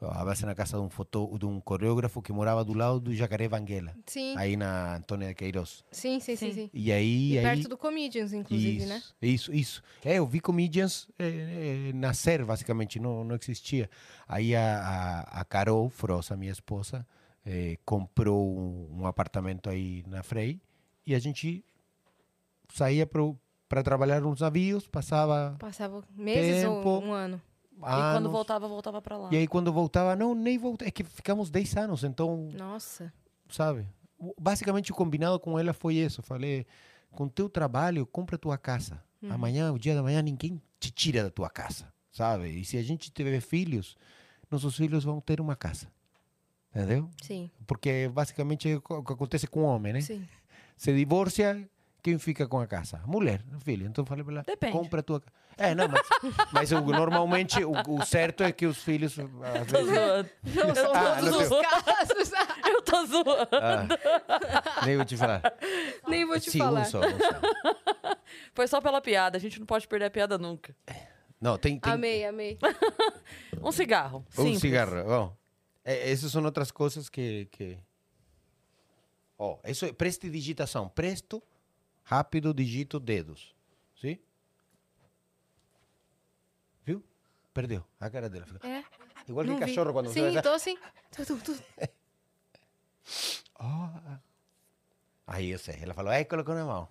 Speaker 3: às vezes na casa de um, foto, de um coreógrafo que morava do lado do Jacaré Banguela,
Speaker 2: Sim,
Speaker 3: aí na Antônia de Queiroz.
Speaker 2: sim, sim, sim.
Speaker 1: Sim.
Speaker 2: sim.
Speaker 3: E aí.
Speaker 2: E
Speaker 3: aí
Speaker 2: perto do Comedians, inclusive,
Speaker 3: isso,
Speaker 2: né?
Speaker 3: Isso, isso. É, eu vi comedians eh, eh, nascer, basicamente, não, não existia. Aí a, a, a Carol Frosa, minha esposa, eh, comprou um, um apartamento aí na Frei e a gente saía para trabalhar nos navios, passava
Speaker 2: Passava meses ou
Speaker 3: Tempo.
Speaker 2: um ano.
Speaker 3: anos.
Speaker 1: E quando voltava, voltava pra lá.
Speaker 3: Ah, E aí quando voltava, não, nem voltava, é que ficamos 10 anos, então
Speaker 2: Nossa.
Speaker 3: sabe? O- Basicamente o combinado com ela foi isso. Eu Falei, com teu trabalho, compra tua casa.
Speaker 2: Uhum.
Speaker 3: Amanhã, o dia da manhã, ninguém te tira da tua casa, sabe? E se a gente tiver filhos, nossos filhos vão ter uma casa. Entendeu?
Speaker 2: Sim,
Speaker 3: Porque basicamente é o que acontece com o homem, né?
Speaker 2: sim.
Speaker 3: Se divorcia, quem fica com a casa? A mulher, o filho. Então eu falei para ela,
Speaker 1: Depende.
Speaker 3: compra tua casa. É, não, mas, mas o- normalmente o, o certo é que os filhos às
Speaker 1: Tô
Speaker 3: vezes,
Speaker 1: zoando. Eu tô
Speaker 3: Ah, não
Speaker 1: zoando. Eu tô zoando.
Speaker 3: ah, nem vou te falar.
Speaker 2: Nem vou te
Speaker 3: Sim, um
Speaker 2: falar.
Speaker 3: só, um só.
Speaker 1: Foi só pela piada. A gente não pode perder a piada nunca.
Speaker 3: Não, tem, tem
Speaker 2: Amei, amei.
Speaker 1: Um cigarro.
Speaker 3: un
Speaker 1: Simples.
Speaker 3: cigarro. Oh. Eh, Esas son otras cosas que... que... Oh, eso, preste digitación. Presto, rápido, digito, dedos. ¿Sí? ¿Viu? Perdeu a cara dela. Ficou-
Speaker 2: É.
Speaker 3: Igual que
Speaker 2: não
Speaker 3: o
Speaker 2: vi.
Speaker 3: cachorro quando você
Speaker 2: Sim,
Speaker 3: vai-
Speaker 2: tô assim. Tu, tu, tu.
Speaker 3: Aí eu sei. Ela falou, aí colocou na mão.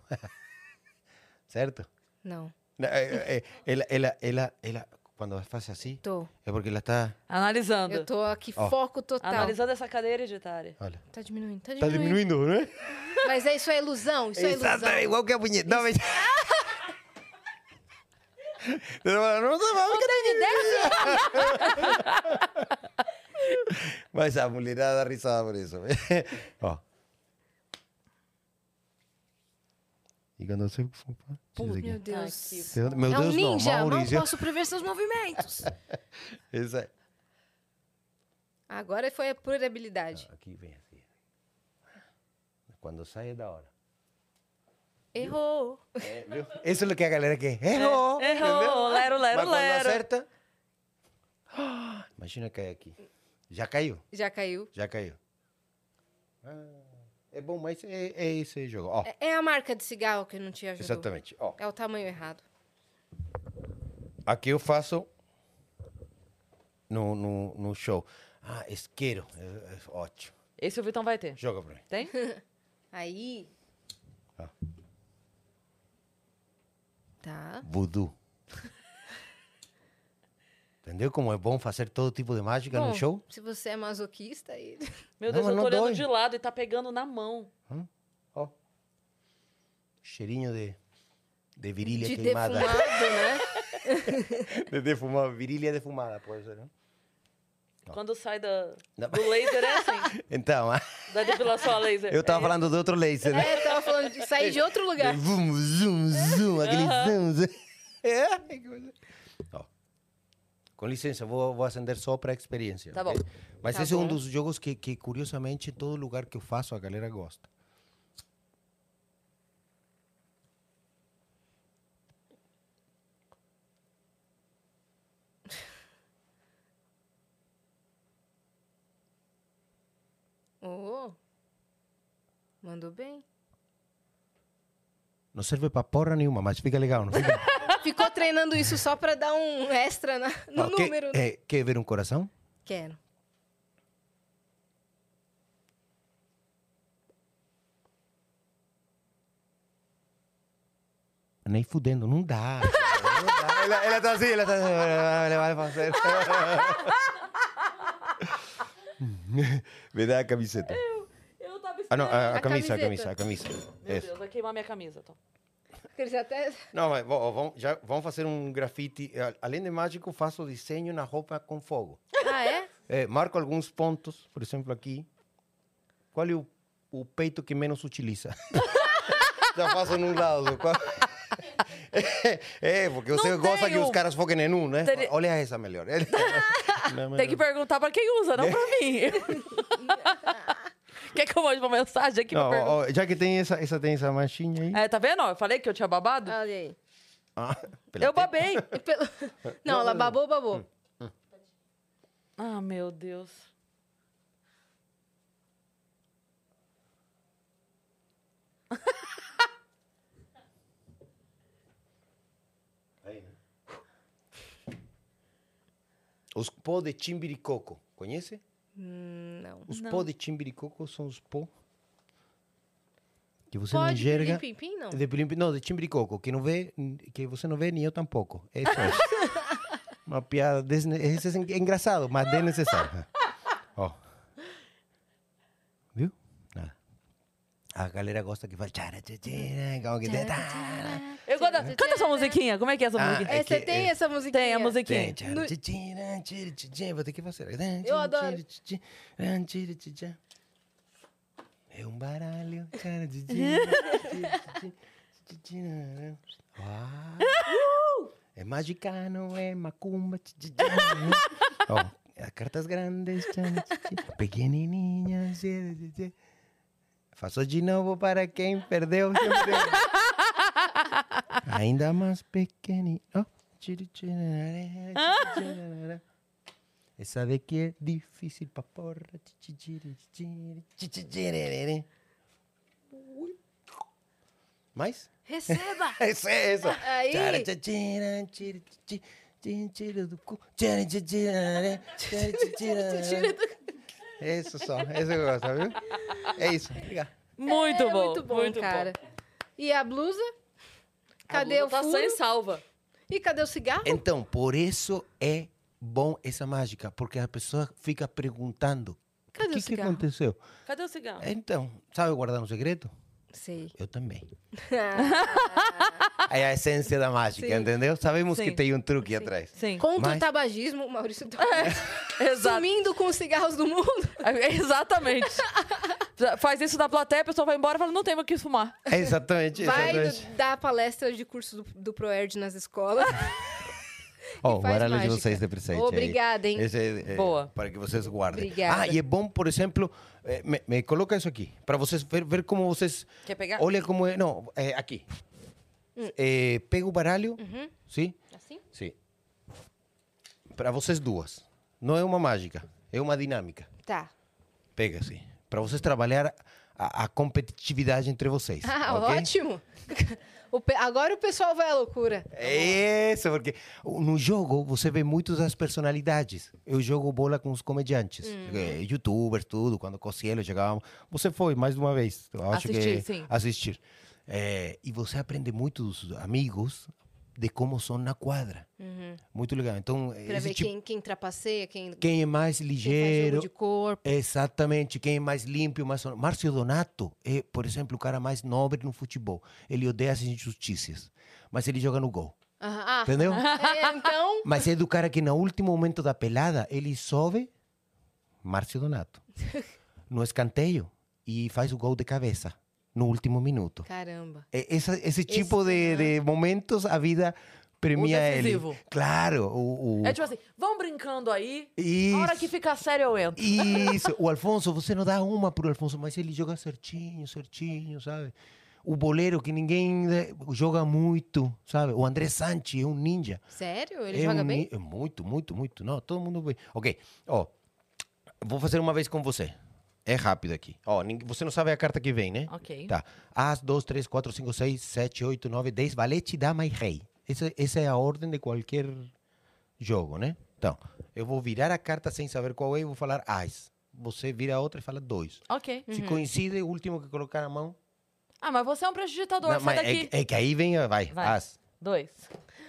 Speaker 3: certo?
Speaker 2: Não,
Speaker 3: Não, eh, eh, Ela, ela, ela, ela, quando faz assim,
Speaker 2: tô.
Speaker 3: é porque ela está...
Speaker 1: Analisando.
Speaker 2: Eu tô aqui,
Speaker 3: Ó.
Speaker 2: foco total.
Speaker 1: Analisando essa cadeira hereditária.
Speaker 3: Olha.
Speaker 2: Tá diminuindo, tá
Speaker 3: Está
Speaker 2: diminuindo.
Speaker 3: diminuindo, não é?
Speaker 2: Mas é, isso é ilusão, isso é ilusão.
Speaker 3: Exatamente, igual que a punheta. Não, mas... Não, não, não, não, Mas a mulherada dá risada por isso. Ó. E quando você...
Speaker 1: Puta,
Speaker 2: Meu Deus.
Speaker 1: Ai, que
Speaker 3: Meu
Speaker 2: é um
Speaker 3: Deus, não,
Speaker 2: ninja,
Speaker 3: Maurício.
Speaker 2: não posso prever seus movimentos.
Speaker 3: Essa-
Speaker 2: Agora foi a pura habilidade.
Speaker 3: Aqui, vem assim. Quando sai é da hora.
Speaker 2: Errou.
Speaker 3: Isso é o que a galera quer. Errou!
Speaker 1: É, errou,
Speaker 3: entendeu?
Speaker 1: lero, lero,
Speaker 3: Mas quando
Speaker 1: lero.
Speaker 3: acerta... Imagina cair aqui. Já caiu.
Speaker 2: Já caiu.
Speaker 3: Já caiu. é bom, mas é, é esse jogo. Ó,
Speaker 2: É- É a marca de cigarro que não te ajudou.
Speaker 3: exatamente. Ó,
Speaker 2: É o tamanho errado.
Speaker 3: aqui eu faço no, no, no show. Ah, isqueiro. É, é ótimo.
Speaker 1: Esse o Vitão vai ter.
Speaker 3: Joga pra mim.
Speaker 1: Tem?
Speaker 2: Aí.
Speaker 3: Ó.
Speaker 2: Tá.
Speaker 3: Voodoo. Tá. Entendeu como é bom fazer todo tipo de mágica
Speaker 2: Bom,
Speaker 3: no show?
Speaker 2: Se você é masoquista, aí.
Speaker 1: Meu
Speaker 3: Não,
Speaker 1: Deus, eu
Speaker 3: não
Speaker 1: tô olhando
Speaker 3: dói.
Speaker 1: de lado e tá pegando na mão.
Speaker 3: Ó. Cheirinho de, de virilha
Speaker 2: de
Speaker 3: queimada.
Speaker 2: defumado, né?
Speaker 3: de defumada. Virilha defumada, pode ser, né?
Speaker 1: Quando sai da,
Speaker 3: Não.
Speaker 1: do laser é assim.
Speaker 3: Então,
Speaker 1: Da depilação a laser.
Speaker 3: eu tava
Speaker 1: É.
Speaker 3: falando de outro laser, né?
Speaker 2: É, tava falando de sair de outro lugar.
Speaker 3: De Vum, zoom, zoom, aquele É. zoom, zoom. É? que coisa. Ó. Com licença, vou, vou acender só para a experiência.
Speaker 1: Tá
Speaker 3: ok?
Speaker 1: bom.
Speaker 3: Mas
Speaker 2: Tá
Speaker 3: esse é um
Speaker 2: bom.
Speaker 3: dos jogos que, que, curiosamente, em todo lugar que eu faço, a galera gosta.
Speaker 2: Ô, mandou bem.
Speaker 3: Não serve para porra nenhuma, mas fica legal, não fica?
Speaker 2: Ah, Ficou treinando isso só pra dar um extra na- no
Speaker 3: Ó, que-
Speaker 2: número. né?
Speaker 3: é, quer ver um coração?
Speaker 2: Quero.
Speaker 3: Nem fudendo, não dá. Não dá. Ela, ela tá assim, ela tá assim. Ela vai fazer. Me dá a camiseta.
Speaker 1: Eu tava
Speaker 3: Ah, não, a, a
Speaker 2: A
Speaker 3: camisa, a camisa,
Speaker 2: camiseta.
Speaker 3: a camisa.
Speaker 1: Meu
Speaker 3: Isso.
Speaker 1: Deus, vai queimar minha camisa, Tom.
Speaker 2: Eles até.
Speaker 3: Não, mas vó, ó, vamos, já, vamos fazer um grafite. A- Além de mágico, faço desenho na roupa com fogo.
Speaker 2: Ah, é?
Speaker 3: É, marco alguns pontos, por exemplo, aqui. Qual é o, o peito que menos utiliza? Já faço num lado. qual- É, porque você
Speaker 1: Não
Speaker 3: gosta
Speaker 1: tem
Speaker 3: que os
Speaker 1: um.
Speaker 3: caras foquem em um, né?
Speaker 1: Teria-
Speaker 3: Olha essa melhor.
Speaker 1: Tem
Speaker 3: é.
Speaker 1: que perguntar pra quem usa, não pra mim. Quer que eu mande uma mensagem aqui
Speaker 3: Não,
Speaker 1: pra perguntar?
Speaker 3: ó, ó, já que tem essa, essa, tem essa machinha aí.
Speaker 1: É, tá vendo? ó? Eu falei que eu tinha babado.
Speaker 2: Olha aí.
Speaker 3: Ah, pela
Speaker 1: eu
Speaker 3: teta.
Speaker 1: babei.
Speaker 2: E pelo- Não, ela babou, babou.
Speaker 1: ah, meu Deus.
Speaker 3: Os pó de chimbiricoco. Conhece?
Speaker 2: Não.
Speaker 3: Os
Speaker 1: Não.
Speaker 3: pó de chimbiricoco são os pó que você não
Speaker 2: Pode
Speaker 3: enxerga.
Speaker 2: pim, pim, pim, não.
Speaker 3: De pirim, não, de chimbiricoco, que não vê, que você não vê nem eu tampouco. É só isso. Uma piada desne... é engraçado, mas desnecessária. Ó. Viu? Nada. A galera gosta que fala tchara, tchara, tchara, igual que tá, tá.
Speaker 1: Eu gosto. Canta essa musiquinha. Como é que é essa
Speaker 3: Ah,
Speaker 1: musiquinha?
Speaker 3: é
Speaker 2: É, você
Speaker 3: que-
Speaker 2: tem
Speaker 3: é-
Speaker 2: essa musiquinha?
Speaker 1: Tem a musiquinha.
Speaker 3: Tem, tchara, tchara, tchara, tchara, Vou ter que fazer.
Speaker 2: Eu adoro.
Speaker 3: Tchara, tchara, tchara, tchara. É um baralho. tchara,
Speaker 2: Uhum.
Speaker 3: tchara, tchara, tchara, tchara. Uau. É magicano, é macumba. tchara, tchara. Ó, as cartas grandes, tchara, tchara, pequenininhas. tchara, tchara. Faço de novo para quem perdeu. sempre. Ainda mais pequenininho. Ó. Tchiri, tchirarara, tchirarara. Essa daqui é difícil pra porra. Tchi, tchiri, tchiri, tchi, tchi, tchirarara. Ui. Mais?
Speaker 2: Receba!
Speaker 3: Isso é isso.
Speaker 2: Aí.
Speaker 3: Tchara, tchá, tchira, tchiri, tchi, tchiri, tchira do cu. Tchara, tchá, tchirarara, tchara, tchá, tchirarara. Isso só. Isso eu gosto, viu? É isso. Obrigado.
Speaker 1: Muito
Speaker 2: É
Speaker 1: bom.
Speaker 2: Muito bom, cara. E a blusa? Cadê
Speaker 1: a blusa
Speaker 2: o
Speaker 1: Tá sem
Speaker 2: furo?
Speaker 1: salva.
Speaker 2: E cadê o cigarro?
Speaker 3: Então, por isso é bom essa mágica, porque a pessoa fica perguntando:
Speaker 2: Cadê
Speaker 3: o
Speaker 2: o
Speaker 3: que, que
Speaker 2: cigarro?"
Speaker 3: aconteceu?
Speaker 1: Cadê o cigarro?
Speaker 3: Então, sabe guardar um segredo?
Speaker 2: Sei. Ah,
Speaker 3: Eu também. é a essência da mágica,
Speaker 2: Sim.
Speaker 3: entendeu? Sabemos que
Speaker 1: Sim.
Speaker 3: tem um truque atrás.
Speaker 1: Sim.
Speaker 2: Contra
Speaker 3: Mas-
Speaker 2: o tabagismo, Maurício tá
Speaker 1: É, Exato.
Speaker 2: sumindo com os cigarros do mundo.
Speaker 1: Exatamente. Faz isso na plateia, a pessoa vai embora e fala, não tem mais o que fumar.
Speaker 3: É exatamente,
Speaker 2: Vai
Speaker 3: exatamente.
Speaker 2: dar palestra de curso do, do ProErd nas escolas.
Speaker 1: Ah,
Speaker 3: Ó,
Speaker 2: e
Speaker 3: Oh, o
Speaker 2: faz
Speaker 3: baralho de
Speaker 2: mágica.
Speaker 3: vocês de presente. aí.
Speaker 2: Obrigada, hein?
Speaker 3: Esse é, é,
Speaker 1: Boa.
Speaker 3: Para que vocês guardem.
Speaker 2: Obrigada.
Speaker 3: Ah, e é bom, por exemplo, eh, me, me coloca isso aqui, para vocês ver, ver como vocês.
Speaker 1: Quer pegar?
Speaker 3: Olha como é. Não, é aqui.
Speaker 2: Hum.
Speaker 3: Eh, pega o baralho, sim?
Speaker 2: Assim?
Speaker 3: Sim. Para vocês duas. Não é uma mágica, é uma dinâmica.
Speaker 2: Tá.
Speaker 3: Pega assim. Para vocês trabalhar a, a competitividade entre vocês.
Speaker 2: Ah,
Speaker 3: ok?
Speaker 2: ótimo. O pe- Agora o pessoal vai à loucura.
Speaker 3: É isso, porque no jogo você vê muitas das personalidades. Eu jogo bola com os comediantes,
Speaker 2: Hum.
Speaker 3: eh, youtubers, tudo. Quando Cocielo chegava, você foi mais de uma vez. Eu acho É,
Speaker 1: Assistir,
Speaker 3: que
Speaker 1: sim.
Speaker 3: assistir. Eh, e você aprende muito dos amigos de como são na quadra. Muito legal. Então,
Speaker 2: Uhum. Pra
Speaker 3: esse
Speaker 2: ver
Speaker 3: tipo,
Speaker 2: quem, quem trapaceia, quem,
Speaker 3: quem é mais
Speaker 2: quem faz
Speaker 3: ligeiro,
Speaker 2: jogo de corpo.
Speaker 3: Exatamente, quem é mais limpo, mais sonoro. Márcio Donato é, por exemplo, o cara mais nobre no futebol. Ele odeia as injustiças, mas ele joga no gol,
Speaker 2: Aham, ah,
Speaker 3: entendeu?
Speaker 2: é, então,
Speaker 3: mas é do cara que no último momento da pelada, ele sobe, Márcio Donato, no escanteio e faz o gol de cabeça no último minuto. E,
Speaker 2: caramba.
Speaker 3: É, essa- esse tipo de,
Speaker 2: Esse-
Speaker 3: de momentos, a vida premia ele.
Speaker 1: decisivo.
Speaker 3: Claro, o... o-
Speaker 1: É tipo assim, vão brincando aí.
Speaker 3: Isso.
Speaker 1: A hora que ficar sério, eu entro.
Speaker 3: Isso. O Alfonso, você não dá uma pro Alfonso, mas ele joga certinho, certinho, sabe? O boleiro que ninguém eh, joga muito, sabe? O André Sanchi é um ninja.
Speaker 2: Sério? Ele
Speaker 3: É
Speaker 2: joga
Speaker 3: um
Speaker 2: bem?
Speaker 3: ni- é Muito, muito, muito. Não, todo mundo bem. Ok, ó. Vou fazer uma vez com você. É rápido aqui. Ó, ningu- você não sabe a carta que vem, né?
Speaker 1: Ok.
Speaker 3: Tá. As, dois, três, quatro, cinco, seis, sete, oito, nove, dez. Valete, dama e rei. Essa, essa é a ordem de qualquer jogo, né? Então, eu vou virar a carta sem saber qual é e vou falar as. Você vira a outra e fala dois.
Speaker 1: Ok.
Speaker 2: Uhum.
Speaker 3: Se coincide, o último que colocar a mão.
Speaker 1: Ah, mas você é um prestidigitador,
Speaker 3: Não,
Speaker 1: sai
Speaker 3: mas
Speaker 1: daqui.
Speaker 3: é, que- é que aí vem, vai,
Speaker 1: Vai.
Speaker 3: as.
Speaker 1: Dois.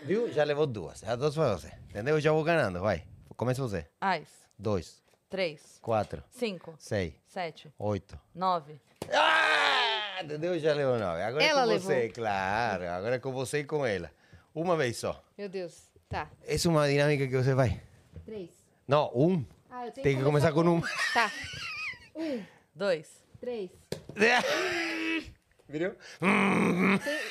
Speaker 3: Viu? Já levou duas. As duas para você. Entendeu? Já vou ganhando, vai. Começa você.
Speaker 1: Ais.
Speaker 3: Dois,
Speaker 1: Três.
Speaker 3: quatro,
Speaker 1: Cinco.
Speaker 3: seis,
Speaker 1: Sete.
Speaker 3: oito.
Speaker 1: Nove.
Speaker 3: Ah! Entendeu? Já levou nove. Agora é
Speaker 2: Ela
Speaker 3: com
Speaker 2: levou.
Speaker 3: você, claro. Agora é com você e com ela. Uma vez só.
Speaker 2: Meu Deus. Tá.
Speaker 3: Essa é uma dinâmica que você vai.
Speaker 2: Três.
Speaker 3: Não, um.
Speaker 2: Ah, eu tenho
Speaker 3: Tem que começar com um.
Speaker 2: Tá. Um,
Speaker 1: Dois.
Speaker 2: Três.
Speaker 3: Viu?
Speaker 2: Tem-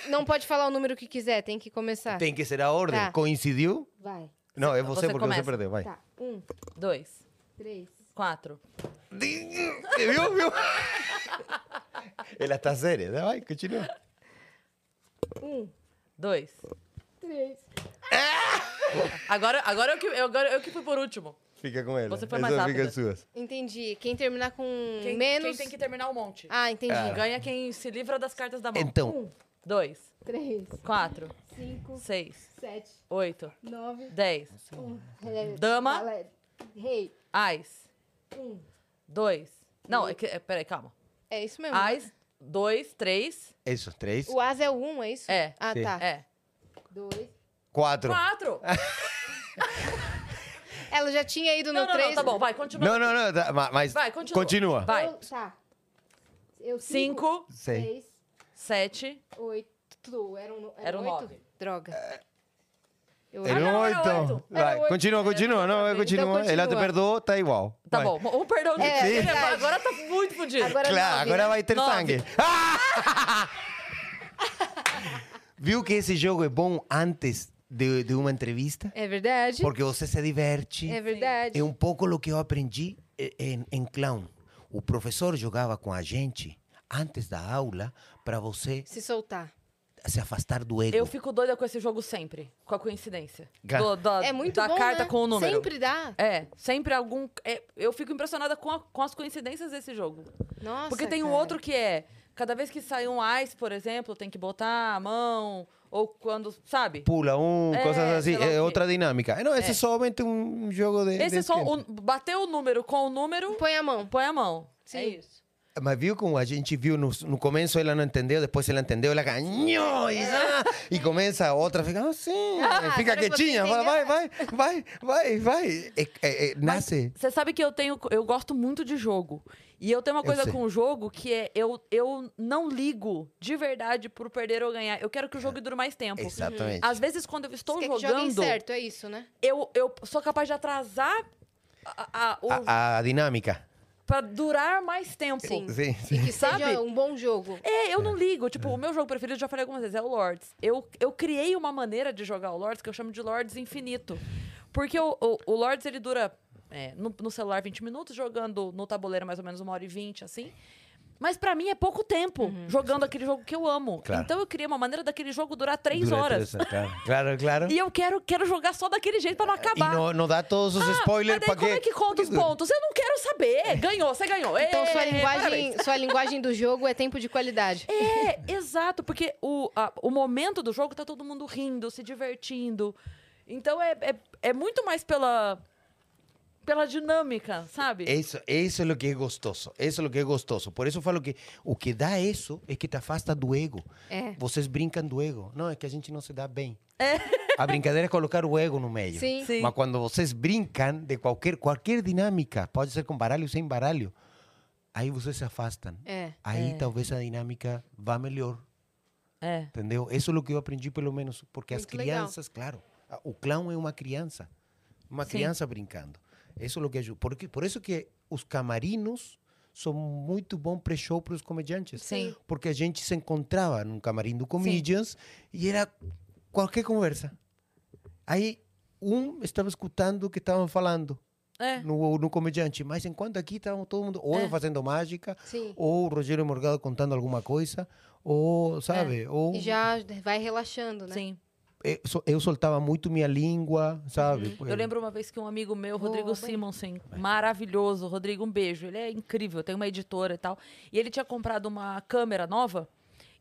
Speaker 2: Não pode falar o número que quiser, tem que começar.
Speaker 3: Tem que ser a ordem.
Speaker 2: Tá.
Speaker 3: Coincidiu?
Speaker 2: Vai.
Speaker 3: Não, é você,
Speaker 1: você
Speaker 3: porque
Speaker 1: começa.
Speaker 3: você perdeu. Vai.
Speaker 2: Tá. Um,
Speaker 1: Dois.
Speaker 2: três.
Speaker 1: Quatro.
Speaker 3: Viu? Viu? ela está séria. né? Vai, continua.
Speaker 2: Um,
Speaker 1: Dois.
Speaker 2: três.
Speaker 1: Agora, agora, eu, que, eu, agora eu que fui por último.
Speaker 3: Fica com ela.
Speaker 1: Você foi mais
Speaker 3: Essa
Speaker 1: rápida.
Speaker 3: fica suas.
Speaker 2: Entendi. Quem terminar com
Speaker 1: Quem,
Speaker 2: menos.
Speaker 1: quem tem que terminar um monte.
Speaker 2: Ah, entendi.
Speaker 3: É.
Speaker 1: Ganha quem se livra das cartas da mão.
Speaker 3: Então,
Speaker 1: Dois.
Speaker 2: Três,
Speaker 1: Quatro.
Speaker 2: cinco,
Speaker 1: Seis.
Speaker 2: sete,
Speaker 1: Oito.
Speaker 2: nove,
Speaker 1: Dez.
Speaker 2: um. Rei,
Speaker 1: Dama.
Speaker 2: valete, Rei.
Speaker 1: Ais.
Speaker 2: Um.
Speaker 1: Dois. Não, é que, é, peraí, calma.
Speaker 2: É isso mesmo.
Speaker 1: Ais. Dois. Três.
Speaker 3: esses três,
Speaker 2: O as é o um, é isso?
Speaker 1: É.
Speaker 2: Ah,
Speaker 3: Sim.
Speaker 2: tá.
Speaker 1: É.
Speaker 2: Dois.
Speaker 3: quatro.
Speaker 1: Quatro.
Speaker 2: Ela já tinha ido
Speaker 1: Não,
Speaker 2: no
Speaker 1: não, não,
Speaker 2: três.
Speaker 1: tá bom. Vai, continua.
Speaker 3: Não, não, não. tá, ma- Mas
Speaker 1: Vai, continua. Vai.
Speaker 2: Eu- tá. Eu
Speaker 1: Cinco.
Speaker 3: Sei.
Speaker 2: seis,
Speaker 1: Sete.
Speaker 2: oito. Eram, no- eram
Speaker 1: Era um
Speaker 2: oito?
Speaker 1: nove.
Speaker 2: Droga. Eu-
Speaker 3: É. Era
Speaker 1: Ah, não, era
Speaker 3: oito.
Speaker 1: oito.
Speaker 3: Vai,
Speaker 2: Era oito.
Speaker 3: continua, continua. Não,
Speaker 1: Então
Speaker 3: continua. Ela te
Speaker 2: continua.
Speaker 3: perdoou, tá igual.
Speaker 1: Tá
Speaker 3: Vai.
Speaker 1: bom. Um perdão de
Speaker 2: É,
Speaker 1: Sim.
Speaker 2: verdade.
Speaker 1: Agora tá muito fodido.
Speaker 2: Agora
Speaker 3: Claro,
Speaker 2: nove,
Speaker 3: agora
Speaker 2: né?
Speaker 3: vai ter
Speaker 1: Nove.
Speaker 3: sangue. Ah! Viu que esse jogo é bom antes de, de uma entrevista?
Speaker 2: É verdade.
Speaker 3: Porque você se diverte.
Speaker 2: É verdade.
Speaker 3: É um pouco o que eu aprendi e- em, em clown. O professor jogava com a gente antes da aula para você
Speaker 2: Se soltar.
Speaker 3: se afastar do ego.
Speaker 1: Eu fico doida com esse jogo sempre, com a coincidência.
Speaker 3: Ga-
Speaker 1: Do- da
Speaker 2: É muito
Speaker 1: da
Speaker 2: bom,
Speaker 1: carta
Speaker 2: né?
Speaker 1: com o número.
Speaker 2: Sempre dá.
Speaker 1: É, sempre algum. é, eu fico impressionada com, a- com as coincidências desse jogo.
Speaker 2: Nossa,
Speaker 1: Porque tem um
Speaker 2: cara.
Speaker 1: outro que é. Cada vez que sai um ice, por exemplo, tem que botar a mão. Ou quando. Sabe?
Speaker 3: Pula um,
Speaker 1: É,
Speaker 3: coisas assim.
Speaker 1: sei lá o quê.
Speaker 3: É outra dinâmica. Não,
Speaker 1: Eh.
Speaker 3: esse é somente um jogo de.
Speaker 1: Esse
Speaker 3: de
Speaker 1: é só.
Speaker 3: tempo.
Speaker 1: O, bateu o número com o número,
Speaker 2: Põe a mão.
Speaker 1: põe a mão.
Speaker 2: Sim.
Speaker 1: É isso.
Speaker 3: Mas viu como a gente viu no, no começo, ela não entendeu, depois ela entendeu, ela ganhou!
Speaker 1: Eh.
Speaker 3: E, ah, e começa a outra, fica assim,
Speaker 2: Ah,
Speaker 3: eh, fica
Speaker 2: agora você
Speaker 3: quietinha, fala, vai, vai, vai, vai, vai. É- é- é, nasce.
Speaker 1: Você sabe que eu tenho. Eu gosto muito de jogo. E eu tenho uma
Speaker 3: Eu
Speaker 1: coisa
Speaker 3: sei.
Speaker 1: com o jogo que é eu, eu não ligo de verdade por perder ou ganhar. Eu quero que o jogo dure mais tempo.
Speaker 3: É. Exatamente.
Speaker 1: Às vezes, quando eu estou
Speaker 2: Você quer que joguem
Speaker 1: jogando,
Speaker 2: certo, é isso, né?
Speaker 1: eu, eu sou capaz de atrasar a, a- o-
Speaker 3: A, a dinâmica.
Speaker 1: pra durar mais tempo.
Speaker 2: Sim.
Speaker 3: Sim,
Speaker 2: E
Speaker 3: sim.
Speaker 2: que
Speaker 1: Sabe?
Speaker 2: seja um bom jogo.
Speaker 1: É, eu não ligo. Tipo, o meu jogo preferido, eu já falei algumas vezes, é o Lords. Eu, eu criei uma maneira de jogar o Lords que eu chamo de Lords infinito. Porque o, o, o Lords, ele dura é, no, no celular 20 minutos, jogando no tabuleiro mais ou menos uma hora e 20, assim. Mas pra mim é pouco tempo jogando aquele jogo que eu amo.
Speaker 3: Claro.
Speaker 1: Então eu criei uma maneira daquele jogo durar 3
Speaker 3: Dura
Speaker 1: horas.
Speaker 3: três claro, claro. claro.
Speaker 1: E eu quero, quero jogar só daquele jeito pra não
Speaker 3: É, E
Speaker 1: acabar.
Speaker 3: não, não dá todos
Speaker 1: Ah,
Speaker 3: os spoilers
Speaker 1: Mas daí
Speaker 3: pra
Speaker 1: como
Speaker 3: quê?
Speaker 1: é que conta os pontos? Eu não quero saber. Ganhou, você ganhou. É.
Speaker 2: Então
Speaker 1: Ê,
Speaker 2: sua linguagem,
Speaker 1: parabéns.
Speaker 2: sua linguagem do jogo é tempo de qualidade.
Speaker 1: É, exato, porque o, a- o momento do jogo tá todo mundo rindo, se divertindo. Então é, é, é muito mais pela. pela dinâmica, sabe?
Speaker 3: Eso, eso es lo que es gostoso. Eso es lo que es gostoso. Por eso falo que o que dá isso é que te afasta do ego.
Speaker 2: É.
Speaker 3: Vocês brincam do ego. Não, é que a gente não se dá bem. A brincadeira é colocar o ego no meio.
Speaker 2: Sim.
Speaker 1: Sim.
Speaker 3: Mas quando vocês brincam de qualquer, qualquer dinâmica, pode ser com baralho, sem baralho, aí vocês se afastam.
Speaker 2: É.
Speaker 3: Aí talvez a dinâmica vá melhor.
Speaker 1: É.
Speaker 3: Entendeu? Isso é o que eu aprendi, pelo menos. Porque as
Speaker 2: Muito legal.
Speaker 3: crianças, claro, a- o clown é uma criança. Uma criança brincando. Isso é o que ajuda. Porque, por isso que os camarinos são muito bom pré-show para os comediantes.
Speaker 1: Sim.
Speaker 3: Porque a gente se encontrava num camarim do Comedians e era qualquer conversa. Aí um estava escutando o que estavam falando
Speaker 1: É.
Speaker 3: no, no comediante, mas enquanto aqui estavam todo mundo ou eu fazendo mágica,
Speaker 2: Sim.
Speaker 3: ou o Rogério Morgado contando alguma coisa, ou, sabe, ou
Speaker 2: E já vai relaxando, né?
Speaker 1: Sim.
Speaker 3: eu, eh, so- eu soltava muito minha língua, sabe?
Speaker 1: Eu lembro uma vez que um amigo meu,
Speaker 2: Boa,
Speaker 1: Rodrigo
Speaker 2: boa.
Speaker 1: Simonsen,
Speaker 3: É.
Speaker 1: maravilhoso, Rodrigo, um beijo. Ele é incrível, tem uma editora e tal. E ele tinha comprado uma câmera nova.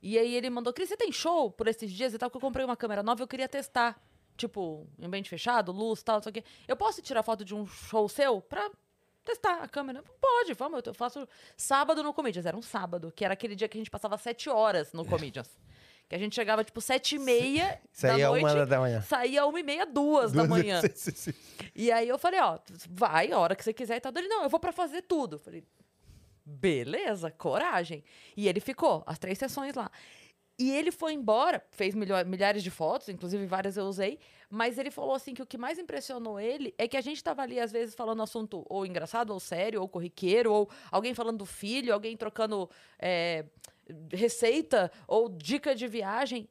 Speaker 1: E aí ele mandou, Cris, você tem show por esses dias e tal? Porque eu comprei uma câmera nova e eu queria testar. Tipo, em ambiente fechado, luz e tal, não sei o quê. Eu posso tirar foto de um show seu pra testar a câmera? Pode, vamos. Eu faço sábado no Comedians. Era um sábado, que era aquele dia que a gente passava sete horas
Speaker 3: É.
Speaker 1: no Comedians. Que a gente chegava, tipo, sete e meia
Speaker 3: Saía
Speaker 1: da
Speaker 3: uma
Speaker 1: noite.
Speaker 3: da manhã.
Speaker 1: Saía uma e meia, duas, da manhã.
Speaker 3: Sim, sim, sim.
Speaker 1: E aí eu falei, ó, vai, a hora que você quiser e tal. Ele, não, eu vou pra fazer tudo. Eu falei, beleza, coragem. E ele ficou, as três sessões lá. E ele foi embora, fez milho- milhares de fotos, inclusive várias eu usei, mas ele falou assim que o que mais impressionou ele é que a gente tava ali, às vezes, falando assunto ou engraçado, ou sério, ou corriqueiro, ou alguém falando do filho, alguém trocando é, receita ou dica de viagem.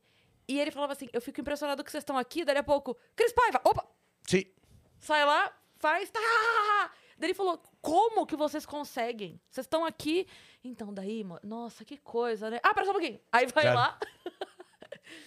Speaker 1: E ele falava assim: Eu fico impressionado que vocês estão aqui, dali a pouco. Cris Paiva, opa!
Speaker 3: Sim.
Speaker 1: Sai lá, faz. Tá, Daí ele falou: como que vocês conseguem? Vocês estão aqui. Então, daí, mo- nossa, que coisa, né? Ah, pera só um pouquinho. Aí vai
Speaker 3: Claro.
Speaker 1: lá.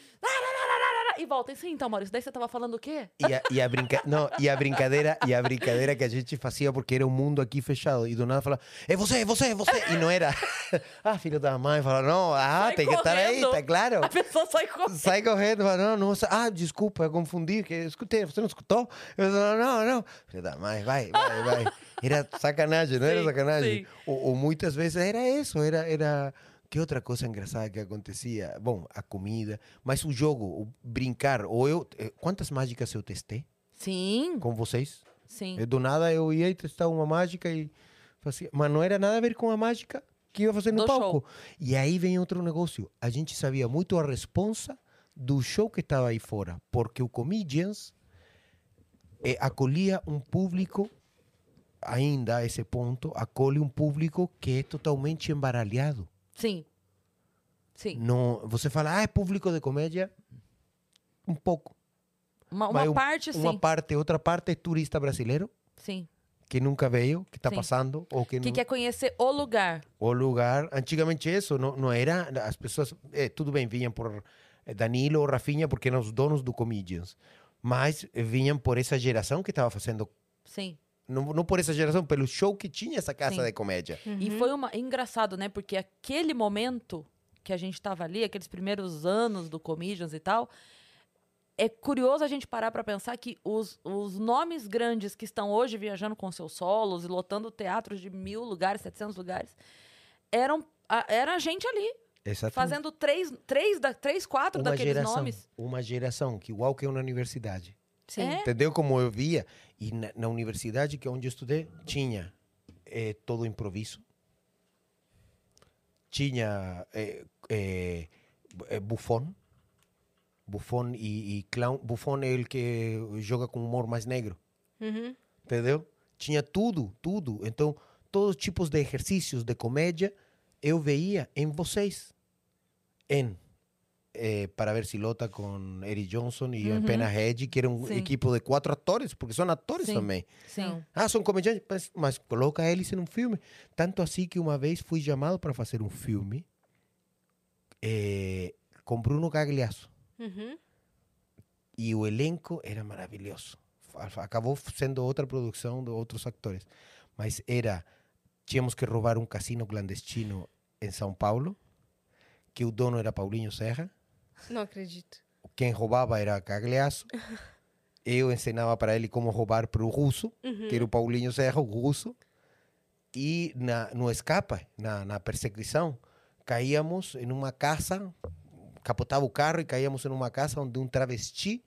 Speaker 1: E volta. E Sim, então, Maurício, daí você tava falando o quê?
Speaker 3: E a, e a brinca... Não, e a brincadeira, e a brincadeira que a gente fazia porque era um mundo aqui fechado e do nada falava, é você, é você, é você, e não era. Ah, filho da mãe, falava, não, ah,
Speaker 1: Sai
Speaker 3: tem que estar aí,
Speaker 1: correndo.
Speaker 3: tá claro.
Speaker 1: A pessoa sai correndo.
Speaker 3: Sai correndo, fala, não, não, sa- ah, desculpa, eu confundi, que eu escutei, você não escutou? Eu falo, não, não, filho da mãe, vai, vai, vai. Era sacanagem, não era
Speaker 1: Sim,
Speaker 3: sacanagem?
Speaker 1: sim.
Speaker 3: Ou, ou muitas vezes era isso, era, era... Que outra coisa engraçada que acontecia? Bom, a comida, mas o jogo, o brincar, ou eu... eh, Quantas mágicas eu testei
Speaker 1: Sim,
Speaker 3: com vocês?
Speaker 1: sim.
Speaker 3: Eh, Do nada eu ia e testava uma mágica e fazia. Mas não era nada a ver com a mágica que ia fazer no
Speaker 1: Do
Speaker 3: palco. E aí vem outro negócio. A gente sabia muito a responsa do show que estava aí fora, porque o Comedians eh, acolhia um público, ainda a esse ponto, acolhe um público que é totalmente embaralhado.
Speaker 1: Sim. Sim.
Speaker 3: Não, você fala, ah, é público de comédia? Um pouco.
Speaker 1: Uma,
Speaker 3: Mas
Speaker 1: uma
Speaker 3: um-
Speaker 1: parte,
Speaker 3: Uma
Speaker 1: sim.
Speaker 3: parte, outra parte é turista brasileiro
Speaker 1: Sim.
Speaker 3: que nunca veio, que está
Speaker 1: Sim.
Speaker 3: passando ou que,
Speaker 1: Que
Speaker 3: não...
Speaker 1: quer conhecer o lugar.
Speaker 3: o lugar. Antigamente isso não, não era. As pessoas, eh, tudo bem, vinham por eh, Danilo ou Rafinha, porque eram os donos do Comedians. Mas eh, vinham por essa geração que estava fazendo.
Speaker 1: Sim.
Speaker 3: Não, não por essa geração, pelo show que tinha essa casa
Speaker 1: Sim.
Speaker 3: de comédia.
Speaker 1: E foi uma... engraçado, né? Porque aquele momento que a gente tava ali, aqueles primeiros anos do Comedians e tal, é curioso a gente parar pra pensar que os, os nomes grandes que estão hoje viajando com seus solos e lotando teatros de mil lugares, 700 lugares, eram a, era a gente ali,
Speaker 3: Exatamente.
Speaker 1: fazendo três, três, da, três quatro
Speaker 3: uma
Speaker 1: daqueles
Speaker 3: geração,
Speaker 1: nomes.
Speaker 3: Uma geração, que igual que é uma universidade.
Speaker 2: Sim.
Speaker 1: É.
Speaker 3: Entendeu como eu via? E na, na universidade, que é onde eu estudei, tinha eh, todo improviso. Tinha eh, eh, bu- eh, bufão. Bufão e, e clown. Bufão é ele que joga com humor mais negro.
Speaker 2: Uhum.
Speaker 3: Entendeu? Tinha tudo, tudo. Então, todos os tipos de exercícios de comédia eu veia em vocês. Em eh, Para Ver Se Lota com Eric Johnson e em Pena Hedge, que era um
Speaker 1: Sim.
Speaker 3: equipo de quatro atores, porque são atores
Speaker 1: Sim.
Speaker 3: também.
Speaker 1: Sim.
Speaker 3: Ah, são comediantes, mas, mas coloca eles em um filme. Tanto assim que uma vez fui chamado para fazer um filme eh, com Bruno Gagliasso.
Speaker 2: Uhum.
Speaker 3: E o elenco era maravilhoso. Fa- Acabou sendo outra produção de outros actores. Mas era. Tínhamos que roubar um casino clandestino em São Paulo, que o dono era Paulinho Serra,
Speaker 2: Não acredito.
Speaker 3: quem roubava era Cagliasso, Eu ensinava para ele como roubar para o russo, que era o Paulinho Serra, o russo. E na, no escape, na, na perseguição, caíamos em uma casa, capotava o carro e caíamos em uma casa onde um travesti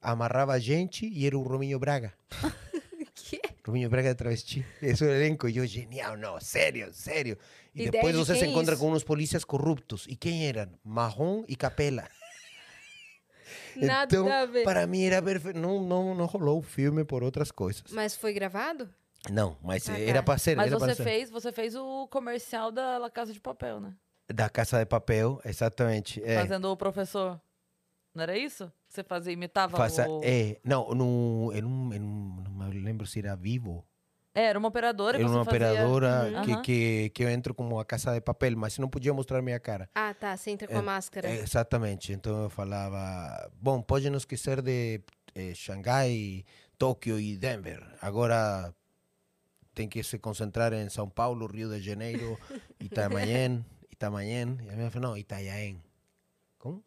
Speaker 3: amarrava a gente e era o Rominho Braga.
Speaker 2: Que?
Speaker 3: Rominho Braga de travesti. Es un elenco. Y yo, genial, no, serio, serio. Y,
Speaker 2: ¿Y de
Speaker 3: después
Speaker 2: ahí
Speaker 3: usted se
Speaker 2: quién
Speaker 3: encuentra
Speaker 2: es?
Speaker 3: con unos policías corruptos. ¿Y quién eran? Majón y Capela.
Speaker 2: Nada
Speaker 3: Então,
Speaker 2: a ver.
Speaker 3: para mí era perfecto. No, no, no roló un filme por otras cosas.
Speaker 2: Mas foi gravado?
Speaker 3: No, mas
Speaker 2: Ah,
Speaker 3: era
Speaker 2: tá.
Speaker 3: para ser.
Speaker 1: Mas
Speaker 3: era pra
Speaker 1: você
Speaker 3: ser.
Speaker 1: fez, você fez o comercial da La Casa de Papel, né?
Speaker 3: Da Casa de Papel, exatamente. é.
Speaker 1: Fazendo o professor. Não era isso? Você fazia, imitava
Speaker 3: Faça-
Speaker 1: o...
Speaker 3: é, não, no, en un- en un- não me lembro se era vivo.
Speaker 1: É, era uma operadora. e
Speaker 3: Era
Speaker 1: você
Speaker 3: uma
Speaker 1: fazia-
Speaker 3: operadora
Speaker 1: Uhum.
Speaker 3: que,
Speaker 1: Aham.
Speaker 3: que, que eu entro como a Casa de Papel, mas não podia mostrar minha cara.
Speaker 2: Ah, tá. Você entra com a máscara.
Speaker 3: É, Exatamente. Então eu falava, bom, pode não esquecer de eh, Xangai, Tóquio e Denver. Agora tem que se concentrar em São Paulo, Rio de Janeiro, Itamaién, Itamaién. E a minha falou, não, Itanhaém. Como?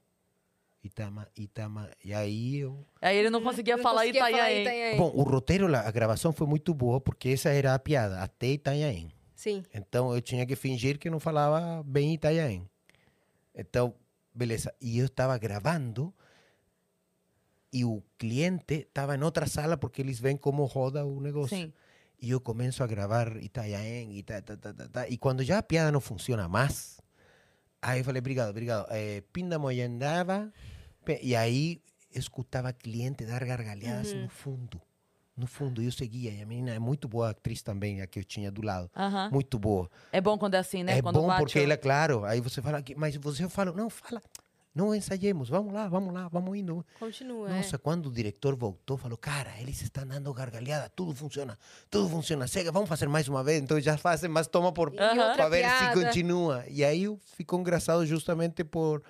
Speaker 3: Itama, Itama. E aí eu...
Speaker 1: Aí ele não conseguia
Speaker 2: Não
Speaker 1: falar
Speaker 2: conseguia falar
Speaker 1: Itanhaém.
Speaker 2: Itanhaém.
Speaker 3: Bom, o roteiro, lá, a gravação foi muito boa, porque essa era a piada, até Itanhaém.
Speaker 2: Sim.
Speaker 3: Então eu tinha que fingir que não falava bem italiano. Então, beleza. E eu estava gravando e o cliente estava em outra sala porque eles veem como roda o negócio.
Speaker 1: Sim.
Speaker 3: E eu começo a gravar italiano e tá, tá, tá, tá, tá. E quando já a piada não funciona mais, aí eu falei, obrigado, obrigado. Eh, Pindamonhangaba. Pe- E aí eu escutava cliente dar gargalhadas no fundo. No fundo, eu seguia. E a menina é muito boa atriz também, a que eu tinha do lado.
Speaker 1: Aham.
Speaker 3: Muito boa.
Speaker 1: É bom quando é assim, né?
Speaker 3: É
Speaker 1: quando
Speaker 3: bom
Speaker 1: bate
Speaker 3: porque
Speaker 1: o-
Speaker 3: ele é claro. Aí você fala, que- mas você fala, não, fala, não ensaiemos, vamos lá, vamos lá, vamos indo.
Speaker 2: Continua. é.
Speaker 3: Nossa, quando o diretor voltou, falou, cara, eles estão dando gargalhada, tudo funciona, tudo funciona, cega, vamos fazer mais uma vez. Então já fazem, mas toma por
Speaker 2: E
Speaker 1: Aham.
Speaker 2: outra
Speaker 3: para ver se
Speaker 2: piada.
Speaker 3: continua. E aí eu- ficou engraçado justamente por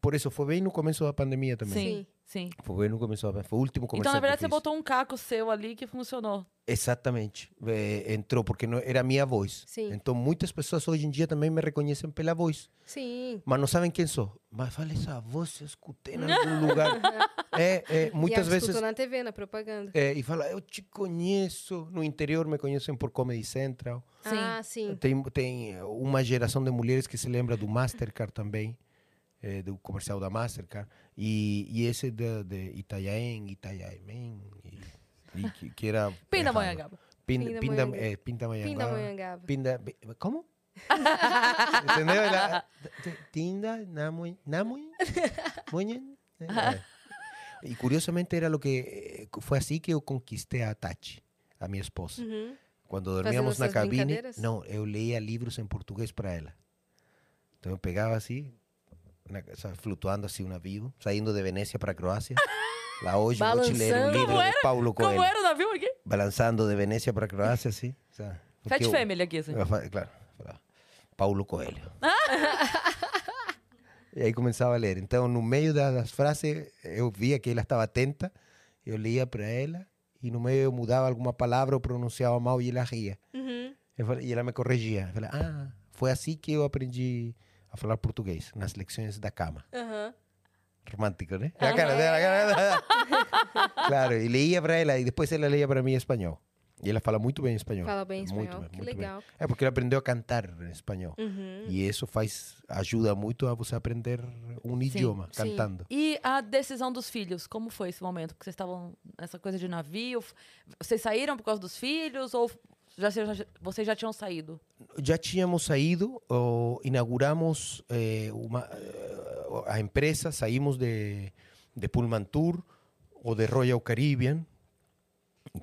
Speaker 3: por isso. Foi bem no começo da pandemia também.
Speaker 1: Sim, sim.
Speaker 3: Foi bem no começo da pandemia, foi o último
Speaker 1: Então,
Speaker 3: comercial
Speaker 1: na verdade,
Speaker 3: é que
Speaker 1: você
Speaker 3: eu fiz.
Speaker 1: botou um caco seu ali que funcionou.
Speaker 3: Exatamente. É, entrou, porque não, era a minha voz.
Speaker 2: Sim.
Speaker 3: Então muitas pessoas hoje em dia também me reconhecem pela voz.
Speaker 2: Sim.
Speaker 3: mas não sabem quem sou. Mas fala essa voz, eu escutei em algum lugar. É, é, muitas
Speaker 2: e ela escutou
Speaker 3: vezes.
Speaker 2: na TV, na propaganda.
Speaker 3: é, e fala, eu te conheço. No interior me conhecem por Comedy Central.
Speaker 1: Sim.
Speaker 2: Ah, sim.
Speaker 3: Tem, tem eh, uma geração de mulheres que se lembra do Mastercard também, eh, do comercial da Mastercard. E, e esse de, de Itanhaém, Itanhaém, e, e que, que era.
Speaker 1: Pinda
Speaker 3: É errado.
Speaker 1: manhã, Gabo.
Speaker 3: Pinda, pinda,
Speaker 2: Pindamonhangaba.
Speaker 3: eh, Pindamonhangaba.
Speaker 2: Pindamonhangaba.
Speaker 3: Pinda, bi- como? Entendeu? Ela, tinda, namui, namui, munhen. E eh, curiosamente era lo que eh, foi assim que eu conquistei a Tati, a minha esposa.
Speaker 2: Uhum.
Speaker 3: Quando dormíamos na
Speaker 2: essas
Speaker 3: cabine,
Speaker 2: brincadeiras?
Speaker 3: não, eu leía livros em português para ela. Então eu pegava assim, na, sabe, flutuando assim um navio, saindo de Venécia para a Croácia. Lá hoje vou te ler um
Speaker 2: Balançando.
Speaker 3: livro
Speaker 1: Como
Speaker 3: de Paulo Coelho,
Speaker 1: Como era o navio aqui?
Speaker 3: balançando de Venécia para a Croácia, assim. sabe?
Speaker 1: Fat
Speaker 3: Porque eu-
Speaker 1: Family aqui, assim.
Speaker 3: eu fa- Claro. falava, Paulo Coelho. e aí começava a ler. Então, no meio da- das frases, eu via que ela estava atenta, eu lia para ela, e no meio eu mudava alguma palavra ou pronunciava mal e ela ria.
Speaker 2: Uhum.
Speaker 3: Eu falei- e ela me corrigia. Eu falei, ah, foi assim que eu aprendi a falar português, nas lecções da cama.
Speaker 2: Aham.
Speaker 3: Romântico, né? A cara dela, a cara dela. claro, e leía para ela, e depois ela leía para mim em espanhol. E ela fala muito bem espanhol.
Speaker 2: Fala bem
Speaker 3: Muito
Speaker 2: espanhol. que
Speaker 3: muito
Speaker 2: legal.
Speaker 3: é Ah, porque ele aprendeu a cantar em espanhol.
Speaker 2: Uhum.
Speaker 3: E isso faz ajuda muito a você aprender um idioma
Speaker 2: sim.
Speaker 3: cantando.
Speaker 1: E a decisão dos filhos, como foi esse momento? Porque vocês estavam nessa coisa de navio, f- vocês saíram por causa dos filhos ou já, se- já- vocês já tinham saído?
Speaker 3: Já tínhamos saído, ó, inauguramos eh, uma, eh, a empresa, saímos de, de Pullman Tour ou de Royal Caribbean.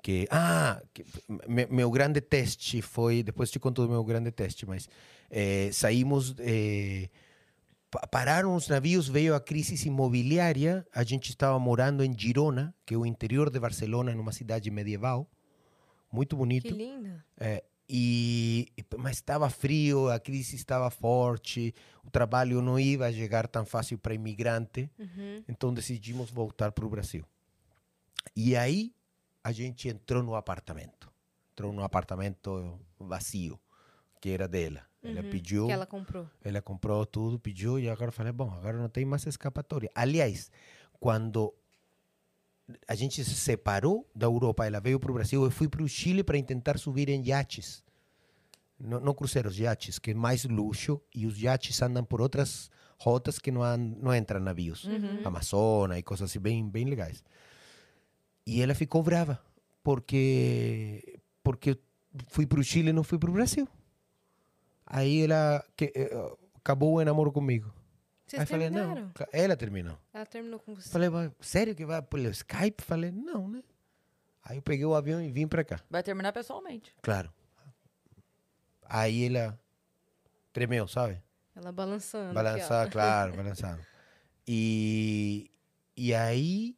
Speaker 3: Que, ah, que, me- meu grande teste foi, depois te conto do meu grande teste, mas eh, saímos... eh, pa- pararam os navios, veio a crise imobiliária. A gente estava morando em Girona, que é o interior de Barcelona, numa cidade medieval, muito
Speaker 2: Que
Speaker 3: bonito.
Speaker 2: linda.
Speaker 3: É, e e- mas estava frio, a crise estava forte, o trabalho não ia chegar tão fácil para imigrante.
Speaker 2: Uhum.
Speaker 3: Então decidimos voltar para o Brasil. E aí a gente entrou no apartamento, entrou no apartamento vazio que era dela. Ela
Speaker 2: Uhum.
Speaker 3: pediu.
Speaker 2: Que ela comprou.
Speaker 3: Ela comprou tudo, pediu e agora eu falei, bom, agora não tem mais escapatória. Aliás, quando a gente se separou da Europa, ela veio para o Brasil, eu fui para o Chile para tentar subir em iates. Não, não cruzeiros, iates, que é mais luxo, e os iates andam por outras rotas que não, an- não entram navios. Amazônia e coisas assim, bem, bem legais. E ela ficou brava, porque, porque eu fui para o Chile e não fui para o Brasil. Aí ela que- eh, acabou o namoro comigo.
Speaker 2: Vocês
Speaker 3: Aí eu falei, não,
Speaker 2: terminaram?
Speaker 3: cla- ela terminou.
Speaker 2: Ela terminou com você.
Speaker 3: Falei, "Mas sério que vai pelo Skype? Falei, não, né? Aí eu peguei o avião e vim pra cá.
Speaker 1: Vai terminar pessoalmente.
Speaker 3: Claro. Aí ela tremeu, sabe?
Speaker 2: Ela balançando.
Speaker 3: Balançar,
Speaker 2: Aqui,
Speaker 3: claro, balançar. E, e aí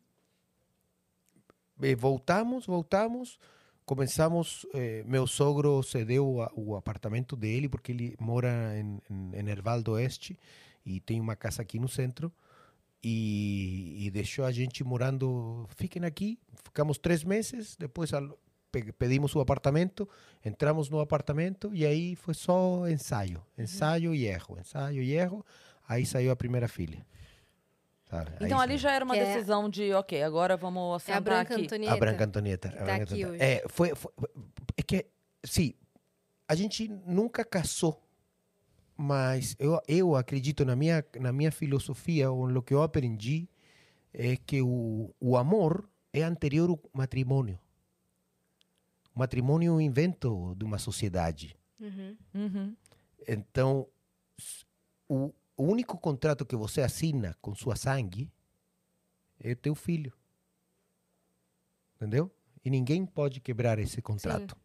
Speaker 3: eh, voltamos, voltamos, começamos. eh, meu sogro cedeu a- o apartamento dele, porque ele mora em, em, em Erval do Oeste e tem uma casa aqui no centro. E, e deixou a gente morando, fiquem aqui. Ficamos três meses, depois al- pe- pedimos o apartamento, entramos no apartamento e aí foi só ensaio, ensaio e erro, ensaio e erro. Aí saiu a primeira filha. sabe? Aí
Speaker 1: Então ali
Speaker 3: saiu.
Speaker 1: já era uma
Speaker 2: Que é-
Speaker 1: decisão de, ok, agora vamos
Speaker 2: ó. É a
Speaker 1: assentar
Speaker 2: Branca
Speaker 1: tá aqui.
Speaker 2: Antonieta.
Speaker 3: A Branca Antonieta.
Speaker 2: que
Speaker 3: a
Speaker 2: tá
Speaker 3: Branca
Speaker 2: aqui
Speaker 3: Antonieta. É, foi, foi- É que, sim, a gente nunca casou, mas eu, eu acredito na minha, na minha filosofia, ou no que eu aprendi, é que o, o amor é anterior ao matrimônio. O matrimônio é um invento de uma sociedade.
Speaker 2: Uhum.
Speaker 1: Uhum.
Speaker 3: Então, s- o, o único contrato que você assina com sua sangue é teu filho. Entendeu? E ninguém pode quebrar esse contrato.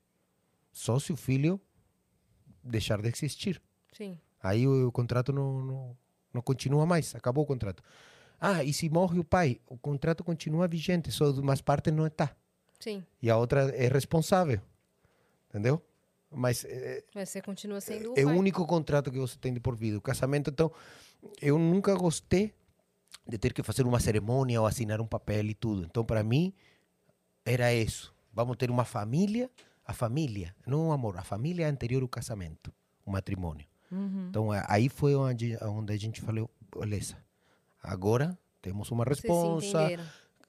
Speaker 3: Só se o filho deixar de existir.
Speaker 2: Sim.
Speaker 3: Aí o, o contrato não, não, não continua mais, acabou o contrato. Ah, e se morre o pai, o contrato continua vigente, só de umas partes não está.
Speaker 2: Sim.
Speaker 3: E a outra é responsável. Entendeu? Mas eh,
Speaker 2: Mas você continua sendo o
Speaker 3: é o
Speaker 2: pai.
Speaker 3: único contrato que você tem de por vida. O casamento, então, eu nunca gostei de ter que fazer uma cerimônia ou assinar um papel e tudo. Então, para mim, era isso. Vamos ter uma família, a família, não o amor, a família é anterior ao casamento, o matrimônio. Então, a- aí foi onde, onde a gente falou, beleza, agora temos uma
Speaker 2: Vocês se
Speaker 3: responsa,
Speaker 2: entenderam.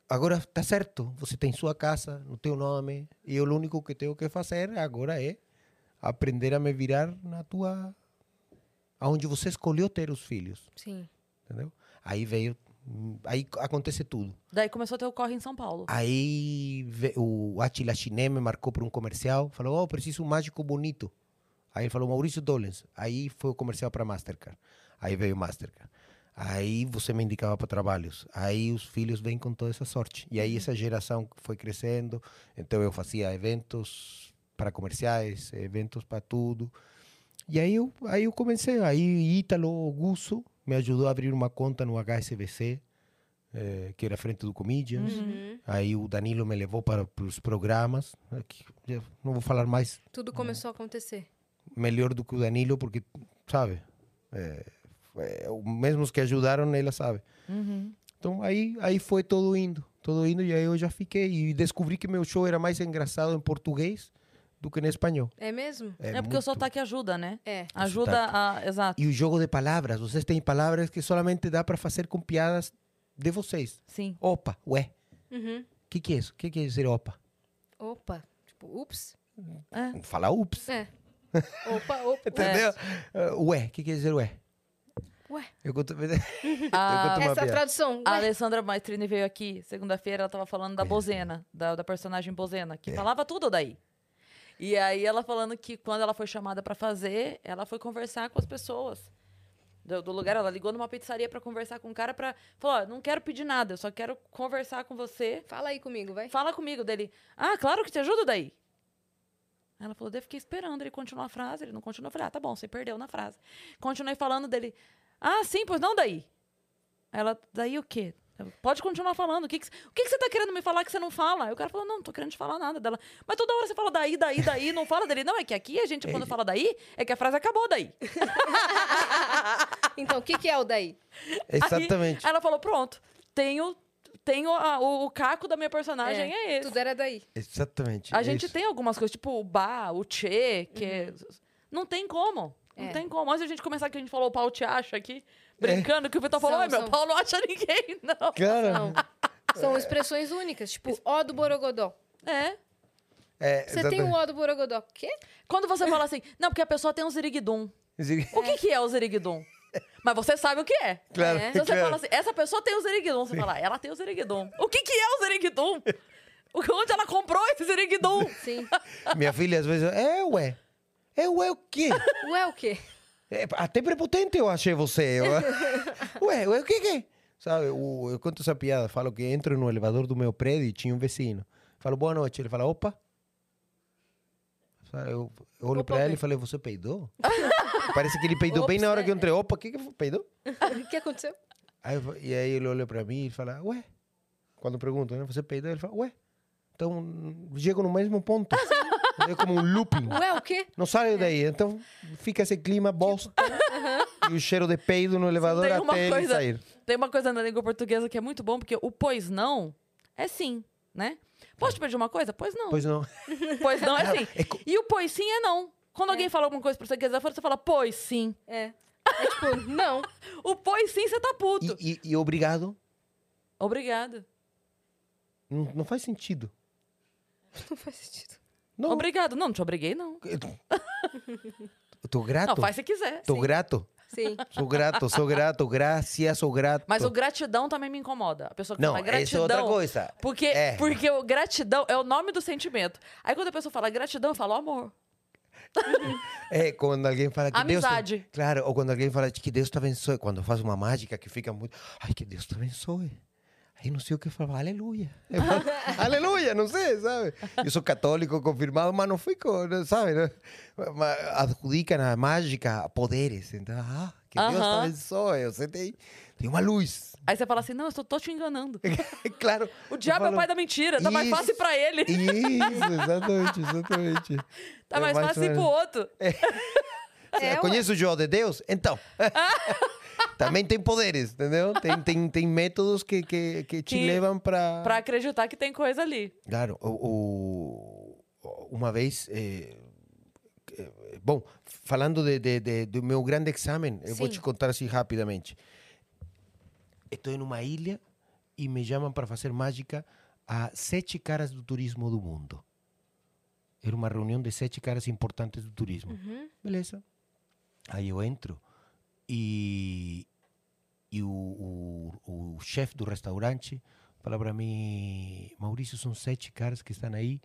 Speaker 3: agora tá certo, você tem sua casa, no teu nome, e o único que tenho que fazer agora é aprender a me virar na tua aonde você escolheu ter os filhos,
Speaker 2: Sim.
Speaker 3: entendeu? Aí veio, hum, aí acontece tudo.
Speaker 1: Daí começou a ter o corre em São Paulo.
Speaker 3: Aí ve- o Atila Chiné me marcou para um comercial, falou: "Oh, preciso um mágico bonito". Aí ele falou: "Maurício Dolens". Aí foi o comercial para Mastercard. Aí veio Mastercard. Aí você me indicava para trabalhos. Aí os filhos vêm com toda essa sorte. E aí essa geração foi crescendo. Então eu fazia eventos para comerciais, eventos para tudo. E aí eu, aí eu comecei. Aí Ítalo Gusso me ajudou a abrir uma conta no HSBC, eh, que era a frente do Comedians.
Speaker 2: Uhum.
Speaker 3: Aí o Danilo me levou para, os programas. né, que eu não vou falar mais
Speaker 2: Tudo começou a acontecer.
Speaker 3: melhor do que o Danilo, porque, sabe? É, é, o- mesmo os que ajudaram, ela sabe. Então aí, aí foi todo indo, todo indo. E aí eu já fiquei. E descobri que meu show era mais engraçado em português do que em espanhol.
Speaker 2: É mesmo?
Speaker 1: É, porque o sotaque ajuda, né?
Speaker 2: É.
Speaker 1: Ajuda a. Exato.
Speaker 3: E o jogo de palavras. Vocês têm palavras que solamente dá para fazer com piadas de vocês.
Speaker 1: Sim.
Speaker 3: Opa, ué.
Speaker 2: Uhum.
Speaker 3: O que, que é isso? O que quer dizer opa?
Speaker 2: Opa. Tipo, ups.
Speaker 3: Falar ups.
Speaker 2: É. Opa, opa.
Speaker 3: Entendeu?
Speaker 1: É.
Speaker 3: Ah, ué, o que quer dizer ué?
Speaker 2: Ué.
Speaker 3: Eu conto, eu
Speaker 1: A, Ah.
Speaker 3: conto
Speaker 2: Essa
Speaker 3: uma
Speaker 2: é tá
Speaker 3: piada.
Speaker 2: tradução.
Speaker 1: a
Speaker 2: ué.
Speaker 1: Alessandra Maestrini veio aqui segunda-feira, ela tava falando da Bozena, da, da personagem Bozena, que falava tudo daí. E aí ela falando que quando ela foi chamada pra fazer, ela foi conversar com as pessoas. Do, do lugar, ela ligou numa pizzaria pra conversar com um cara pra. Falou: "Ó, não quero pedir nada, eu só quero conversar com você
Speaker 2: Fala aí comigo, vai.
Speaker 1: Fala comigo dele. Ah, claro que te ajudo daí. Ela falou, daí eu fiquei esperando ele continuar a frase, ele não continuou. Eu falei, ah, tá bom, você perdeu na frase. Continuei falando dele. Ah, sim, pois não daí. Ela, daí o quê? Eu, Pode continuar falando. O que, que, o que, que você tá querendo me falar que você não fala? Aí o cara falou, não, não tô querendo te falar nada dela. Mas toda hora você fala daí, daí, daí, não fala dele. Não, é que aqui a gente, quando fala daí, é que a frase acabou daí.
Speaker 2: Então, o que, que é o daí?
Speaker 3: Exatamente.
Speaker 1: Aí ela falou, pronto, tenho, tenho a- o, o caco da minha personagem, é, esse.
Speaker 2: Tudo era daí.
Speaker 3: Exatamente.
Speaker 1: A
Speaker 3: é
Speaker 1: gente
Speaker 3: isso.
Speaker 1: tem algumas coisas, tipo o ba, o tchê, que é- não tem como. Não
Speaker 2: Uhum. É.
Speaker 1: tem como. Antes da gente começar que a gente falou o
Speaker 3: É.
Speaker 1: pau te acha aqui, brincando, que o pessoal falou,
Speaker 2: São,
Speaker 1: "Ai, meu
Speaker 2: são.
Speaker 1: pau não acha ninguém, não.
Speaker 3: Cara,
Speaker 2: Não. São expressões únicas, tipo ó do Borogodó.
Speaker 1: É.
Speaker 3: É,
Speaker 2: Você tem o
Speaker 1: um
Speaker 2: ó do Borogodó. Quê?
Speaker 1: Quando você fala assim, não, porque a pessoa tem um ziriguidum.
Speaker 3: exatamente.
Speaker 1: O que, que é o ziriguidum? Mas você sabe o que é.
Speaker 3: Claro,
Speaker 1: Se você
Speaker 3: claro.
Speaker 1: fala assim, essa pessoa tem o ziriguidum, você fala, ela tem o ziriguidum. O que, que é o ziriguidum? O que- Onde ela comprou esse ziriguidum?
Speaker 2: Sim.
Speaker 3: Minha filha às vezes, é ué. É ué o quê?
Speaker 2: Ué, o quê?
Speaker 3: É, até prepotente eu achei você. Eu- ué, ué o que que é? Sabe, o- eu conto essa piada, falo que entro no elevador do meu prédio e tinha um vecino. Falo, boa noite. Ele fala, opa. Sabe, eu eu olho
Speaker 2: Opa,
Speaker 3: pra
Speaker 2: o
Speaker 3: ele
Speaker 2: quê?
Speaker 3: e falei, você peidou? Parece que ele peidou bem na hora que eu entrei. Opa, o que que foi? Peidou?
Speaker 2: O que aconteceu?
Speaker 3: Aí eu fa- e aí ele olha pra mim e fala, ué. Quando eu pergunto, né? Você peidou? Ele fala, ué. Então, chego no mesmo ponto. É como um looping.
Speaker 2: Ué, o quê?
Speaker 3: Não saio
Speaker 1: É.
Speaker 3: daí. Então, fica esse clima bosta e o cheiro de peido no elevador
Speaker 1: Tipo, Tem
Speaker 3: até
Speaker 1: uma
Speaker 3: ele
Speaker 1: coisa-
Speaker 3: sair.
Speaker 1: Tem uma coisa na língua portuguesa que é muito bom, porque o pois não é sim, né? Posso te pedir uma coisa? Pois não. Pois,
Speaker 3: Pois não.
Speaker 1: não é sim.
Speaker 3: É co-
Speaker 1: E o pois sim é não. Quando alguém fala alguma coisa pra você que quiser fora, você fala pois sim.
Speaker 2: É. É tipo, não.
Speaker 1: O pois sim, você tá puto.
Speaker 3: E, e- e obrigado
Speaker 1: Obrigado.
Speaker 3: não, não faz sentido.
Speaker 2: Não faz sentido.
Speaker 3: Não.
Speaker 1: Obrigado. Não, não te obriguei, não.
Speaker 3: Eu tô grato.
Speaker 1: Não, faz se quiser.
Speaker 3: É tô
Speaker 1: sim.
Speaker 3: grato.
Speaker 2: Sim.
Speaker 3: Sou grato, sou grato. Gracias, sou grato.
Speaker 1: Mas o gratidão também me incomoda. A pessoa que
Speaker 3: Não,
Speaker 1: fala
Speaker 3: isso é
Speaker 1: gratidão.
Speaker 3: outra coisa.
Speaker 1: Porque,
Speaker 3: É.
Speaker 1: porque o gratidão é o nome do sentimento. Aí quando a pessoa fala gratidão, eu falo amor.
Speaker 3: É, quando alguém fala que Deus...
Speaker 1: Amizade.
Speaker 3: te- Claro, ou quando alguém fala que Deus te abençoe. Quando faz uma mágica que fica muito... Ai, que Deus te abençoe. Aí não sei o que falar, aleluia. Eu falo, aleluia, não sei, sabe? Eu sou católico confirmado, mas não fui, co- não, sabe? né? Mas Adjudicam a mágica a poderes. Então, ah, que Deus te
Speaker 1: Aham.
Speaker 3: abençoe. Você tem, tem uma luz.
Speaker 1: Aí você fala assim, não, eu só tô te enganando.
Speaker 3: claro.
Speaker 1: O
Speaker 3: eu
Speaker 1: diabo é o
Speaker 3: falo,
Speaker 1: pai da mentira. Tá mais
Speaker 3: "Isso,
Speaker 1: fácil pra ele.
Speaker 3: Isso, exatamente, exatamente.
Speaker 1: Tá
Speaker 3: É
Speaker 1: mais, fácil
Speaker 3: ou
Speaker 1: ir pro
Speaker 3: menos-
Speaker 1: outro.
Speaker 2: É, ué.
Speaker 3: Conhece Eh, o Jó de Deus? Então. Também tem poderes, entendeu? Tem, tem, tem métodos que, que, que te
Speaker 1: Que-
Speaker 3: levam para.
Speaker 1: Pra acreditar que tem coisa ali.
Speaker 3: Claro, o, o- uma vez. eh, eh, bom, falando de, de- de- do meu grande exame, eu vou
Speaker 2: Sim.
Speaker 3: te contar assim rapidamente. Estou em uma ilha e me chamam para fazer mágica a sete caras do turismo do mundo. Era uma reunião de sete caras importantes do turismo. Beleza. Aí eu entro e, e o, o, o chefe do restaurante fala para mim: Maurício, são sete caras que estão aí,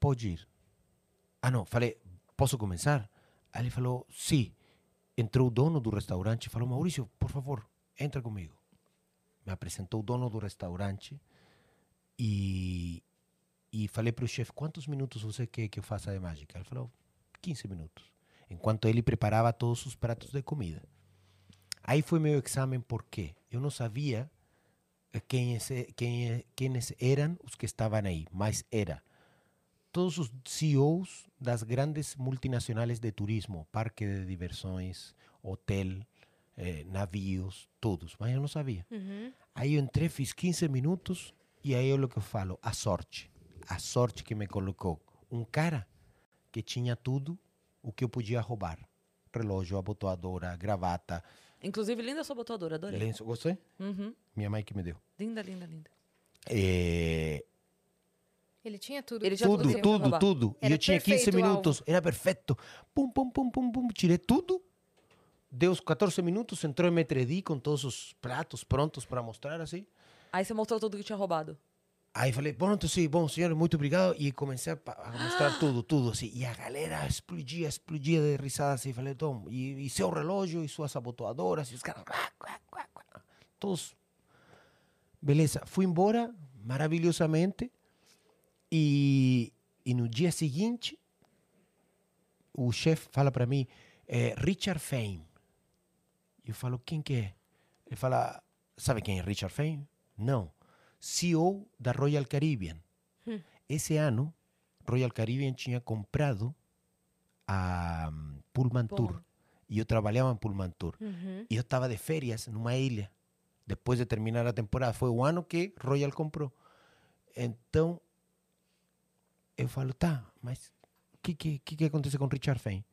Speaker 3: pode ir. Ah, não, falei: posso começar? Aí ele falou: sim. Entrou o dono do restaurante e falou: Maurício, por favor, entra comigo. Me apresentou o dono do restaurante e, e falei para o chefe: quantos minutos você quer que eu faça de mágica? Ele falou: 15 minutos enquanto ele preparava todos os pratos de comida. Aí foi meu exame porque eu não sabia eh, quem esse- quem é- quem eram os que estavam aí, mas era todos E os CEOs das grandes multinacionais de turismo, parque de diversões, hotel, eh, navios, todos, mas eu não sabia. Aí eu entrei, fiz 15 minutos e aí é o que eu falo, a sorte. A sorte que me colocou. Um cara que tinha tudo o que eu podia roubar. Relógio, abotoadora, gravata,
Speaker 1: Inclusive, linda sua botadora, adorei.
Speaker 3: lenço. Gostei?
Speaker 1: Uhum.
Speaker 3: Minha mãe que me deu.
Speaker 1: Linda, linda, linda.
Speaker 3: Eh,
Speaker 2: Ele tinha tudo.
Speaker 1: Ele tinha
Speaker 3: tudo,
Speaker 1: que você podia
Speaker 3: tudo,
Speaker 1: roubar.
Speaker 3: tudo. E
Speaker 2: Era
Speaker 3: eu tinha 15
Speaker 2: perfeito o
Speaker 3: minutos, era perfeito. Pum, pum, pum, pum, pum. Tirei tudo. Deu os 14 minutos, entrou em Metredi com todos os pratos prontos para mostrar assim.
Speaker 1: Aí você mostrou tudo que tinha roubado.
Speaker 3: Aí falei, pronto, sim, bom, senhor, muito obrigado. E comecei a pa- a mostrar tudo, tudo, assim. E a galera explodia, explodia de risadas. E falei, Tom, e, e seu relógio, e suas abotoadoras, e os caras... quá, quá, quá, quá. Todos. Beleza, fui embora, maravilhosamente. E, e no dia seguinte, o chefe fala para mim, é Richard Fein. Eu falo, quem que é? Ele fala, sabe quem é Richard Fein? Não. CEO da Royal Caribbean. Ese ano, Royal Caribbean tinha comprado a hum, Pullman
Speaker 1: Bom.
Speaker 3: Tour. E eu trabalhava em Pullman Tour.
Speaker 2: Uhum.
Speaker 3: E eu estava de férias numa ilha, depois de terminar a temporada. Foi o ano que Royal comprou. Então, eu falo, tá, mas o que, que, que, que acontece com Richard Fein?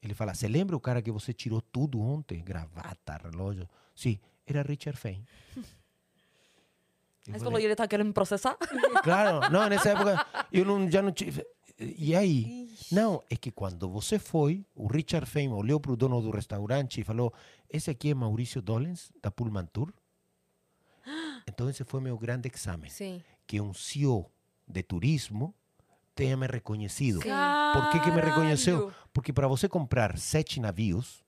Speaker 3: Ele fala, você lembra o cara que você tirou tudo ontem? Gravata, relógio. Sim, era Richard Fein.
Speaker 1: Aí você falou, e ele tá querendo me processar?
Speaker 3: Claro, não, nessa época eu não, já não tive. E aí? Não, é que quando você foi, o Richard Feynman olhou para o dono do restaurante e falou: Esse aqui é Maurício Dolens, da Pullman Tour? Então esse foi meu grande exame.
Speaker 2: Sim.
Speaker 3: Que um CEO de turismo tenha me reconhecido. Por que, que me reconheceu? Porque para você comprar sete navios,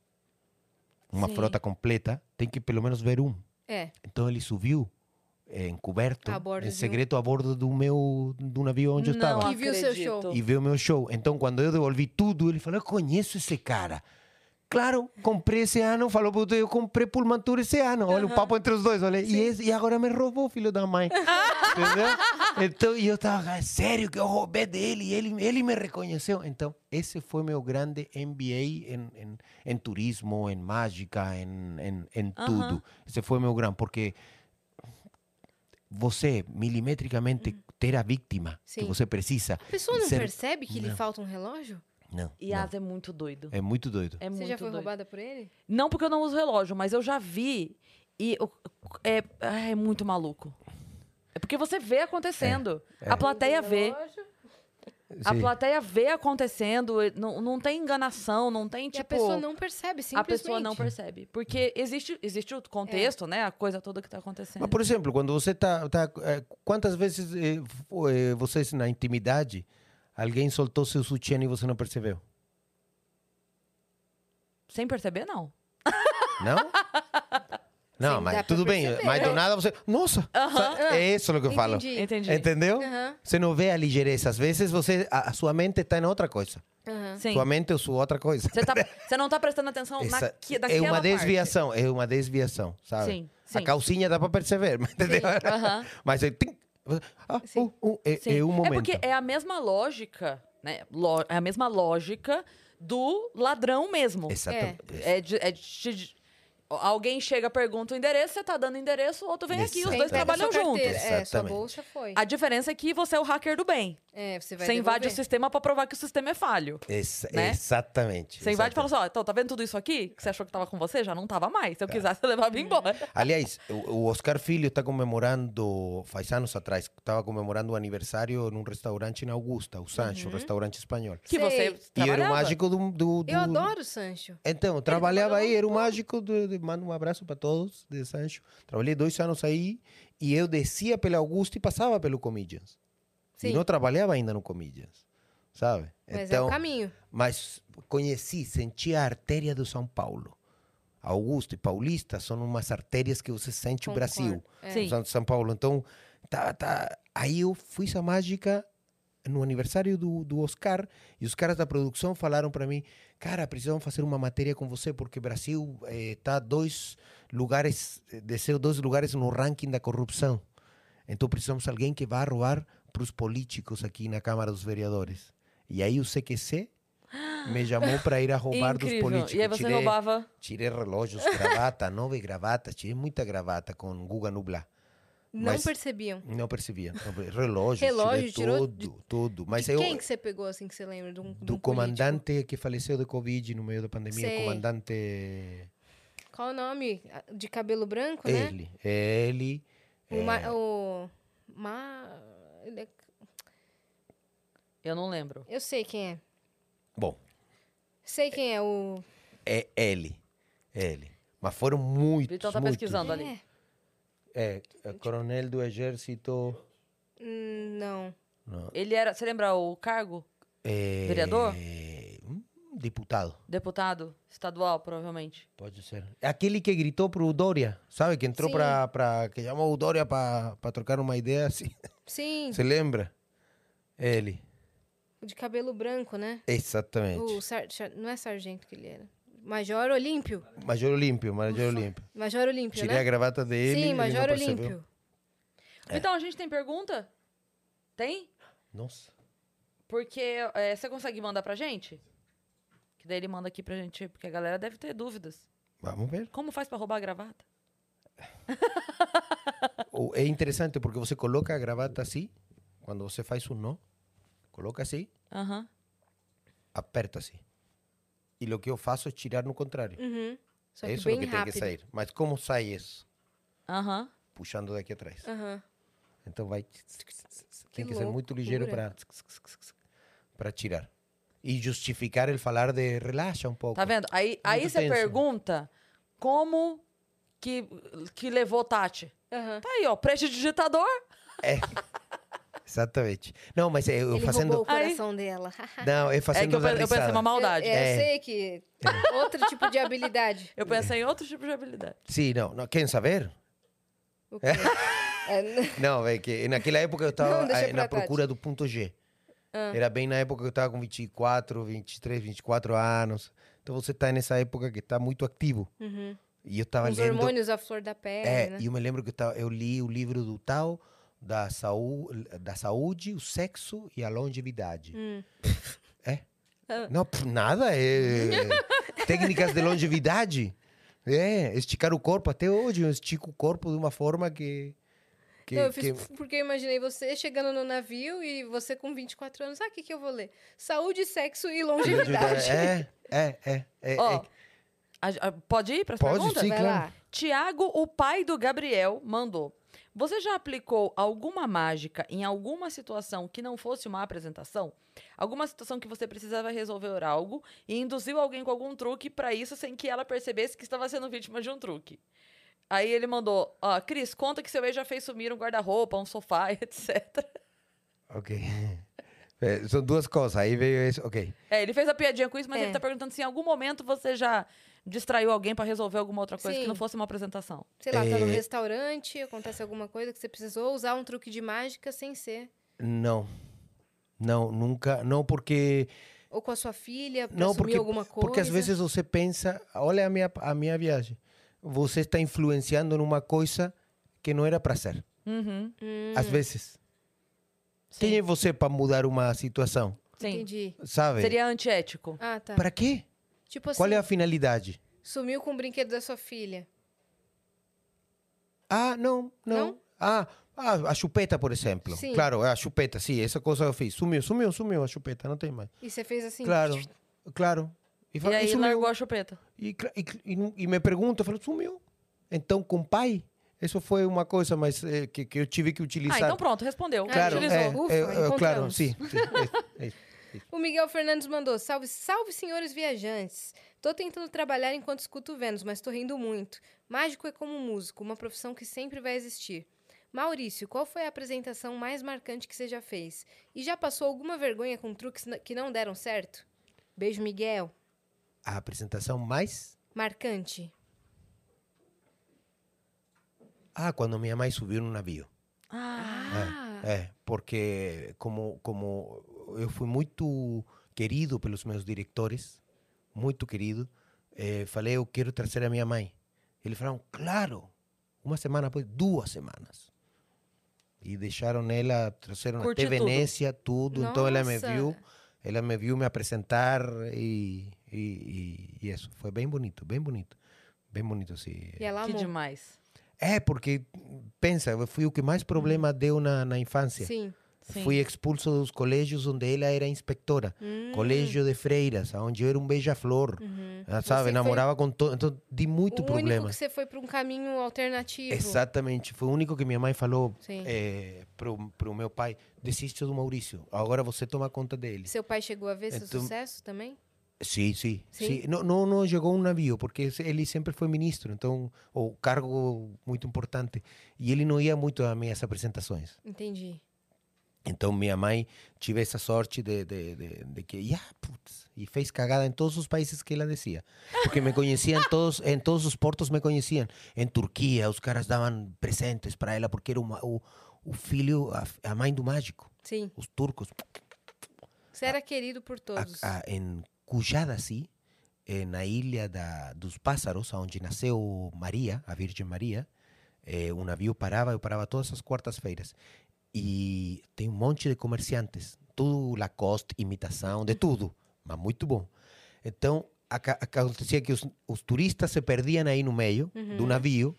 Speaker 3: uma
Speaker 1: Sim.
Speaker 3: frota completa, tem que pelo menos ver um.
Speaker 2: É.
Speaker 3: Então ele subiu eh, encoberto,
Speaker 2: A bordo
Speaker 3: em
Speaker 2: de um-
Speaker 3: segredo, a bordo do meu do navio onde eu
Speaker 1: Não
Speaker 3: estava.
Speaker 2: Que viu seu
Speaker 1: acredito.
Speaker 2: show.
Speaker 3: E veio o meu show. Então quando eu devolvi tudo, ele falou: Eu conheço esse cara. Claro, comprei esse ano, falou, puta, eu comprei Pullman Tour esse ano. Olha o papo entre os dois. Olha, e, esse- e agora me roubou, filho da mãe. Entendeu? Então, e eu tava, sério, que eu roubei dele. E ele, ele me reconheceu. Então, esse foi meu grande MBA em, em, em turismo, em mágica, em, em, em tudo. Esse foi meu grande, porque você, milimetricamente, ter a vítima
Speaker 2: Sim.
Speaker 3: que você precisa.
Speaker 2: A pessoa não
Speaker 3: ser-
Speaker 2: percebe que lhe
Speaker 3: Não.
Speaker 2: falta um relógio?
Speaker 3: Não,
Speaker 1: E
Speaker 3: não.
Speaker 1: as é muito doido.
Speaker 3: É muito doido.
Speaker 1: É
Speaker 2: Você
Speaker 1: muito
Speaker 2: já foi
Speaker 1: doido.
Speaker 2: roubada por ele?
Speaker 1: Não porque eu não uso relógio, mas eu já vi e eu- é, ah, é muito maluco. É porque você vê acontecendo. A plateia
Speaker 2: um
Speaker 1: vê. A
Speaker 3: É. Sim.
Speaker 1: plateia vê acontecendo. e Não, não tem enganação, não tem
Speaker 2: E
Speaker 1: tipo.
Speaker 2: a pessoa não percebe,
Speaker 1: a
Speaker 2: simplesmente. É.
Speaker 1: pessoa não percebe. Porque existe, existe o contexto, né? A coisa toda que tá acontecendo.
Speaker 3: Mas, por exemplo, quando você está. quantas vezes eh, fo- eh, vocês, na intimidade, alguém soltou seu sutiã e você não percebeu?
Speaker 1: Sem perceber, não.
Speaker 3: Não? Não,
Speaker 2: Sim, dá
Speaker 3: mas
Speaker 2: pra
Speaker 3: tudo bem.
Speaker 2: perceber.
Speaker 3: Mas do nada você. Nossa! sa- É isso o que eu falo.
Speaker 2: Entendi.
Speaker 1: Entendi.
Speaker 3: Entendeu?
Speaker 2: Aham.
Speaker 3: Você não vê a ligeireza. Às vezes você, a, a sua mente está em outra coisa.
Speaker 2: Aham.
Speaker 1: Sim.
Speaker 3: Sua mente ou sua outra coisa.
Speaker 1: Você, tá, você não tá prestando atenção
Speaker 3: É. Essa-
Speaker 1: naque,
Speaker 3: é
Speaker 1: daquela
Speaker 3: uma
Speaker 1: parte.
Speaker 3: desviação, é uma desviação, sabe?
Speaker 1: Sim,
Speaker 3: A
Speaker 1: sim.
Speaker 3: calcinha dá para perceber, mas entendeu?
Speaker 1: aham.
Speaker 3: Mas é, tim, ah,
Speaker 2: Sim.
Speaker 3: uh, uh, é,
Speaker 1: Sim.
Speaker 3: é um momento.
Speaker 1: É porque é a mesma lógica, né? Lo- é a mesma lógica do ladrão mesmo.
Speaker 3: Exatamente.
Speaker 1: É de- é de te- alguém chega, pergunta o endereço, você tá dando endereço, o outro vem aqui, os
Speaker 2: Quem
Speaker 3: Exato.
Speaker 1: dois
Speaker 2: pega
Speaker 1: trabalham
Speaker 2: sua
Speaker 1: juntos.
Speaker 2: carteira? É, sua
Speaker 3: Exatamente.
Speaker 2: bolsa foi.
Speaker 1: A diferença é que você é o hacker do bem.
Speaker 2: É, você vai
Speaker 1: Você invade o
Speaker 2: devolver.
Speaker 1: sistema pra provar que o sistema é falho.
Speaker 3: Ex-
Speaker 1: né?
Speaker 3: Exatamente.
Speaker 1: Você invade e fala
Speaker 3: exatamente.
Speaker 1: assim, ó, então, tá vendo tudo isso aqui? Que você achou que tava com você? Já não tava mais.
Speaker 3: É.
Speaker 1: Se eu quisesse, eu levava embora.
Speaker 3: Aliás, o o Oscar Filho está comemorando, faz anos atrás, estava comemorando o aniversário num restaurante em Augusta, o Sancho, restaurante espanhol.
Speaker 1: Uhum. Que
Speaker 2: Sei.
Speaker 1: você
Speaker 3: E era o
Speaker 1: trabalhava.
Speaker 3: mágico do. do- do-
Speaker 2: Eu adoro o Sancho.
Speaker 3: Então, eu trabalhava aí, era o mágico. Do, do- mando um abraço para todos de Sancho. Trabalhei dois anos aí e eu descia pela Augusta e passava pelo Comedians.
Speaker 2: Sim.
Speaker 3: E não trabalhava ainda no Comedians, sabe? Então,
Speaker 2: Mas é o caminho.
Speaker 3: mas conheci, senti a artéria do São Paulo. Augusto e Paulista são umas artérias que você sente
Speaker 2: Concordo.
Speaker 3: o Brasil,
Speaker 2: É.
Speaker 1: Sim.
Speaker 3: São- São Paulo. Então, tá, tá. aí eu fiz a mágica no aniversário do, do Oscar e os caras da produção falaram para mim, cara, precisamos fazer uma matéria com você porque o Brasil eh, tá dois lugares, eh, desceu dois lugares no ranking da corrupção. Então precisamos de alguém que vá roubar para os políticos aqui na Câmara dos Vereadores. E aí o CQC me chamou para ir a roubar dos
Speaker 1: Incrível.
Speaker 3: políticos.
Speaker 1: E aí você
Speaker 3: Tirei-
Speaker 1: roubava...
Speaker 3: Tirei relógios, gravata, nove gravatas, tirei muita gravata com Guga Nublar.
Speaker 2: Não
Speaker 3: Mas-
Speaker 2: percebiam.
Speaker 3: Não percebia. não, Relógios,
Speaker 2: Relógio,
Speaker 3: relógio,
Speaker 2: tirou
Speaker 3: tirei tudo, tudo. Mas
Speaker 2: de
Speaker 3: eu,
Speaker 2: quem que você pegou, assim, que você lembra? De um, de um
Speaker 3: do comandante que faleceu de Covid no meio da pandemia,
Speaker 2: Sei.
Speaker 3: o comandante...
Speaker 2: político? Qual o nome? Ah, De cabelo branco, né?
Speaker 3: Ele, é. ele...
Speaker 2: O... Ma... o Ma- ele é-
Speaker 1: Eu não lembro.
Speaker 2: Eu sei quem é.
Speaker 3: Bom,
Speaker 2: Sei quem é o...
Speaker 3: é ele, ele. Mas foram muitos,
Speaker 1: Vitão tá
Speaker 3: muitos.
Speaker 1: pesquisando ali.
Speaker 2: É.
Speaker 3: É, é coronel do exército...
Speaker 2: Hum, Não.
Speaker 3: Não,
Speaker 1: Ele era. Você lembra o cargo?
Speaker 3: é,
Speaker 1: Vereador?
Speaker 3: um Deputado,
Speaker 1: Deputado estadual, provavelmente.
Speaker 3: pode ser. Aquele que gritou pro Dória, sabe? Que entrou
Speaker 2: Sim.
Speaker 3: pra, pra... Que chamou o Dória pra, pra trocar uma ideia assim.
Speaker 2: Sim,
Speaker 3: Você lembra? Ele.
Speaker 2: o de cabelo branco, né?
Speaker 3: Exatamente.
Speaker 2: O sar... sar- Não é sargento que ele era. Major Olímpio.
Speaker 3: Major Olímpio, Major Olímpio.
Speaker 2: Major Olímpio,
Speaker 3: Tirei a
Speaker 2: né?
Speaker 3: gravata dele.
Speaker 2: Sim,
Speaker 3: ele não
Speaker 2: Major
Speaker 3: percebeu.
Speaker 2: Olímpio.
Speaker 3: É.
Speaker 1: Então, a gente tem pergunta? Tem?
Speaker 3: Nossa.
Speaker 1: Porque é, você consegue mandar pra gente? Que daí ele manda aqui pra gente, porque a galera deve ter dúvidas.
Speaker 3: Vamos ver.
Speaker 1: Como faz pra roubar a gravata?
Speaker 3: O- É interessante porque você coloca a gravata assim, quando você faz um nó, coloca assim,
Speaker 1: Aham.
Speaker 3: aperta assim. E o que eu faço é tirar no contrário.
Speaker 2: Uhum. Só
Speaker 3: é
Speaker 2: Mm, que
Speaker 3: isso o
Speaker 2: bem
Speaker 3: que tem
Speaker 2: rápido.
Speaker 3: que sair. Mas como sai isso?
Speaker 1: Aham.
Speaker 2: Ah.
Speaker 3: Puxando daqui atrás.
Speaker 2: Aham.
Speaker 3: Então vai. Tem que, ser
Speaker 2: loucura.
Speaker 3: muito ligeiro para para tirar. E justificar ele falar de relaxa um pouco.
Speaker 1: Tá vendo? Aí, aí você
Speaker 3: tenso.
Speaker 1: pergunta como que, que levou Tati.
Speaker 2: Aham.
Speaker 1: Tá aí, ó, prestidigitador.
Speaker 3: Exatamente. Não, mas eu- eu
Speaker 2: Ele roubou
Speaker 3: fazendo.
Speaker 2: o coração dela.
Speaker 3: Não, eu
Speaker 1: É
Speaker 3: fazendo
Speaker 1: que eu,
Speaker 3: da
Speaker 1: pe- eu pensei
Speaker 3: risada.
Speaker 1: uma maldade.
Speaker 2: Eu, é,
Speaker 3: É.
Speaker 2: eu sei que outro tipo de habilidade.
Speaker 1: Eu pensei em outro tipo de habilidade.
Speaker 3: Sim, não, não. Quem saber?
Speaker 2: O quê? É,
Speaker 3: Não, é que naquela época eu estava
Speaker 2: Não, deixa
Speaker 3: na
Speaker 2: pra trás.
Speaker 3: procura do ponto G. Era bem na época que eu estava com 24, 23, 24 anos. Então você está nessa época que está muito ativo.
Speaker 2: uhum.
Speaker 3: E eu estava
Speaker 2: Os
Speaker 3: lendo.
Speaker 2: hormônios à flor da pele,
Speaker 3: Tá É,
Speaker 2: né?
Speaker 3: e eu me lembro que eu, tava- eu li o livro do Tal da, saú, da saúde, o sexo e a longevidade.
Speaker 2: Hum. Ah.
Speaker 3: É? Não, pff, nada. É, técnicas de longevidade. É, esticar o corpo. Até hoje eu estico o corpo de uma forma que. que,
Speaker 2: Não, eu fiz
Speaker 3: que-
Speaker 2: porque eu imaginei você chegando no navio e você com 24 anos. Ah, o que, que eu vou ler? Saúde, sexo e longevidade.
Speaker 3: É, é, é. é,
Speaker 1: Ó,
Speaker 3: é.
Speaker 1: a- a- pode ir para as
Speaker 3: Pode,
Speaker 1: perguntas?
Speaker 3: sim,
Speaker 2: Vai
Speaker 3: claro.
Speaker 2: lá.
Speaker 1: Tiago, o pai do Gabriel, mandou. Você já aplicou alguma mágica em alguma situação que não fosse uma apresentação? Alguma situação que você precisava resolver algo e induziu alguém com algum truque pra isso sem que ela percebesse que estava sendo vítima de um truque? Aí ele mandou, ó, Cris, conta que seu ex já fez sumir um guarda-roupa, um sofá, etc.
Speaker 3: Ok. É, são duas coisas. Aí veio isso. Ok.
Speaker 1: É, ele fez a piadinha com isso, mas
Speaker 2: É.
Speaker 1: ele tá perguntando se em algum momento você já distraiu alguém pra resolver alguma outra coisa que
Speaker 2: Sim.
Speaker 1: não fosse uma apresentação.
Speaker 2: Sei lá, tá no
Speaker 3: É.
Speaker 2: restaurante, acontece alguma coisa que você precisou usar um truque de mágica sem ser.
Speaker 3: Não. Não, nunca. Não, porque.
Speaker 2: Ou com a sua filha, pra
Speaker 3: Não,
Speaker 2: assumir
Speaker 3: porque,
Speaker 2: alguma coisa.
Speaker 3: porque às vezes você pensa, olha a minha, a minha viagem, você está influenciando numa coisa que não era para ser,
Speaker 1: Uhum.
Speaker 2: Hum,
Speaker 3: às vezes. Quem
Speaker 1: Sim.
Speaker 3: é você para mudar uma situação,
Speaker 1: Sim.
Speaker 2: Entendi.
Speaker 3: sabe?
Speaker 1: Seria antiético.
Speaker 2: Ah, tá.
Speaker 3: Para quê?
Speaker 2: Tipo assim,
Speaker 3: Qual é a finalidade?
Speaker 2: sumiu com o brinquedo da sua filha.
Speaker 3: Ah, não, não.
Speaker 2: Não?
Speaker 3: Ah, ah, a chupeta, por exemplo.
Speaker 2: Sim.
Speaker 3: Claro, é a chupeta, sim, essa coisa eu fiz. Sumiu, sumiu, sumiu a chupeta, não tem mais.
Speaker 2: E você fez assim.
Speaker 3: Claro, claro.
Speaker 1: E
Speaker 3: fala,
Speaker 1: aí
Speaker 3: sumiu.
Speaker 1: largou a chupeta.
Speaker 3: E, cla- e cl- e nu- e me pergunto, eu falo, sumiu. Então, com pai, isso foi uma coisa mas, eh, que, que eu tive que
Speaker 1: Ah,
Speaker 3: utilizar.
Speaker 1: então pronto, respondeu.
Speaker 3: Claro,
Speaker 2: utilizou.
Speaker 3: é,
Speaker 2: Ufa,
Speaker 3: é, é, claro,
Speaker 2: encontramos.
Speaker 3: sim. sim, é, é isso.
Speaker 2: O Miguel Fernandes mandou: Salve, salve, senhores viajantes. Tô tentando trabalhar enquanto escuto o Vênus, mas tô rindo muito. Mágico é como músico, uma profissão que sempre vai existir. Maurício, qual foi a apresentação mais marcante que você já fez? E já passou alguma vergonha com truques na- que não deram certo? Beijo, Miguel.
Speaker 3: A apresentação mais.
Speaker 2: Marcante.
Speaker 3: Ah, quando minha mãe subiu no navio.
Speaker 1: Ah,
Speaker 2: Ah,
Speaker 3: É, Eh, porque como, como eh, eu fui muito querido pelos meus diretores, muito querido, eh, falei, eu quero trazer a minha mãe. Eles falaram, claro, uma semana depois, duas semanas. E deixaram ela, trouxeram
Speaker 1: Curtir
Speaker 3: até
Speaker 1: tudo.
Speaker 3: Venécia, tudo. Então ela me
Speaker 2: Nossa.
Speaker 3: viu, ela me viu me apresentar e, e, e- e isso. Foi bem bonito, bem bonito. Bem bonito, sim.
Speaker 2: e ela
Speaker 1: que
Speaker 2: amou.
Speaker 1: demais.
Speaker 3: É, porque, pensa, eu fui o que mais problema deu na, na infância.
Speaker 2: Sim.
Speaker 1: Sim.
Speaker 3: Fui expulso dos colégios onde ela era inspectora.
Speaker 2: Hum.
Speaker 3: Colégio de Freiras, onde eu era um beija-flor.
Speaker 2: Uhum.
Speaker 3: Ah,
Speaker 2: Você foi
Speaker 3: Sabe, namorava com todo. Então, de muito
Speaker 2: o único
Speaker 3: problema.
Speaker 2: que você foi para um caminho alternativo.
Speaker 3: Exatamente. Foi o único que minha mãe falou
Speaker 2: Sim.
Speaker 3: eh, pro, pro meu pai: desiste do Maurício, agora você toma conta dele.
Speaker 2: Seu pai chegou a ver seu
Speaker 3: Então-
Speaker 2: sucesso também?
Speaker 3: Sim, sim.
Speaker 2: Sim?
Speaker 3: sim. Não, não, não chegou um navio, porque se- ele sempre foi ministro, então, ou cargo muito importante. E ele não ia muito às minhas apresentações.
Speaker 2: Entendi.
Speaker 3: Então minha mãe tive essa sorte de, de, de, de que "Ya, putz", e fez cagada em todos os países que ela descia, porque me conheciam todos em todos os portos me conheciam. Em Turquia os caras davam presentes para ela porque era uma, o, o filho a, f- a mãe do mágico,
Speaker 2: Sim.
Speaker 3: os turcos.
Speaker 2: Você era querido por
Speaker 3: A-
Speaker 2: todos.
Speaker 3: a- em Kujadasi, eh, na ilha da, dos pássaros, onde nasceu Maria, a Virgem Maria, eh, um navio parava, eu parava todas as quartas-feiras. E tem um monte de comerciantes, tudo Lacoste, imitação, de tudo, mas muito bom. Então, aca- acontecia que os, os turistas se perdiam aí no meio do navio,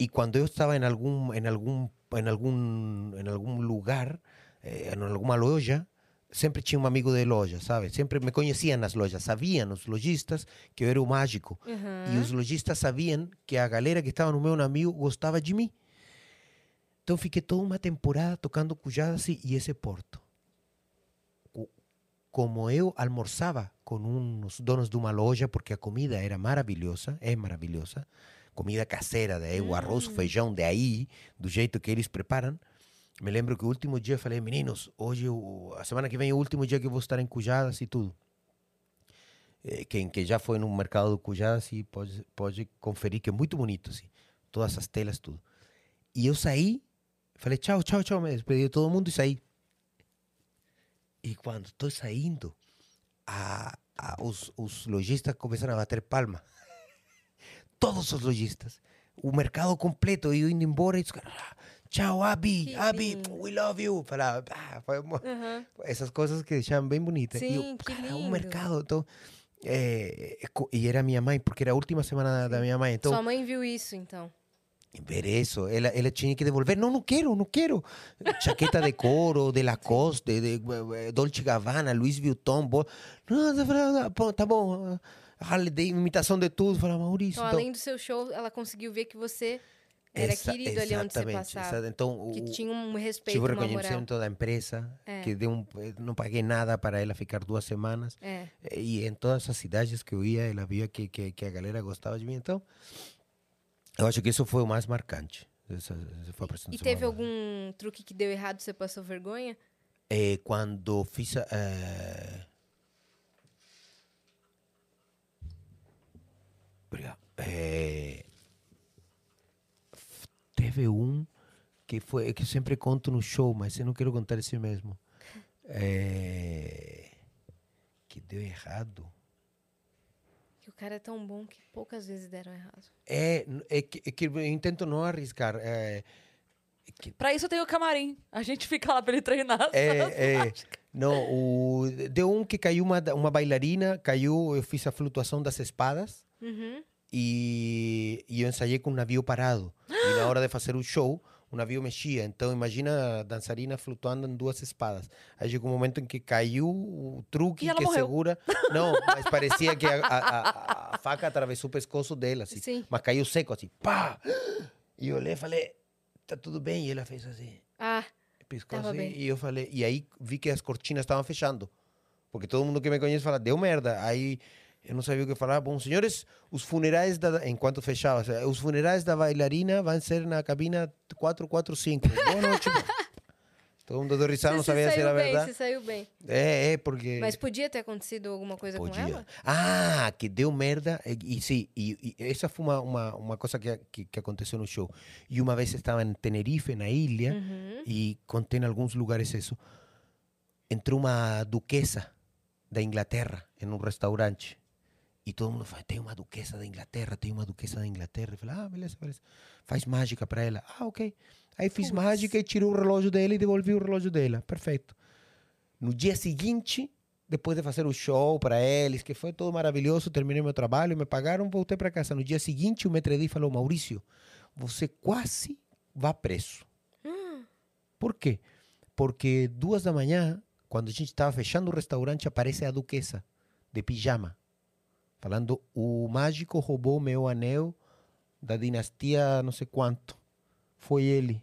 Speaker 3: e quando eu estava em algum, em algum, em algum, em algum lugar, eh, em alguma loja, sempre tinha um amigo de loja, sabe? Sempre me conheciam nas lojas, sabiam os lojistas que eu era o mágico.
Speaker 2: Uhum.
Speaker 3: E os lojistas sabiam que a galera que estava no meu navio gostava de mim. Então fiquei toda uma temporada tocando cujadas e e esse porto. Co- Como eu almoçava com uns donos de uma loja, porque a comida era maravilhosa, é maravilhosa, comida caseira, daí o arroz, o feijão, daí, do jeito que eles preparam. Me lembro que o último dia eu falei, meninos, hoje, o- a semana que vem é o último dia que eu vou estar em cujadas e tudo. Eh, quem que já foi no mercado do Cujadas assim, pode, pode conferir que é muito bonito, assim, todas as telas, tudo. E eu saí, falei tchau, tchau, tchau, me despedi de todo mundo e saí. E quando estou saindo, a, a- os, os lojistas começaram a bater palma. Todos os lojistas. O mercado completo, eu indo embora e os caras, "Ah, tchau, Abi,
Speaker 1: Que
Speaker 3: Abi, we love you. Falava, ah, foi uma- Essas coisas que deixavam bem bonitas. E eu,
Speaker 1: Sim, que
Speaker 3: cara,
Speaker 1: lindo.
Speaker 3: um mercado. Então, é, é co- e era minha mãe, porque era a última semana da minha mãe. Então,
Speaker 2: Sua mãe viu isso, então.
Speaker 3: ver isso, ela, ela tinha que devolver. Não, não quero, não quero. Chaqueta de couro, de Lacoste, de, de, eh, Dolce Gabbana, Louis Vuitton. Bo... Não, tá bom, pô, tá bom. Harley, de imitação de tudo. Fala, Maurício.
Speaker 2: Então, além do seu show, ela conseguiu ver que você era
Speaker 3: Exa-
Speaker 2: querido ali onde você
Speaker 3: exatamente,
Speaker 2: passava.
Speaker 3: exa- Então,
Speaker 2: Que
Speaker 3: o-
Speaker 2: tinha um respeito,
Speaker 3: tive o
Speaker 2: uma moral.
Speaker 3: reconhecimento da empresa,
Speaker 2: É.
Speaker 3: que deu um, eh, não paguei nada para ela ficar duas semanas.
Speaker 2: É.
Speaker 3: Eh, E em todas as cidades que eu ia, ela via que, que, que a galera gostava de mim. Então, eu acho que isso foi o mais marcante. Essa, essa
Speaker 2: E
Speaker 3: foi a apresentação mais
Speaker 2: teve
Speaker 3: marcante.
Speaker 2: algum truque que deu errado, você passou vergonha?
Speaker 3: Eh, quando fiz. a- eh, Obrigado. Eh, f- Teve um que foi. que eu sempre conto no show, mas eu não quero contar esse mesmo. Eh, que deu errado.
Speaker 2: Que o cara é tão bom que poucas vezes deram errado.
Speaker 3: É, eh, n- é que, é que eu intento não arriscar. eh,
Speaker 1: Pra isso tem o camarim. A gente fica lá pra ele treinar. sabe?
Speaker 3: É, é. Não, o, deu um que caiu uma, da- uma bailarina, caiu, eu fiz a flutuação das espadas
Speaker 2: Uhum.
Speaker 3: e, e eu ensaiei com um navio parado. E na hora de fazer o show, o navio mexia. Então imagina a dançarina flutuando em duas espadas. Aí chegou um momento em que caiu o truque
Speaker 1: E ela
Speaker 3: que
Speaker 1: morreu.
Speaker 3: segura. Não, mas parecia que a, a- a- a faca atravessou o pescoço dela, assim.
Speaker 2: Sim.
Speaker 3: Mas caiu seco, assim, pá! E eu olhei e falei, tá tudo bem? E ela fez assim
Speaker 2: Ah,
Speaker 3: piscou
Speaker 2: Tava
Speaker 3: assim,
Speaker 2: bem.
Speaker 3: e eu falei, e aí vi que as cortinas estavam fechando. Porque todo mundo que me conhece fala, deu merda. Aí eu não sabia o que falar. Bom, senhores, os funerais da. Enquanto fechava, o sea, os funerais da bailarina vão ser na cabina 445. Boa noite. todo mundo do
Speaker 2: você
Speaker 3: risado, não
Speaker 2: se
Speaker 3: sabia se
Speaker 2: saiu
Speaker 3: era
Speaker 2: bem,
Speaker 3: verdade.
Speaker 2: você saiu bem.
Speaker 3: É, é, porque.
Speaker 2: Mas podia ter acontecido alguma coisa com ela?
Speaker 3: Ah, que deu merda. E, e sim, e, e essa foi uma, uma, uma coisa que, que, que aconteceu no show. E uma vez estava em Tenerife, na ilha, e contei em alguns lugares isso. Entrou uma duquesa da Inglaterra em um restaurante. E todo mundo fala, tem uma duquesa da Inglaterra, tem uma duquesa da Inglaterra. Eu falei, ah, beleza, beleza. Faz mágica para ela. Ah, ok. Aí fiz mágica e tirei o relógio dela e devolvi o relógio dela. Perfeito. No dia seguinte, depois de fazer o show para eles, que foi todo maravilhoso, terminei meu trabalho, me pagaram, voltei para casa. No dia seguinte, o Metredi falou: Maurício, você quase vai preso. Por quê? Porque duas da manhã, quando a gente estava fechando o restaurante, aparece a duquesa, de pijama, falando: o mágico roubou meu anel da dinastia não sei quanto. Foi ele.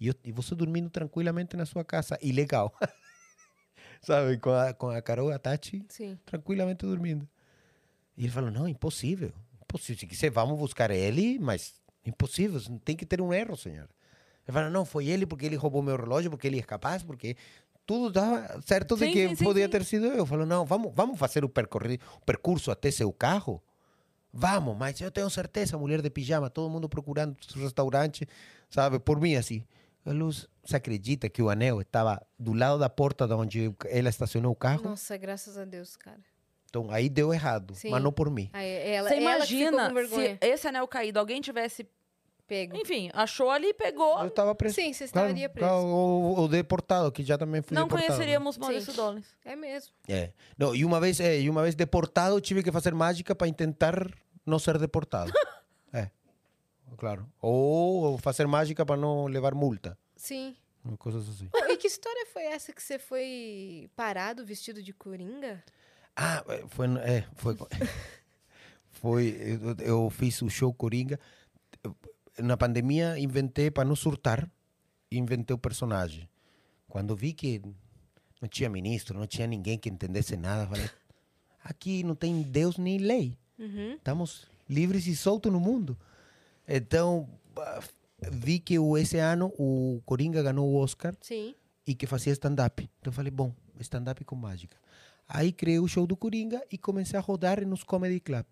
Speaker 3: E, eu- e você dormindo tranquilamente na sua casa, ilegal. Sabe, com a, com a Carol Atachi
Speaker 2: Sim.
Speaker 3: tranquilamente dormindo. E ele falou: não, impossível. impossível. Se quiser, vamos buscar ele, mas impossível. Tem que ter um erro, senhora. Ele falou: não, foi ele porque ele roubou meu relógio, porque ele é capaz, porque tudo estava certo de
Speaker 1: Sim,
Speaker 3: que
Speaker 1: sim, sim,
Speaker 3: podia
Speaker 1: sim.
Speaker 3: ter sido eu. Ele falou: não, vamos, vamos fazer o, percorri- o percurso até seu carro. Vamos, mas eu tenho certeza, mulher de pijama, todo mundo procurando os restaurantes, sabe, por mim assim. A Luz, você acredita que o anel estava do lado da porta de onde ela estacionou o carro?
Speaker 2: Nossa, graças a Deus, cara.
Speaker 3: Então aí deu errado,
Speaker 2: Sim.
Speaker 3: mas não por mim.
Speaker 2: Aí, ela,
Speaker 1: Você
Speaker 2: ela que ficou
Speaker 1: imagina
Speaker 2: com vergonha.
Speaker 1: se esse anel caído, alguém tivesse.
Speaker 2: Pego.
Speaker 1: Enfim, achou ali, pegou.
Speaker 3: Eu estava preso.
Speaker 2: Sim, você
Speaker 3: Claro,
Speaker 2: estaria preso.
Speaker 3: claro, ou, ou deportado, que já também fui
Speaker 1: Não
Speaker 3: deportado.
Speaker 1: conheceríamos Maurício
Speaker 2: Sim.
Speaker 1: Dollins.
Speaker 2: É mesmo.
Speaker 3: É. Não, e uma vez, é, e uma vez deportado, tive que fazer mágica para tentar não ser deportado. é. Claro. Ou fazer mágica para não levar multa,
Speaker 2: Sim.
Speaker 3: coisas assim.
Speaker 2: Pô, E que história foi essa que você foi parado vestido de coringa?
Speaker 3: Ah, eh, foi. no- É, foi. foi eu, eu fiz o show Coringa. Na pandemia, inventei para não surtar. inventei o personagem. Quando vi que não tinha ministro, não tinha ninguém que entendesse nada, falei: aqui não tem Deus nem lei. Estamos livres e soltos no mundo. Então, ah, vi que o- esse ano o Coringa ganhou o Oscar
Speaker 2: Sim.
Speaker 3: e que fazia stand-up. Então eu falei, bom, stand-up é com mágica. Aí criei o show do Coringa e comecei a rodar nos comedy club.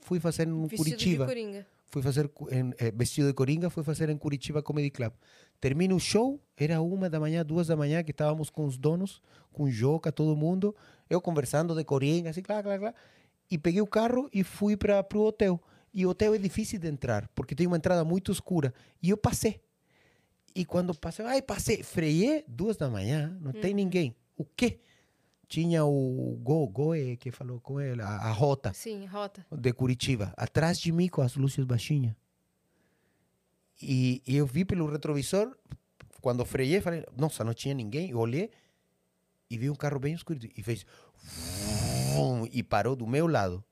Speaker 3: Fui fazer em
Speaker 2: Vestido
Speaker 3: Curitiba.
Speaker 2: de coringa.
Speaker 3: Fui fazer cu- em, eh, vestido de Coringa, fui fazer em Curitiba Comedy Club. Termina o show, era uma da manhã, duas da manhã, que estávamos com os donos, com Joca, todo mundo. Eu conversando de Coringa, assim, clá, clá, clá. E peguei o carro e fui para o hotel. E o hotel é difícil de entrar, porque tem uma entrada muito escura. E eu passei. E quando passei, ai, passei, freiei duas da manhã, não tem ninguém. O quê? Tinha o Go, Goe, que falou com ele, a, a Rota
Speaker 2: Sim, rota.
Speaker 3: de Curitiba, atrás de mim com as luzes baixinhas. E, e eu vi pelo retrovisor, quando freiei, falei, nossa, não tinha ninguém. Eu olhei e vi um carro bem escuro. E fez... vum, E parou do meu lado.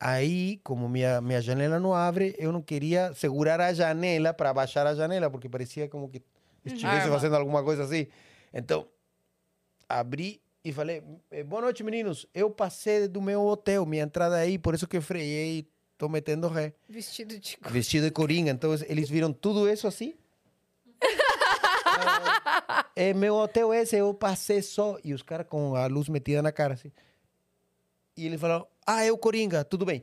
Speaker 3: Aí, como minha, minha janela não abre, eu não queria segurar a janela para baixar a janela, porque parecia como que estivesse
Speaker 1: Arma.
Speaker 3: fazendo alguma coisa assim. Então, abri e falei: "Eh, Boa noite, meninos. Eu passei do meu hotel, minha entrada aí, por isso que eu freiei e tô metendo ré.
Speaker 2: Vestido de coringa.
Speaker 3: Vestido de coringa. Então, eles viram tudo isso assim. Ah, é meu hotel esse, eu passei só. E os caras com a luz metida na cara, assim. E ele falou: Ah, é o coringa, tudo bem.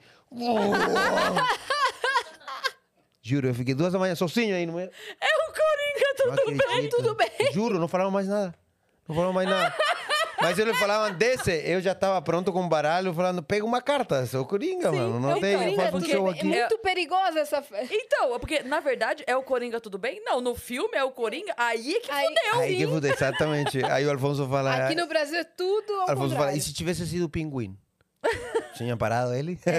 Speaker 3: Juro, eu fiquei duas da manhã sozinho aí no meio.
Speaker 1: É o Coringa,
Speaker 3: Não
Speaker 1: tudo bem,
Speaker 3: acredito.
Speaker 1: tudo bem.
Speaker 3: Juro, não falavam mais nada. Não falavam mais nada. Mas eles falavam desse, eu já estava pronto com o baralho, falando, pega uma carta, sou coringa, mano. Não
Speaker 2: é o
Speaker 3: tem, eu
Speaker 2: Coringa,
Speaker 3: faço um
Speaker 2: porque
Speaker 3: show
Speaker 2: É
Speaker 3: aqui.
Speaker 2: muito perigosa essa fe-
Speaker 1: Então, é porque, na verdade, é o Coringa tudo bem? Não, no filme é o Coringa, aí que
Speaker 2: Aí-
Speaker 1: fudeu.
Speaker 3: Aí que fudeu, exatamente. Aí o Alfonso fala.
Speaker 2: Aqui no Brasil é tudo ao
Speaker 3: Alfonso fala,
Speaker 2: contrário.
Speaker 3: e se tivesse sido o pinguim? Tinha parado ele?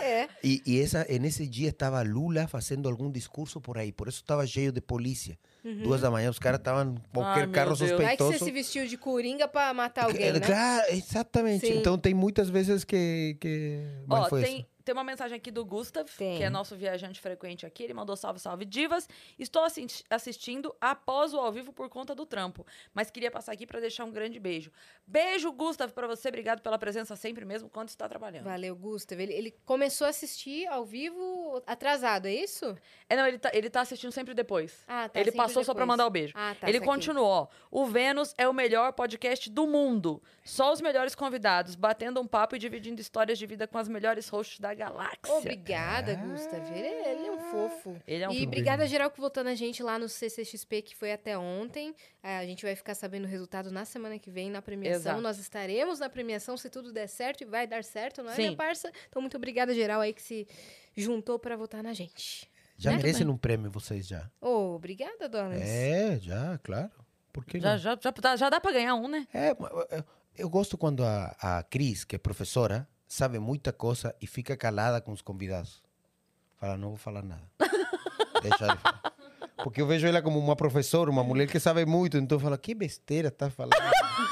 Speaker 2: É.
Speaker 3: E, e essa, en ese dia estava Lula fazendo algum discurso por aí, por isso estava cheio de polícia. Duas da manhã, os caras estavam qualquer
Speaker 1: Ah, meu
Speaker 3: carro
Speaker 1: Deus. Vai
Speaker 2: Vai que você
Speaker 3: suspeitoso.
Speaker 2: se vestiu de coringa pra matar alguém,
Speaker 3: É,
Speaker 2: né?
Speaker 3: Claro, exatamente.
Speaker 2: Sim.
Speaker 3: Então tem muitas vezes que. é que... Mas
Speaker 2: Oh,
Speaker 1: Ó,
Speaker 3: foi
Speaker 1: tem,
Speaker 3: isso.
Speaker 1: tem uma mensagem aqui do Gustav,
Speaker 2: Tem.
Speaker 1: que é nosso viajante frequente aqui. Ele mandou salve, salve, divas. Estou assin- assistindo após o ao vivo por conta do trampo, mas queria passar aqui para deixar um grande beijo. Beijo, Gustav, para você. Obrigado pela presença sempre mesmo, quando está trabalhando.
Speaker 2: Valeu, Gustavo. Ele, ele começou a assistir ao vivo atrasado, é isso?
Speaker 1: É, não, ele tá, ele tá assistindo sempre depois.
Speaker 2: Ah, tá,
Speaker 1: Ele
Speaker 2: sempre
Speaker 1: passou só pra
Speaker 2: depois.
Speaker 1: mandar o beijo.
Speaker 2: Ah, tá,
Speaker 1: ele
Speaker 2: saquei.
Speaker 1: continuou, ó. O Vênus é o melhor podcast do mundo. Só os melhores convidados, batendo um papo e dividindo histórias de vida com as melhores hosts da galáxia.
Speaker 2: Obrigada, Gustavo. Ele, é- ele é
Speaker 3: Ah.
Speaker 2: um fofo.
Speaker 1: Ele é um
Speaker 2: e
Speaker 1: fofo.
Speaker 2: obrigada geral que votou na gente lá no CCXP, que foi até ontem. Ah, A gente vai ficar sabendo o resultado na semana que vem, na premiação.
Speaker 1: Exato.
Speaker 2: Nós estaremos na premiação, se tudo der certo, e vai dar certo, não é,
Speaker 1: Sim.
Speaker 2: minha parça? Então, muito obrigada geral aí que se juntou pra votar na gente.
Speaker 3: Já
Speaker 2: né?
Speaker 3: merecem um prêmio vocês já.
Speaker 2: Ô, obrigada, Donas.
Speaker 3: É, já, claro. Por que
Speaker 1: Já,
Speaker 3: não?
Speaker 1: já, já, dá- já dá pra ganhar um, né?
Speaker 3: É, ma- eu- eu gosto quando a, a Cris, que é professora, sabe muita coisa e fica calada com os convidados. Fala, não vou falar nada. Deixa ele falar. Porque eu vejo ela como uma professora, uma mulher que sabe muito, então eu falo, que besteira tá falando.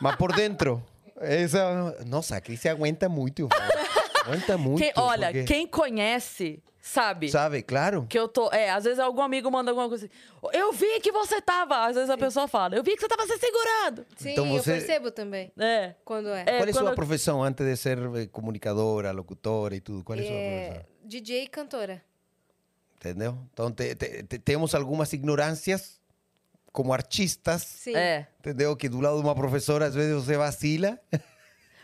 Speaker 3: Mas por dentro, essa, nossa, a Cris aguenta muito. eu falo, Aguenta muito.
Speaker 1: Quem- olha,
Speaker 3: porque-
Speaker 1: quem conhece, sabe?
Speaker 3: Sabe, claro.
Speaker 1: Que eu tô. É, às vezes algum amigo manda alguma coisa assim. Eu vi que você tava. Às vezes a pessoa fala, eu vi que você tava se segurando.
Speaker 2: Sim,
Speaker 3: Então você-
Speaker 2: eu percebo também.
Speaker 1: É.
Speaker 2: Quando é.
Speaker 1: É,
Speaker 3: Qual é a
Speaker 1: quando-
Speaker 3: sua profissão antes de ser eh, comunicadora, locutora e tudo? Qual é a sua
Speaker 2: É,
Speaker 3: profissão?
Speaker 2: DJ e cantora.
Speaker 3: Entendeu? Então, te- te- te- temos algumas ignorâncias como artistas,
Speaker 2: Sim.
Speaker 1: É.
Speaker 3: entendeu? Que do lado de uma professora, às vezes você vacila.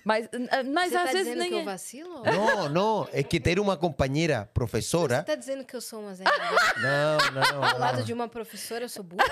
Speaker 1: Mas, mas
Speaker 2: Você
Speaker 1: às
Speaker 2: tá
Speaker 1: vezes
Speaker 2: dizendo
Speaker 1: nem.
Speaker 2: que eu
Speaker 1: é.
Speaker 2: vacilo?
Speaker 3: Não, não, é que ter uma companheira
Speaker 2: Você
Speaker 3: professora.
Speaker 2: tá dizendo que eu sou uma Zé?
Speaker 3: Não,
Speaker 2: Ao lado
Speaker 3: não.
Speaker 2: de uma professora, eu sou burra?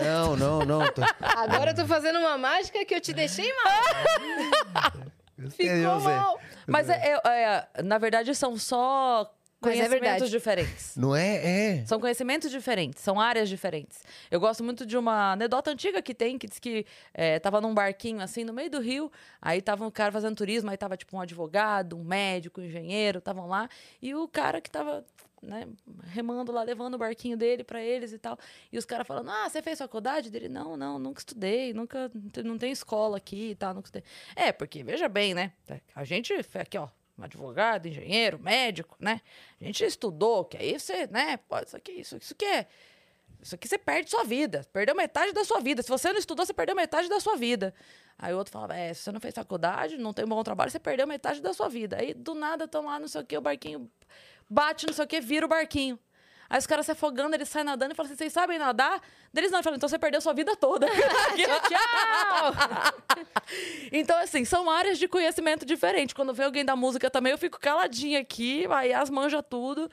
Speaker 3: Não, não, não. tô-
Speaker 2: Agora eu tô fazendo uma mágica que eu te deixei mal.
Speaker 3: eu sei, eu
Speaker 2: Ficou
Speaker 3: sei.
Speaker 2: mal.
Speaker 1: Mas é, é- é, na verdade são só
Speaker 2: Mas é
Speaker 1: conhecimentos
Speaker 2: verdade.
Speaker 1: diferentes.
Speaker 3: Não é? É.
Speaker 1: São conhecimentos diferentes, são áreas diferentes. Eu gosto muito de uma anedota antiga que tem, que diz que é, tava num barquinho assim, no meio do rio, aí tava um cara fazendo turismo, aí tava tipo um advogado, um médico, um engenheiro, estavam lá, e o cara que tava né, remando lá, levando o barquinho dele pra eles e tal, e os caras falando, ah, você fez faculdade? Dele, não, não, nunca estudei, nunca, não tem escola aqui e tal, nunca estudei. É, porque, veja bem, né, a gente, aqui ó, um advogado, engenheiro, médico, né? A gente estudou, que aí você, né? Pô, isso aqui, isso, isso que é. Isso aqui você perde sua vida. Perdeu metade da sua vida. Se você não estudou, você perdeu metade da sua vida. Aí o outro falava: É, se você não fez faculdade, não tem um bom trabalho, você perdeu metade da sua vida. Aí do nada estão lá, não sei o quê, o barquinho bate, não sei o quê, vira o barquinho. Aí os caras se afogando, eles saem nadando e falam assim: Vocês sabem nadar? Deles não. Eu falo, então você perdeu sua vida toda. então, assim, são áreas de conhecimento diferentes. Quando vem alguém da música também, eu fico caladinha aqui, aí as manja tudo.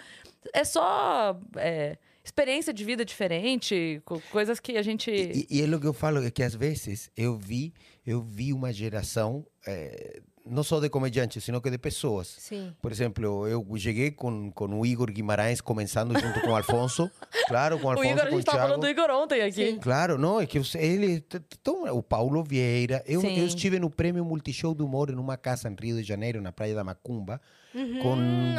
Speaker 1: É só. é, experiência de vida diferente, co- coisas que a gente.
Speaker 3: E, e é o que eu falo, é que às vezes eu vi, eu vi uma geração, eh, não só de comediantes, sino que de pessoas.
Speaker 2: Sim.
Speaker 3: Por exemplo, eu cheguei com, com o Igor Guimarães começando junto com o Alfonso. Claro, com o
Speaker 1: o
Speaker 3: Alfonso,
Speaker 1: Igor, a
Speaker 3: com o
Speaker 1: gente tava
Speaker 3: Thiago.
Speaker 1: falando do Igor ontem aqui.
Speaker 3: Claro, não, é que os- ele. t- t- Então, o Paulo Vieira. Eu,
Speaker 1: Sim.
Speaker 3: eu estive no Prêmio Multishow do Humor em uma casa em Rio de Janeiro, na Praia da Macumba,
Speaker 1: Uhum,
Speaker 3: com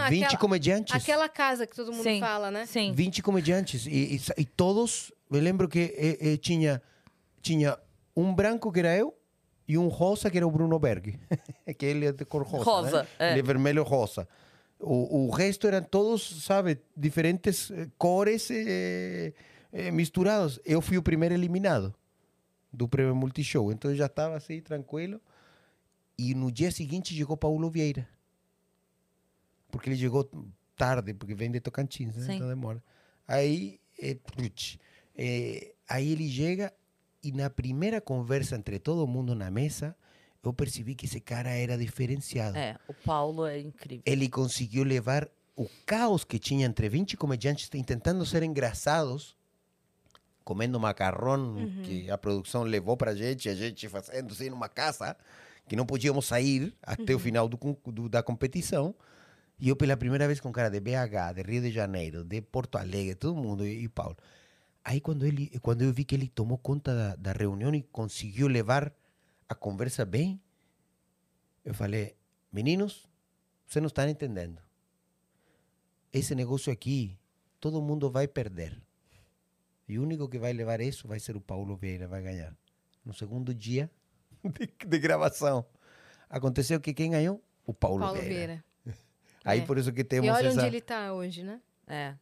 Speaker 3: 20
Speaker 2: aquela-
Speaker 3: comediantes.
Speaker 2: Aquela casa que todo mundo
Speaker 1: Sim.
Speaker 2: fala, né?
Speaker 1: Sim.
Speaker 3: 20 comediantes. E, e sa- e todos. Me lembro que eh, eh, tinha, tinha um branco que era eu e um rosa que era o Bruno Berg. que ele é de cor rosa.
Speaker 1: Rosa,
Speaker 3: né?
Speaker 1: é.
Speaker 3: Ele é vermelho rosa. O, o resto eram todos, sabe, diferentes eh, cores eh, eh, misturados. Eu fui o primeiro eliminado do prêmio Multishow. Então eu já estava assim, tranquilo. E no dia seguinte chegou Paulo Vieira. Porque ele chegou tarde, porque vem de Tocantins, né?
Speaker 1: Sim.
Speaker 3: Então demora. Aí, eh, putz, eh, aí ele chega e na primeira conversa entre todo mundo na mesa, eu percebi que esse cara era diferenciado.
Speaker 1: É, o Paulo é incrível.
Speaker 3: Ele conseguiu levar o caos que tinha entre 20 comediantes tentando ser engraçados, comendo macarrão que a produção levou para gente, a gente fazendo assim numa casa, que não podíamos sair até o final do, con- do- da competição. E eu, pela primeira vez, com cara de BH, de Rio de Janeiro, de Porto Alegre, todo mundo, e, e Paulo. Aí, quando, ele, quando eu vi que ele tomou conta da, da reunião e conseguiu levar a conversa bem, eu falei: meninos, vocês não estão entendendo. Esse negócio aqui, todo mundo vai perder. E o único que vai levar isso vai ser o Paulo Vieira, vai ganhar. No segundo dia de, de gravação. Aconteceu que quem ganhou? O Paulo,
Speaker 2: Paulo
Speaker 3: Vieira.
Speaker 2: Vieira.
Speaker 3: Aí
Speaker 2: É.
Speaker 3: por isso que temos
Speaker 2: E olha
Speaker 3: essa...
Speaker 2: onde ele tá hoje, né?
Speaker 1: É,
Speaker 2: Ah,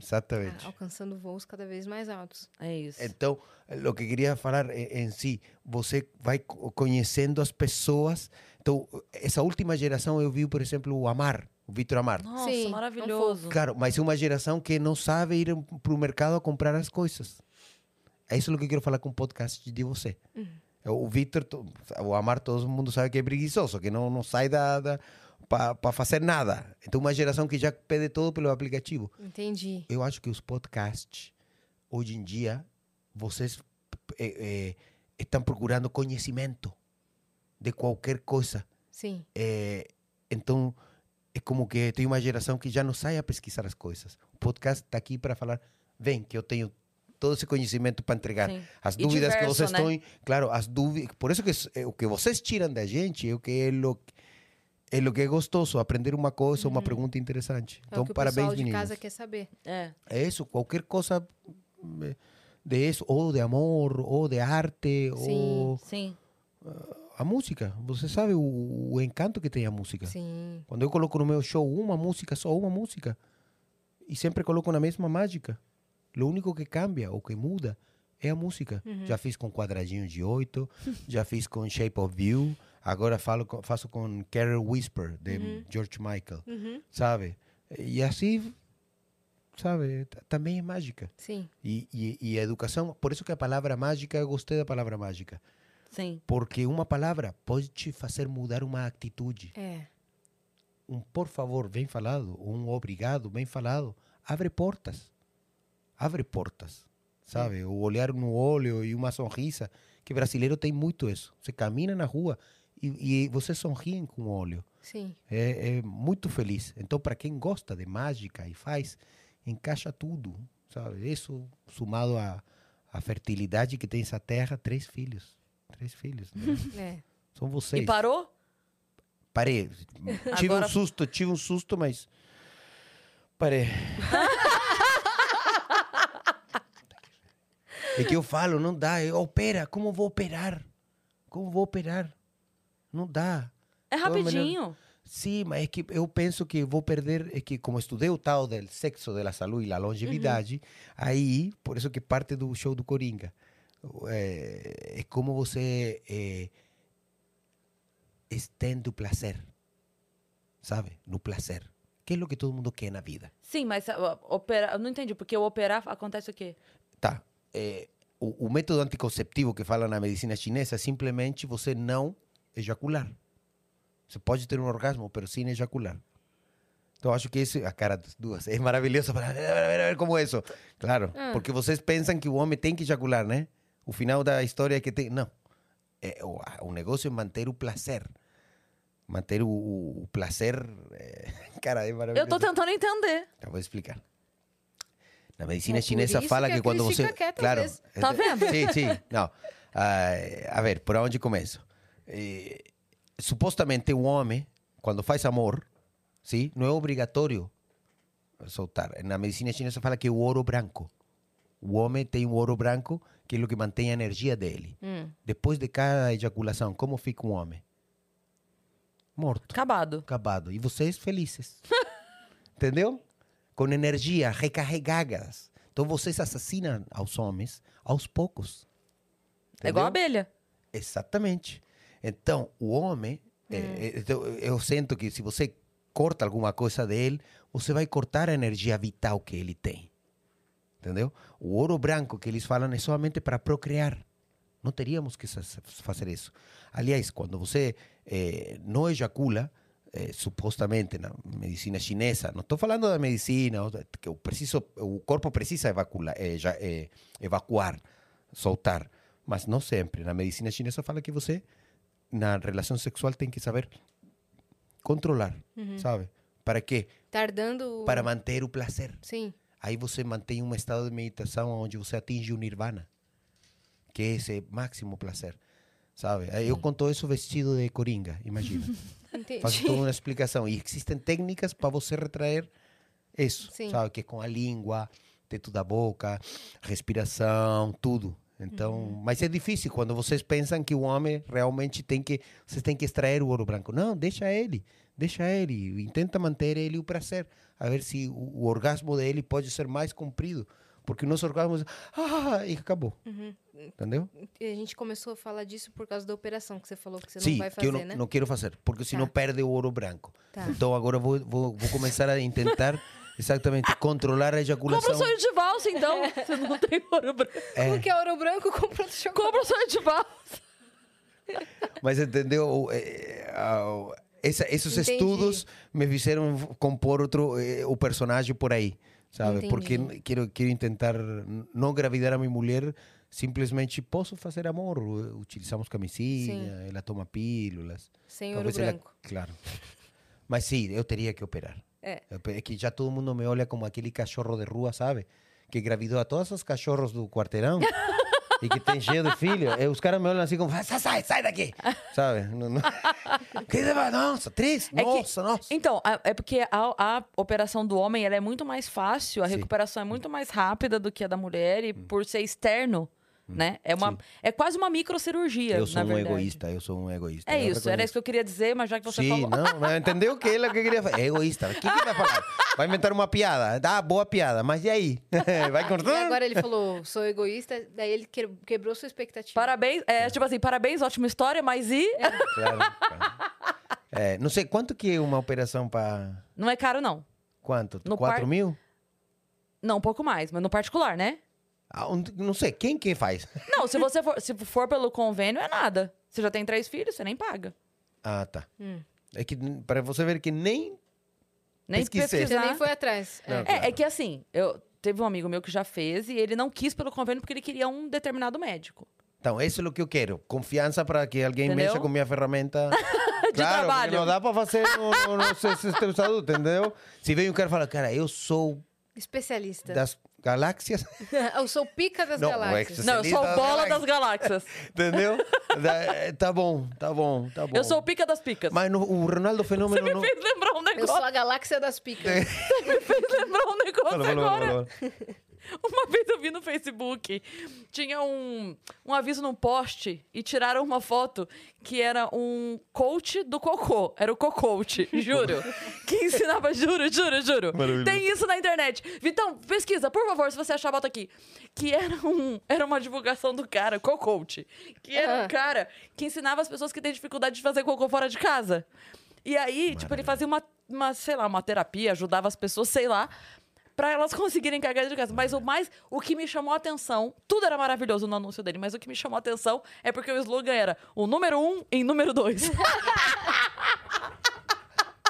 Speaker 3: Exatamente.
Speaker 2: alcançando voos cada vez mais altos.
Speaker 1: é isso.
Speaker 3: Então, o que queria falar é, em si, você vai co- conhecendo as pessoas. Então, essa última geração eu vi, por exemplo, o Amar, o Vitor Amar.
Speaker 1: Nossa,
Speaker 2: Sim,
Speaker 1: maravilhoso.
Speaker 3: Claro, mas é uma geração que não sabe ir para o mercado a comprar as coisas. É isso o que eu quero falar com o podcast de você. O Vitor, to- o Amar, todo mundo sabe que é preguiçoso, que não, não sai da, para fazer nada. Então, uma geração que já pede tudo pelo aplicativo.
Speaker 2: Entendi.
Speaker 3: Eu acho que os podcasts, hoje em dia, vocês eh, eh, estão procurando conhecimento de qualquer coisa.
Speaker 2: Sim. É
Speaker 3: Eh, então, é como que tem uma geração que já não sai a pesquisar as coisas. O podcast está aqui para falar: vem, que eu tenho todo esse conhecimento para entregar.
Speaker 1: Sim.
Speaker 3: As
Speaker 1: E
Speaker 3: dúvidas que
Speaker 1: diverso,
Speaker 3: vocês
Speaker 1: né?
Speaker 3: têm, claro, as dúvidas. Por isso que es- é o que vocês tiram da gente é o que é, lo, é, lo que é gostoso, aprender uma coisa, uma pergunta interessante.
Speaker 2: Uhum. É o
Speaker 3: Então,
Speaker 2: que o
Speaker 3: parabéns,
Speaker 2: pessoal de
Speaker 3: meninos.
Speaker 2: casa quer saber.
Speaker 1: É.
Speaker 3: É isso, qualquer coisa eh, de isso, ou de amor, ou de arte, ou
Speaker 1: Sim.
Speaker 3: a música. Você sabe o, o encanto que tem a música.
Speaker 2: Sim.
Speaker 3: Quando eu coloco no meu show uma música, só uma música, e sempre coloco na mesma mágica. O único que cambia ou que muda é a música. Já fiz com Quadradinho de Oito, já fiz com Shape of You, agora falo, co- faço com Carol Whisper, de George Michael,
Speaker 1: Uhum.
Speaker 3: sabe? E assim, sabe, t- também é mágica.
Speaker 2: Sim.
Speaker 3: E, e, e a educação, por isso que a palavra mágica, eu gostei da palavra mágica.
Speaker 1: Sim.
Speaker 3: Porque uma palavra pode te fazer mudar uma atitude.
Speaker 2: É.
Speaker 3: Um por favor bem falado, um obrigado bem falado, abre portas. Abre portas, sabe? O olhar no olho e uma sorrisa, que brasileiro tem muito isso. Você camina na rua e, e você sorri com o olho.
Speaker 2: Sim.
Speaker 3: É, é muito feliz. Então, para quem gosta de mágica e faz, encaixa tudo, sabe? Isso somado à, à fertilidade que tem essa terra, três filhos. Três filhos. né?
Speaker 2: É.
Speaker 3: São vocês.
Speaker 1: E parou?
Speaker 3: Parei. Tive
Speaker 1: Agora-
Speaker 3: um susto, tive um susto, mas. Parei. é que eu falo, não dá. Eu, opera, como vou operar? Como vou operar? Não dá.
Speaker 1: É
Speaker 3: Então, melhor-
Speaker 1: rapidinho.
Speaker 3: Sim, mas é que eu penso que vou perder, é que como estudei o tal do sexo, da saúde e da longevidade, aí, por isso que parte do show do Coringa, é, é como eh, você é, estende o prazer, sabe? No prazer, que é o que todo mundo quer na vida.
Speaker 1: Sim, mas ó, opera... eu não entendi, porque o operar acontece o quê?
Speaker 3: Tá. é, o, o eh, método anticonceptivo que fala na medicina chinesa é simplesmente você não ejacular. Você pode ter um orgasmo, mas sem ejacular. Então, acho que isso, a cara das duas, é maravilhoso. Para, ver, ver, ver, ver como é isso. Claro,
Speaker 1: Ah.
Speaker 3: porque vocês pensam que o homem tem que ejacular, né? O final da história é que tem. Não. É, o, a- o negócio é manter o prazer. Manter o, o, o prazer. é, cara, é
Speaker 1: Eu
Speaker 3: maravilhoso.
Speaker 1: tô tentando entender.
Speaker 3: Tá, vou explicar. Na medicina
Speaker 2: É por
Speaker 3: chinesa
Speaker 2: isso
Speaker 3: fala
Speaker 2: que
Speaker 3: que,
Speaker 2: a
Speaker 3: quando
Speaker 2: Cris
Speaker 3: você.
Speaker 2: fica quieta,
Speaker 3: claro.
Speaker 2: às
Speaker 1: vezes. Tá
Speaker 3: eh,
Speaker 1: vendo?
Speaker 3: Sim, sim. Não. Ah, a ver, por onde começo? Eh, supostamente o homem, quando faz amor, sim, não é obrigatório soltar. Na medicina chinesa fala que é o ouro branco. O homem tem um ouro branco que é o que mantém a energia dele. Depois de cada ejaculação, como fica um homem? Morto
Speaker 1: Acabado.
Speaker 3: acabado. E vocês felizes. Entendeu? Com energia, recarregadas. Então vocês assassinam aos homens aos poucos.
Speaker 1: É igual
Speaker 3: Entendeu?
Speaker 1: a abelha.
Speaker 3: Exatamente. Então, o homem, é, é, então, eu sinto que se você corta alguma coisa dele, você vai cortar a energia vital que ele tem. Entendeu? O ouro branco que eles falam é somente para procriar. Não teríamos que sa- sa- fazer isso. Aliás, quando você eh, não ejacula, eh, supostamente na medicina chinesa, não estou falando da medicina, ou da- que eu preciso, o corpo precisa evacula, eh, ja- eh, evacuar, soltar, mas não sempre. Na medicina chinesa fala que você, na relação sexual, tem que saber controlar, sabe? Para quê?
Speaker 2: Tardando. o-
Speaker 3: Para manter o prazer.
Speaker 2: Sim.
Speaker 3: Aí você mantém um estado de meditação onde você atinge o nirvana, que é esse máximo prazer, sabe? Aí Eu conto isso vestido de coringa, imagina. Faço toda
Speaker 2: Entendi.
Speaker 3: uma explicação. E existem técnicas para você retrair isso,
Speaker 2: Sim.
Speaker 3: sabe? Que é com a língua, teto da boca, respiração, tudo. Então,
Speaker 2: Uhum.
Speaker 3: mas é difícil quando vocês pensam que o homem realmente tem que, vocês têm que extrair o ouro branco. Não, deixa ele, deixa ele, tenta manter ele o prazer, a ver se o, o orgasmo dele pode ser mais comprido, porque o nosso orgasmo é, ah, e acabou.
Speaker 2: Uhum.
Speaker 3: Entendeu?
Speaker 2: E A gente começou a falar disso por causa da operação que você falou que você
Speaker 3: Sim,
Speaker 2: não vai
Speaker 3: que
Speaker 2: fazer,
Speaker 3: eu não,
Speaker 2: né?
Speaker 3: não quero fazer, porque senão
Speaker 2: Tá.
Speaker 3: perde o ouro branco.
Speaker 2: Tá.
Speaker 3: Então agora vou, vou, vou começar a tentar exatamente controlar a
Speaker 1: Compra o
Speaker 3: ejaculação.
Speaker 1: sonho de valsa, então. Você não tem ouro branco.
Speaker 3: É.
Speaker 2: Porque é ouro branco comprou do chocolate.
Speaker 1: Compra o sonho de valsa.
Speaker 3: Mas entendeu? O, eh, a- o- essa- esses
Speaker 2: Entendi.
Speaker 3: estudos me fizeram v- compor outro eh, o personagem por aí, sabe? Porque
Speaker 2: Entendi.
Speaker 3: n- quero quero tentar n- não gravidar a minha mulher. Simplesmente posso fazer amor. u- Utilizamos camisinha, ela toma pílulas.
Speaker 2: Sem ouro
Speaker 3: Talvez ela-
Speaker 2: branco.
Speaker 3: Claro. Mas sim, eu teria que operar.
Speaker 2: É.
Speaker 3: Eu pe- É que já todo mundo me olha como aquele cachorro de rua, sabe? Que gravidou a todos os cachorros do quarteirão e que tem cheio de filho. E os caras me olham assim como, "Ah, sai, sai, sai daqui! Sabe? Não, não. Que você vai- Nossa, triste!
Speaker 1: É que-
Speaker 3: nossa, nossa!
Speaker 1: Então, a- é porque a, a operação do homem ela é muito mais fácil, a
Speaker 3: Sim. Hum.
Speaker 1: recuperação é muito mais rápida do que a da mulher, e por ser externo, né? É, uma, é quase uma microcirurgia.
Speaker 3: Hum. Eu sou
Speaker 1: na
Speaker 3: um
Speaker 1: verdade.
Speaker 3: egoísta, eu sou um egoísta.
Speaker 1: É
Speaker 3: eu
Speaker 1: isso, era
Speaker 3: reconheço.
Speaker 1: isso que eu queria dizer, mas já que você
Speaker 3: Sim,
Speaker 1: falou.
Speaker 3: não, tipo, mas entendeu que é o que queria fazer. É egoísta. O que, que vai falar? Vai inventar uma piada. Dá boa piada, mas e aí? Vai
Speaker 2: E
Speaker 3: cortar?
Speaker 2: agora ele falou, sou egoísta, daí ele que- quebrou sua expectativa.
Speaker 1: Parabéns, é, tipo assim, parabéns, ótima história, mas e.
Speaker 2: É.
Speaker 3: Claro, claro. É, não sei, quanto que é uma operação para...
Speaker 1: Não é caro, não.
Speaker 3: Quanto?
Speaker 1: No
Speaker 3: 4
Speaker 1: par-
Speaker 3: mil?
Speaker 1: Não, um pouco mais, mas no particular, né?
Speaker 3: Ah, um- não sei, quem que faz?
Speaker 1: Não, se você for, se for pelo convênio, é nada. Você já tem três filhos, você nem paga.
Speaker 3: Ah, tá.
Speaker 1: Mm.
Speaker 3: É que para você ver que nem...
Speaker 1: Nem
Speaker 3: Pesquisei.
Speaker 1: pesquisar.
Speaker 2: Você nem foi atrás. É.
Speaker 3: Não.
Speaker 1: É, é
Speaker 3: Claro.
Speaker 1: que assim, eu teve um amigo meu que já fez e ele não quis pelo convênio porque ele queria um determinado médico.
Speaker 3: Então, isso é o que eu quero. Confiança para que alguém
Speaker 1: Entendeu?
Speaker 3: mexa com minha ferramenta.
Speaker 1: De
Speaker 3: claro,
Speaker 1: trabalho.
Speaker 3: porque não dá para fazer no, no, no seu sistema de saúde, entendeu? Se vem um cara e fala, cara, eu sou
Speaker 2: Especialista.
Speaker 3: das galáxias.
Speaker 2: Eu sou pica das
Speaker 3: Não, é o
Speaker 2: galáxias.
Speaker 3: Excel-
Speaker 1: Não, eu sou
Speaker 3: Especialista
Speaker 1: bola
Speaker 3: das
Speaker 1: das galáxias.
Speaker 3: Entendeu? Da- tá bom, tá bom, tá bom.
Speaker 1: Eu sou o pica das picas.
Speaker 3: Mas no- o Ronaldo
Speaker 1: Você
Speaker 3: Fenômeno
Speaker 1: me
Speaker 3: não...
Speaker 1: fez lembrar um
Speaker 2: Eu sou
Speaker 1: negócio.
Speaker 3: É.
Speaker 2: a galáxia das picas.
Speaker 1: Fez lembrar um negócio
Speaker 3: Falou, falou,
Speaker 1: agora.
Speaker 3: falou, falou.
Speaker 1: Uma vez eu vi no Facebook, tinha um, um aviso num poste e tiraram uma foto que era um coach do cocô. Era o cocoach, juro. que ensinava, juro, juro, juro.
Speaker 3: Maravilhoso.
Speaker 1: Tem isso na internet. Vitão, pesquisa, por favor, se você achar, bota aqui. Que era, um, era uma divulgação do cara, cocoach. Que era um
Speaker 2: Ah.
Speaker 1: cara que ensinava as pessoas que têm dificuldade de fazer cocô fora de casa. E aí, tipo, ele fazia uma, uma, sei lá, uma terapia, ajudava as pessoas, sei lá, pra elas conseguirem cagar de casa. Mas o mais, o que me chamou a atenção, tudo era maravilhoso no anúncio dele, mas o que me chamou a atenção é porque o slogan era o número um em número dois.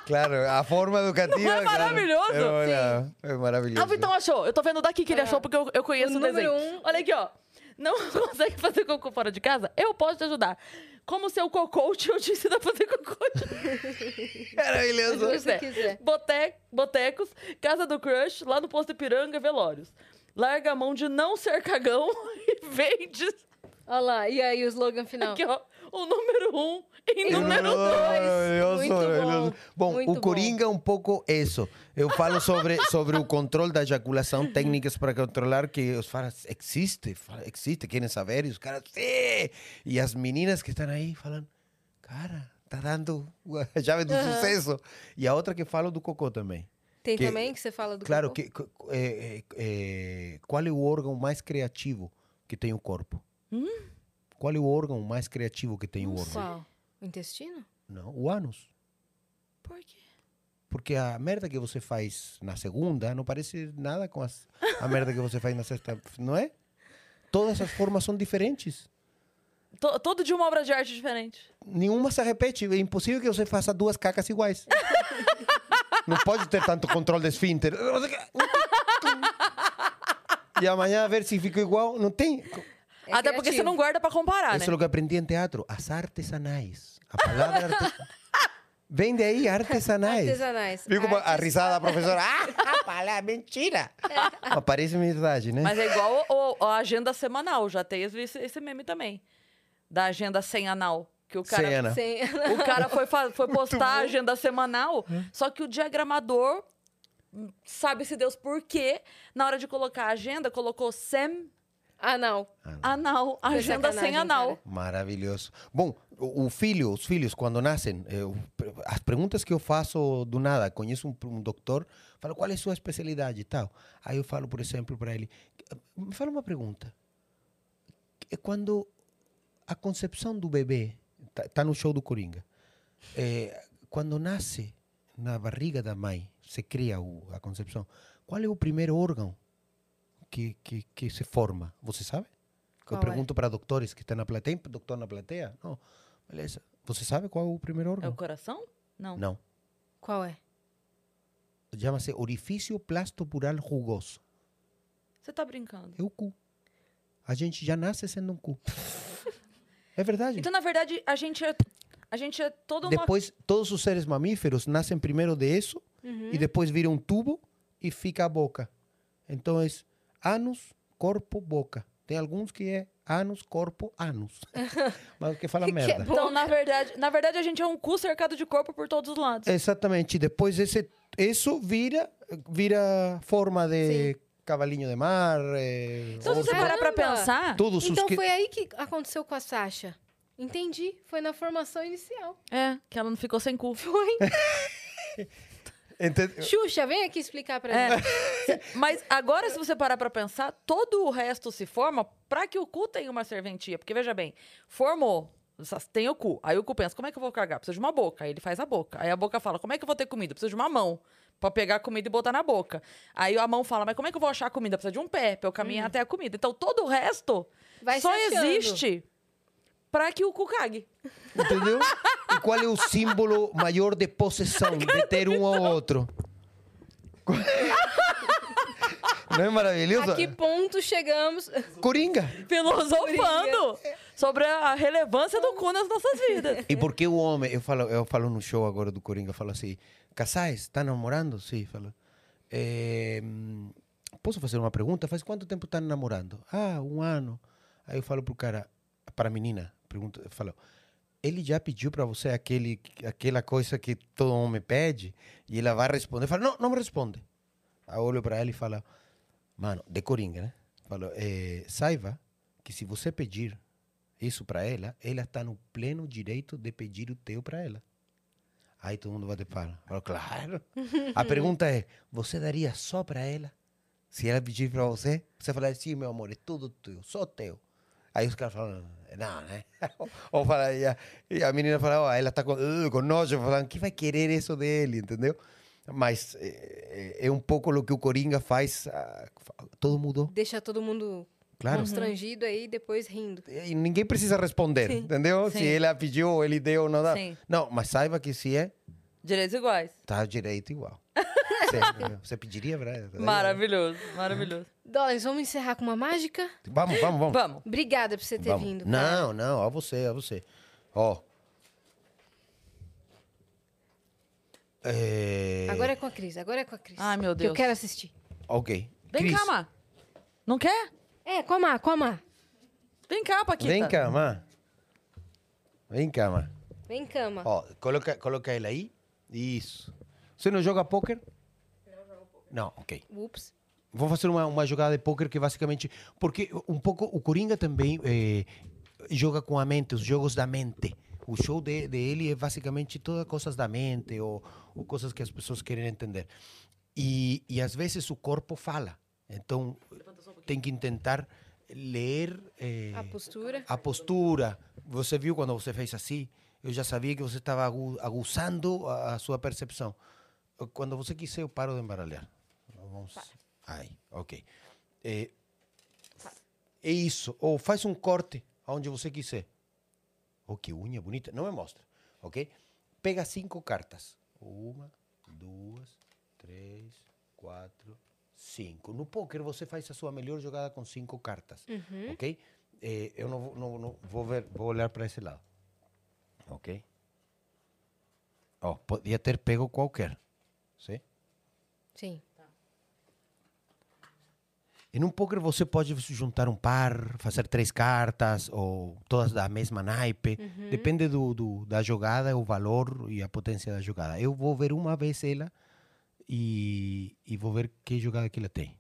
Speaker 3: Claro, a forma educativa.
Speaker 1: Não é
Speaker 3: claro.
Speaker 1: maravilhoso?
Speaker 3: É, mara- é maravilhoso.
Speaker 1: Ah, o Vitão achou. Eu tô vendo daqui que ele achou porque eu, eu conheço o,
Speaker 2: É. O número
Speaker 1: desenho.
Speaker 2: um.
Speaker 1: Olha aqui, ó. Não consegue fazer cocô fora de casa? Eu posso te ajudar. Como seu cocote, eu te ensino a fazer cocô.
Speaker 3: Maravilhoso.
Speaker 2: Se você
Speaker 1: Pois é.
Speaker 2: quiser.
Speaker 1: Bote- botecos, casa do crush, lá no posto Ipiranga, velórios. Larga a mão de não ser cagão e vende
Speaker 2: Olha lá, e aí o slogan final.
Speaker 1: aqui, ó, o número um em número
Speaker 3: Maravilhoso,
Speaker 2: dois. Muito bom,
Speaker 3: maravilhoso. Bom,
Speaker 2: muito
Speaker 3: o
Speaker 2: bom.
Speaker 3: Coringa é um pouco isso. Eu falo sobre, sobre o controle da ejaculação, técnicas para controlar, que os caras existe, fala, existe, querem saber, e os caras, sim! E as meninas que estão aí falam, cara, tá dando a chave do sucesso. E a outra que fala do cocô também.
Speaker 2: Tem
Speaker 3: Que-
Speaker 2: também que você fala do
Speaker 3: Claro,
Speaker 2: cocô?
Speaker 3: que, co- co- é, é, é, qual é o órgão mais criativo que tem o corpo? Qual é o órgão mais criativo que tem o
Speaker 2: Hum? Não
Speaker 3: órgão?
Speaker 2: sei. O intestino?
Speaker 3: Não, o ânus.
Speaker 1: Por quê?
Speaker 3: Porque a merda que você faz na segunda não parece nada com as- a merda que você faz na sexta, não é? Todas as formas são diferentes.
Speaker 2: um.
Speaker 1: To- Todo de uma obra de arte diferente.
Speaker 3: Nenhuma se repete. É impossível que você faça duas cacas iguais. Não pode ter tanto controle de esfínter. E amanhã a ver se ficou igual. Não tem.
Speaker 2: É
Speaker 1: Até porque você
Speaker 2: criativo.
Speaker 1: não guarda pra comparar,
Speaker 3: Isso é
Speaker 1: né?
Speaker 3: o que aprendi em teatro. As artesanais. A palavra arte... Vem de aí, artesanais.
Speaker 2: Artesanais.
Speaker 3: Viu como a
Speaker 2: Artes-
Speaker 3: risada da professora? Ah, fala, mentira! Mas parece verdade, né?
Speaker 1: Mas é igual o- o- a agenda semanal, já tem esse, esse meme também. Da agenda sem anal. Que o cara,
Speaker 3: Sem anal. Hum.
Speaker 2: Sem-
Speaker 1: O cara foi, fa- foi postar a agenda semanal, só que o diagramador, sabe-se Deus por quê, na hora de colocar a agenda, colocou sem
Speaker 2: Ah, não.
Speaker 1: anal. Agenda sem
Speaker 2: sacanagem,
Speaker 1: anal.
Speaker 2: cara.
Speaker 3: Maravilhoso. Bom, o, o filho, os filhos, quando nascem, eu- as perguntas que eu faço do nada, conheço um, um doutor, falo, qual é a sua especialidade e tal. Aí eu falo, por exemplo, para ele, me fala uma pergunta. É quando a concepção do bebê, tá, tá no show do Coringa, é, quando nasce na barriga da mãe, se cria o- a concepção, qual é o primeiro órgão que, que, que se forma? Você sabe?
Speaker 2: Qual
Speaker 3: eu
Speaker 2: é?
Speaker 3: pergunto para doutores que estão na plateia. Tem doutor na plateia? Não. Beleza. Você sabe qual é o primeiro
Speaker 1: É
Speaker 3: órgão?
Speaker 1: o coração? Não.
Speaker 3: Não.
Speaker 2: Qual é?
Speaker 3: Chama-se orifício plastopural rugoso.
Speaker 1: Você tá brincando.
Speaker 3: É o cu. A gente já nasce sendo um cu. É verdade.
Speaker 1: Então, na verdade, a gente é, a gente é toda uma...
Speaker 3: Depois, todos os seres mamíferos nascem primeiro de isso e depois vira um tubo e fica a boca. Então é ânus, corpo, boca. Tem alguns que é ânus, corpo, ânus. Mas que fala merda.
Speaker 1: Então, na verdade, na verdade, a gente é um cu cercado de corpo por todos os lados.
Speaker 3: É. Exatamente. Depois esse, isso vira, vira forma de cavalinho de mar. eh,
Speaker 1: Então, se
Speaker 3: osso.
Speaker 1: você parar pra
Speaker 2: Caramba!
Speaker 1: pensar...
Speaker 3: todos os
Speaker 2: Então
Speaker 3: que...
Speaker 2: foi aí que aconteceu com a Sasha. Entendi. Foi na formação inicial.
Speaker 1: É, que ela não ficou sem cu.
Speaker 2: Foi.
Speaker 3: Ente-
Speaker 2: Xuxa, vem aqui explicar pra
Speaker 1: É.
Speaker 2: gente.
Speaker 1: Mas agora, se você parar pra pensar, todo o resto se forma pra que o cu tenha uma serventia. Porque, veja bem, formou, só- tem o cu. Aí o cu pensa, como é que eu vou cagar? Preciso de uma boca. Aí ele faz a boca. Aí a boca fala, como é que eu vou ter comida? Preciso de uma mão pra pegar a comida e botar na boca. Aí a mão fala, mas como é que eu vou achar a comida? Precisa de um pé pra eu caminhar até a comida. Então, todo o resto
Speaker 2: Hum. Vai se
Speaker 1: só
Speaker 2: achando.
Speaker 1: existe pra que o cu cague.
Speaker 3: Entendeu? E qual é o símbolo maior de possessão de ter um ao outro? Não é maravilhoso?
Speaker 2: A que ponto chegamos?
Speaker 3: Coringa.
Speaker 1: Filosofando sobre a relevância do cu nas nossas vidas.
Speaker 3: E por que o homem? Eu falo, eu falo no show agora do Coringa, eu falo assim: casais, tá namorando? Sim, falo. "Eh, hum, posso fazer uma pergunta? Faz quanto tempo tá namorando? Ah, um ano. Aí eu falo pro cara, para a menina, pergunto, eu falo: ele já pediu para você aquele, aquela coisa que todo homem pede? E ela vai responder. Eu falo: não, não me responde. Aí eu olho para ela e falo: Mano, de Coringa, né? Falou, eh, saiba que se você pedir isso pra ela, ela está no pleno direito de pedir o teu pra ela. Aí todo mundo bate palma. Falou, claro. A pergunta é, você daria só pra ela? Se ela pedir pra você, você falaria, sim, meu amor, é tudo teu, só teu. Aí os caras falam, não, né? Ou fala, e a, e a menina fala, ó, ela tá com, "Ugh", com nojo, falando, que vai querer isso dele, entendeu? Mas eh, eh, é, um pouco o que o Coringa faz, ah, fa- todo mudou,
Speaker 2: Deixa todo mundo
Speaker 3: claro.
Speaker 1: Uhum.
Speaker 2: constrangido aí, depois rindo.
Speaker 3: E ninguém precisa responder, entendeu? Se
Speaker 1: Sim.
Speaker 3: ela pediu, ele deu, não dá.
Speaker 1: Sim.
Speaker 3: Não, mas saiba que se é,
Speaker 1: Direitos iguais.
Speaker 3: tá direito igual. Você, você pediria né? pra ela?
Speaker 1: Maravilhoso, maravilhoso.
Speaker 2: Dólares, vamos encerrar com uma mágica?
Speaker 3: Vamos, vamos, vamos.
Speaker 1: Vamos.
Speaker 2: Obrigada por você tá? ter
Speaker 3: Vamos.
Speaker 2: vindo. cara.
Speaker 3: Não, não, ó você, ó você. Ó. É...
Speaker 2: Agora é com a Cris, agora é com a Cris.
Speaker 1: Ai, meu
Speaker 2: Que eu
Speaker 1: Deus.
Speaker 2: quero assistir.
Speaker 3: Ok.
Speaker 1: Vem
Speaker 3: Cris,
Speaker 1: cá, Má. Não quer?
Speaker 2: É, com a Má, com a Má.
Speaker 1: Vem cá, Paquita.
Speaker 3: Vem cá, Má. Vem cá, Má.
Speaker 2: Vem cama.
Speaker 3: Ó, coloca, coloca ele aí. Isso. Você não joga pôquer? Não, ok.
Speaker 2: Ups.
Speaker 3: Vou fazer uma, uma jogada de pôquer que basicamente... Porque um pouco o Coringa também eh, joga com a mente, os jogos da mente. O show de, dele é basicamente todas coisas da mente ou, ou coisas que as pessoas querem entender. E, e às vezes o corpo fala. Então tem que tentar ler... eh,
Speaker 2: A postura.
Speaker 3: a postura, você viu quando você fez assim, eu já sabia que você estava agu- aguçando a, a sua percepção. Eu- Quando você quiser, eu paro de embaralhar. Vamos. Aí, ok. É, é isso. Ou faz um corte aonde você quiser. Oh, que unha bonita. Não me mostra, ok? Pega cinco cartas. Uma, duas, três, quatro, cinco. No poker você faz a sua melhor jogada com cinco cartas, ok? Eh, eu não, vou- não, não vou ver, vou olhar para esse lado, ok? Ó, podia ter pego qualquer, sim?
Speaker 2: Sim.
Speaker 3: Em um poker você pode juntar um par, fazer três cartas ou todas da mesma naipe. Depende do, do- da jogada, o valor e a potência da jogada. Eu vou ver uma vez ela e, e vou ver que jogada que ela tem.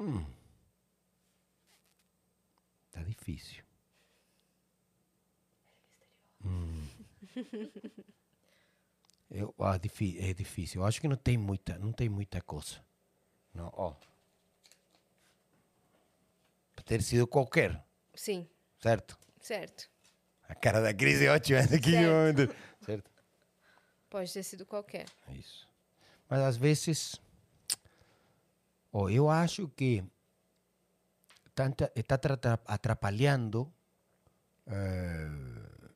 Speaker 3: Hum. Tá difícil. Eu, ah, difí- é difícil. Eu acho que não tem muita, não tem muita coisa. Não, ó. Pra Ter sido qualquer,
Speaker 2: Sim.
Speaker 3: certo?
Speaker 2: Certo.
Speaker 3: A cara da crise é ótima naquele
Speaker 2: Certo.
Speaker 3: momento. Certo?
Speaker 2: Pode ter sido qualquer.
Speaker 3: É Isso. Mas às vezes, ó, eu acho que tanta, está trata- atrapalhando eh,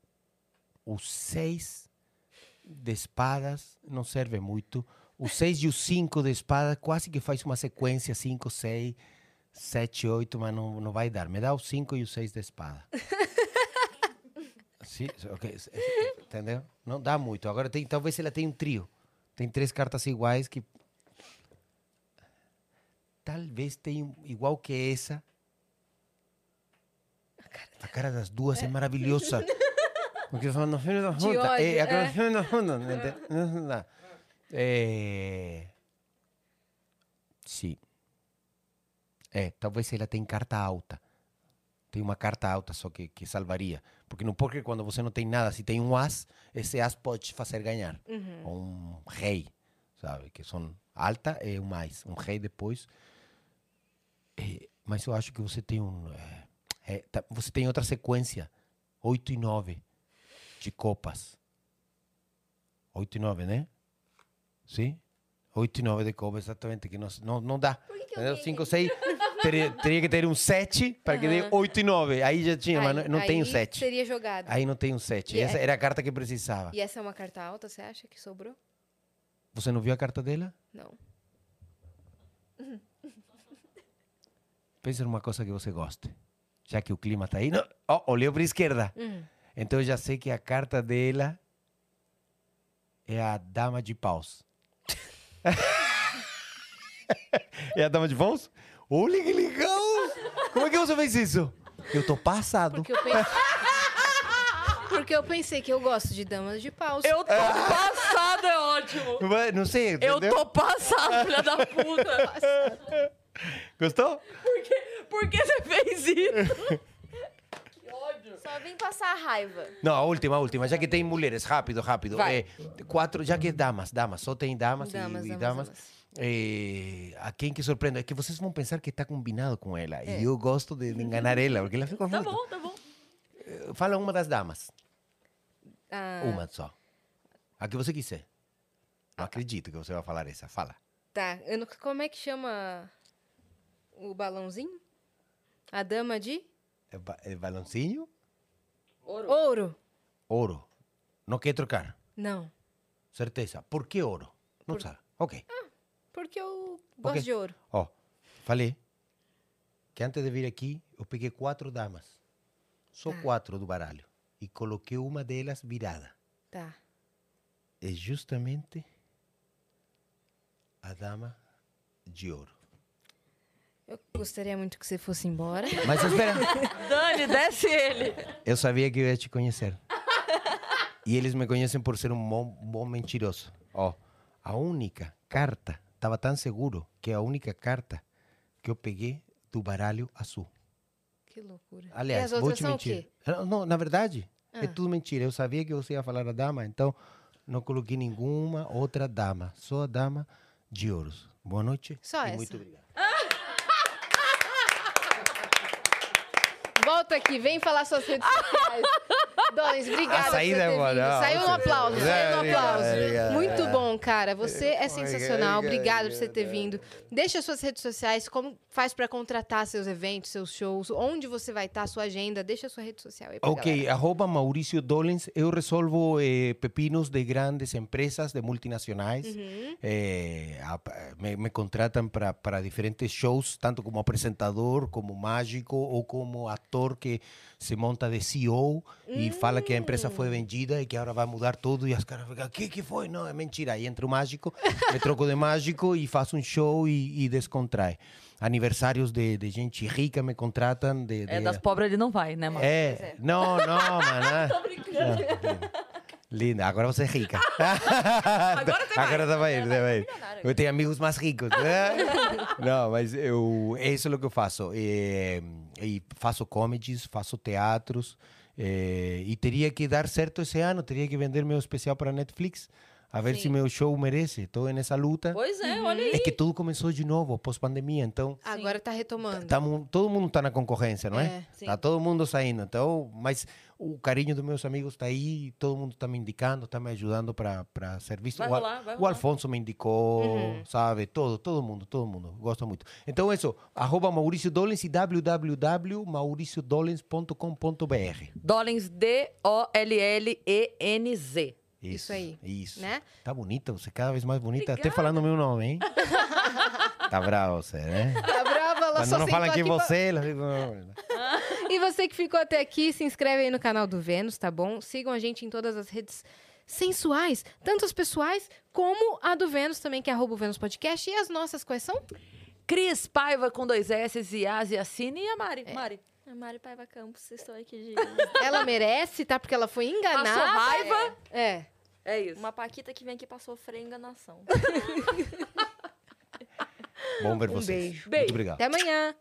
Speaker 3: o 6 de espadas, não serve muito. O 6 e o 5 de espadas quase que faz uma sequência 5, 6, 7, 8, mas não, não vai dar. Me dá o 5 e o 6 de espada. Sim, ok. s- s- Entendeu? Não dá muito. Agora tem, talvez ela tenha um trio. Tem três cartas iguais que. Talvez tenha um igual que essa. A cara das duas é maravilhosa. Porque são no fim da
Speaker 2: De
Speaker 3: junta. É,
Speaker 2: ódio,
Speaker 3: a cara
Speaker 2: é.
Speaker 3: no fim da junta. não ente- não, não. É. Sim. É, talvez ela tenha carta alta. Tem uma carta alta só que, que salvaria. Porque no poker, quando você não tem nada, se tem um as, esse as pode te fazer ganhar. Ou um rei, sabe? Que são alta é um mais. Um rei depois. É, mas eu acho que você tem um. é, é, tá- você tem outra sequência. 8 e 9 de copas. 8 e 9, né? Sim? 8 e 9 de copas, exatamente. Que não, não, não dá. 5, 6. Teria, teria que ter um 7 para que dê 8 e 9. Aí já tinha, mas não, não tem um 7.
Speaker 2: Seria jogado.
Speaker 3: Aí não tem um 7.
Speaker 2: E
Speaker 3: Essa
Speaker 2: é-
Speaker 3: era a carta que precisava.
Speaker 2: E essa é uma carta alta, você acha que sobrou?
Speaker 3: Você não viu a carta dela?
Speaker 2: Não.
Speaker 3: Pensa numa coisa que você goste. Já que o clima está oh, aí. Não. Ó, olhou para a esquerda. Então eu já sei que a carta dela é a Dama de Paus. é a Dama de Paus? Olha que legal! Como é que você fez isso? Eu tô passado.
Speaker 2: Porque eu pensei. Porque eu pensei que eu gosto de damas de paus.
Speaker 1: Eu tô passada, é ótimo.
Speaker 3: Mas Não sei,
Speaker 1: Eu
Speaker 3: entendeu?
Speaker 1: tô passada, filha da puta.
Speaker 3: Gostou?
Speaker 1: Por que, por que você fez isso? que ódio.
Speaker 4: Só vim passar a raiva.
Speaker 3: Não, a última, a última. Já que tem mulheres, rápido, rápido.
Speaker 1: Vai.
Speaker 3: Eh, quatro, já que é damas, damas. Só tem damas,
Speaker 2: Damas,
Speaker 3: e, e
Speaker 2: damas,
Speaker 3: damas.
Speaker 2: damas.
Speaker 3: Eh, a quem que surpreenda? É que vocês vão pensar que está combinado com ela.
Speaker 2: Eh.
Speaker 3: E eu gosto de, de enganar ela, porque ela fica
Speaker 1: Tá
Speaker 3: muito-
Speaker 1: bom, tá bom.
Speaker 3: Eh, Fala uma das damas.
Speaker 2: Ah,
Speaker 3: Uma só. A que você quiser. Não acredito que você vai falar essa. Fala.
Speaker 2: Tá. Eu não- como é que chama o balãozinho? A dama de
Speaker 3: É ba- é balãozinho?
Speaker 1: Ouro.
Speaker 2: ouro?
Speaker 3: Ouro. Não quer trocar.
Speaker 2: Não.
Speaker 3: Certeza. Por que ouro? Não sabe. Ok.
Speaker 2: Porque eu gosto
Speaker 3: Ok.
Speaker 2: de ouro.
Speaker 3: Ó, falei que antes de vir aqui, eu peguei quatro damas. Só quatro do baralho. E coloquei uma delas virada.
Speaker 2: Tá.
Speaker 3: É justamente a dama de ouro.
Speaker 2: Eu gostaria muito que você fosse embora.
Speaker 3: Mas espera,
Speaker 1: Dani, desce ele.
Speaker 3: eu sabia que eu ia te conhecer. E eles me conhecem por ser um bom, bom mentiroso. Ó, a única carta, estava tão seguro que é a única carta que eu peguei do baralho azul.
Speaker 2: Que loucura.
Speaker 3: Aliás,
Speaker 2: e as
Speaker 3: vou
Speaker 2: outras
Speaker 3: te
Speaker 2: são o
Speaker 3: mentir.
Speaker 2: quê? Ah.
Speaker 3: Não, Não, na verdade, é tudo mentira. Eu sabia que você ia falar a dama, então não coloquei nenhuma outra dama. Só a dama de ouros. Boa noite.
Speaker 2: Só
Speaker 3: e
Speaker 2: essa.
Speaker 3: Muito obrigado.
Speaker 2: Volta aqui, vem falar suas redes sociais. Doris, obrigada.
Speaker 3: A saída
Speaker 2: por ter
Speaker 3: é boa,
Speaker 2: vindo.
Speaker 3: não,
Speaker 2: Saiu um
Speaker 3: você-
Speaker 2: aplauso,
Speaker 3: É,
Speaker 2: saiu um
Speaker 3: obrigado,
Speaker 2: aplauso.
Speaker 3: obrigado.
Speaker 2: Muito bom, cara. Você é sensacional.
Speaker 3: obrigado,
Speaker 2: Obrigada por você ter vindo. Deixa as suas redes sociais, como faz pra contratar seus eventos, seus shows, onde você vai estar, sua agenda. Deixa a sua rede social aí pra
Speaker 3: Ok,
Speaker 2: galera.
Speaker 3: arroba Mauricio Dolens. Eu resolvo eh, pepinos de grandes empresas, de multinacionais. Eh, a- me, me contratam para diferentes shows, tanto como apresentador, como mágico ou como ator que se monta de CEO e fala que a empresa foi vendida e que agora vai mudar tudo. E as caras ficam, que que foi? Não, é mentira. Aí entra o mágico, me troco de mágico e faço um show e, e descontrai. Aniversários de, de gente rica me contratam. De,
Speaker 1: É,
Speaker 3: de-
Speaker 1: das pobres ele não vai, né, mano?
Speaker 3: é. Não, não, mano. Tô brincando. Linda, agora você é rica. agora você vai. Agora vai, você vai. Eu tenho amigos mais ricos. né? não, mas eu, isso é o que eu faço. E, e faço comedies, faço teatros. eh, E, teria que dar certo esse ano, teria que vender meu especial para Netflix. A ver se meu show merece. Estou nessa luta.
Speaker 1: Pois é, olha aí.
Speaker 3: É que tudo começou de novo, pós-pandemia. Então,
Speaker 2: Agora tá retomando.
Speaker 3: Tamo, todo mundo está na concorrência, não
Speaker 2: É.
Speaker 3: é?
Speaker 1: Sim.
Speaker 3: Tá todo mundo saindo. Então, mas o carinho dos meus amigos está aí, todo mundo está me indicando, está me ajudando para ser visto.
Speaker 1: Vai
Speaker 3: o, Al-
Speaker 1: rolar, vai
Speaker 3: o
Speaker 1: rolar.
Speaker 3: Alfonso me indicou, sabe? Todo, todo mundo, todo mundo. Gosto muito. Então, isso, arroba Maurício Dolens e www.mauriciodolens.com.br.
Speaker 1: Dollens D-O-L-L-E-N-Z.
Speaker 2: Isso aí,
Speaker 3: Isso.
Speaker 2: né?
Speaker 3: Tá bonita, você cada vez mais bonita.
Speaker 1: Obrigada.
Speaker 3: Até falando meu nome, hein? tá bravo você, né?
Speaker 2: Tá brava, ela
Speaker 3: Quando
Speaker 2: só
Speaker 3: não
Speaker 2: sentou
Speaker 3: fala que
Speaker 2: aqui pra-
Speaker 3: você, ela fica...
Speaker 2: E você que ficou até aqui, se inscreve aí no canal do Vênus, tá bom? Sigam a gente em todas as redes sensuais, tanto as pessoais como a do Vênus também, que é arroba o Vênus Podcast. E as nossas quais são?
Speaker 1: Cris Paiva com dois S, e A, e a Cine e a Mari. Mari.
Speaker 4: A Mari Paiva Campos, estou aqui de
Speaker 2: Ela merece, tá? Porque ela foi enganada.
Speaker 1: Passou raiva.
Speaker 2: É.
Speaker 1: É isso.
Speaker 4: uma Paquita que vem aqui pra sofrer enganação.
Speaker 3: Bom ver vocês.
Speaker 2: beijo.
Speaker 3: Muito obrigado.
Speaker 2: Até amanhã.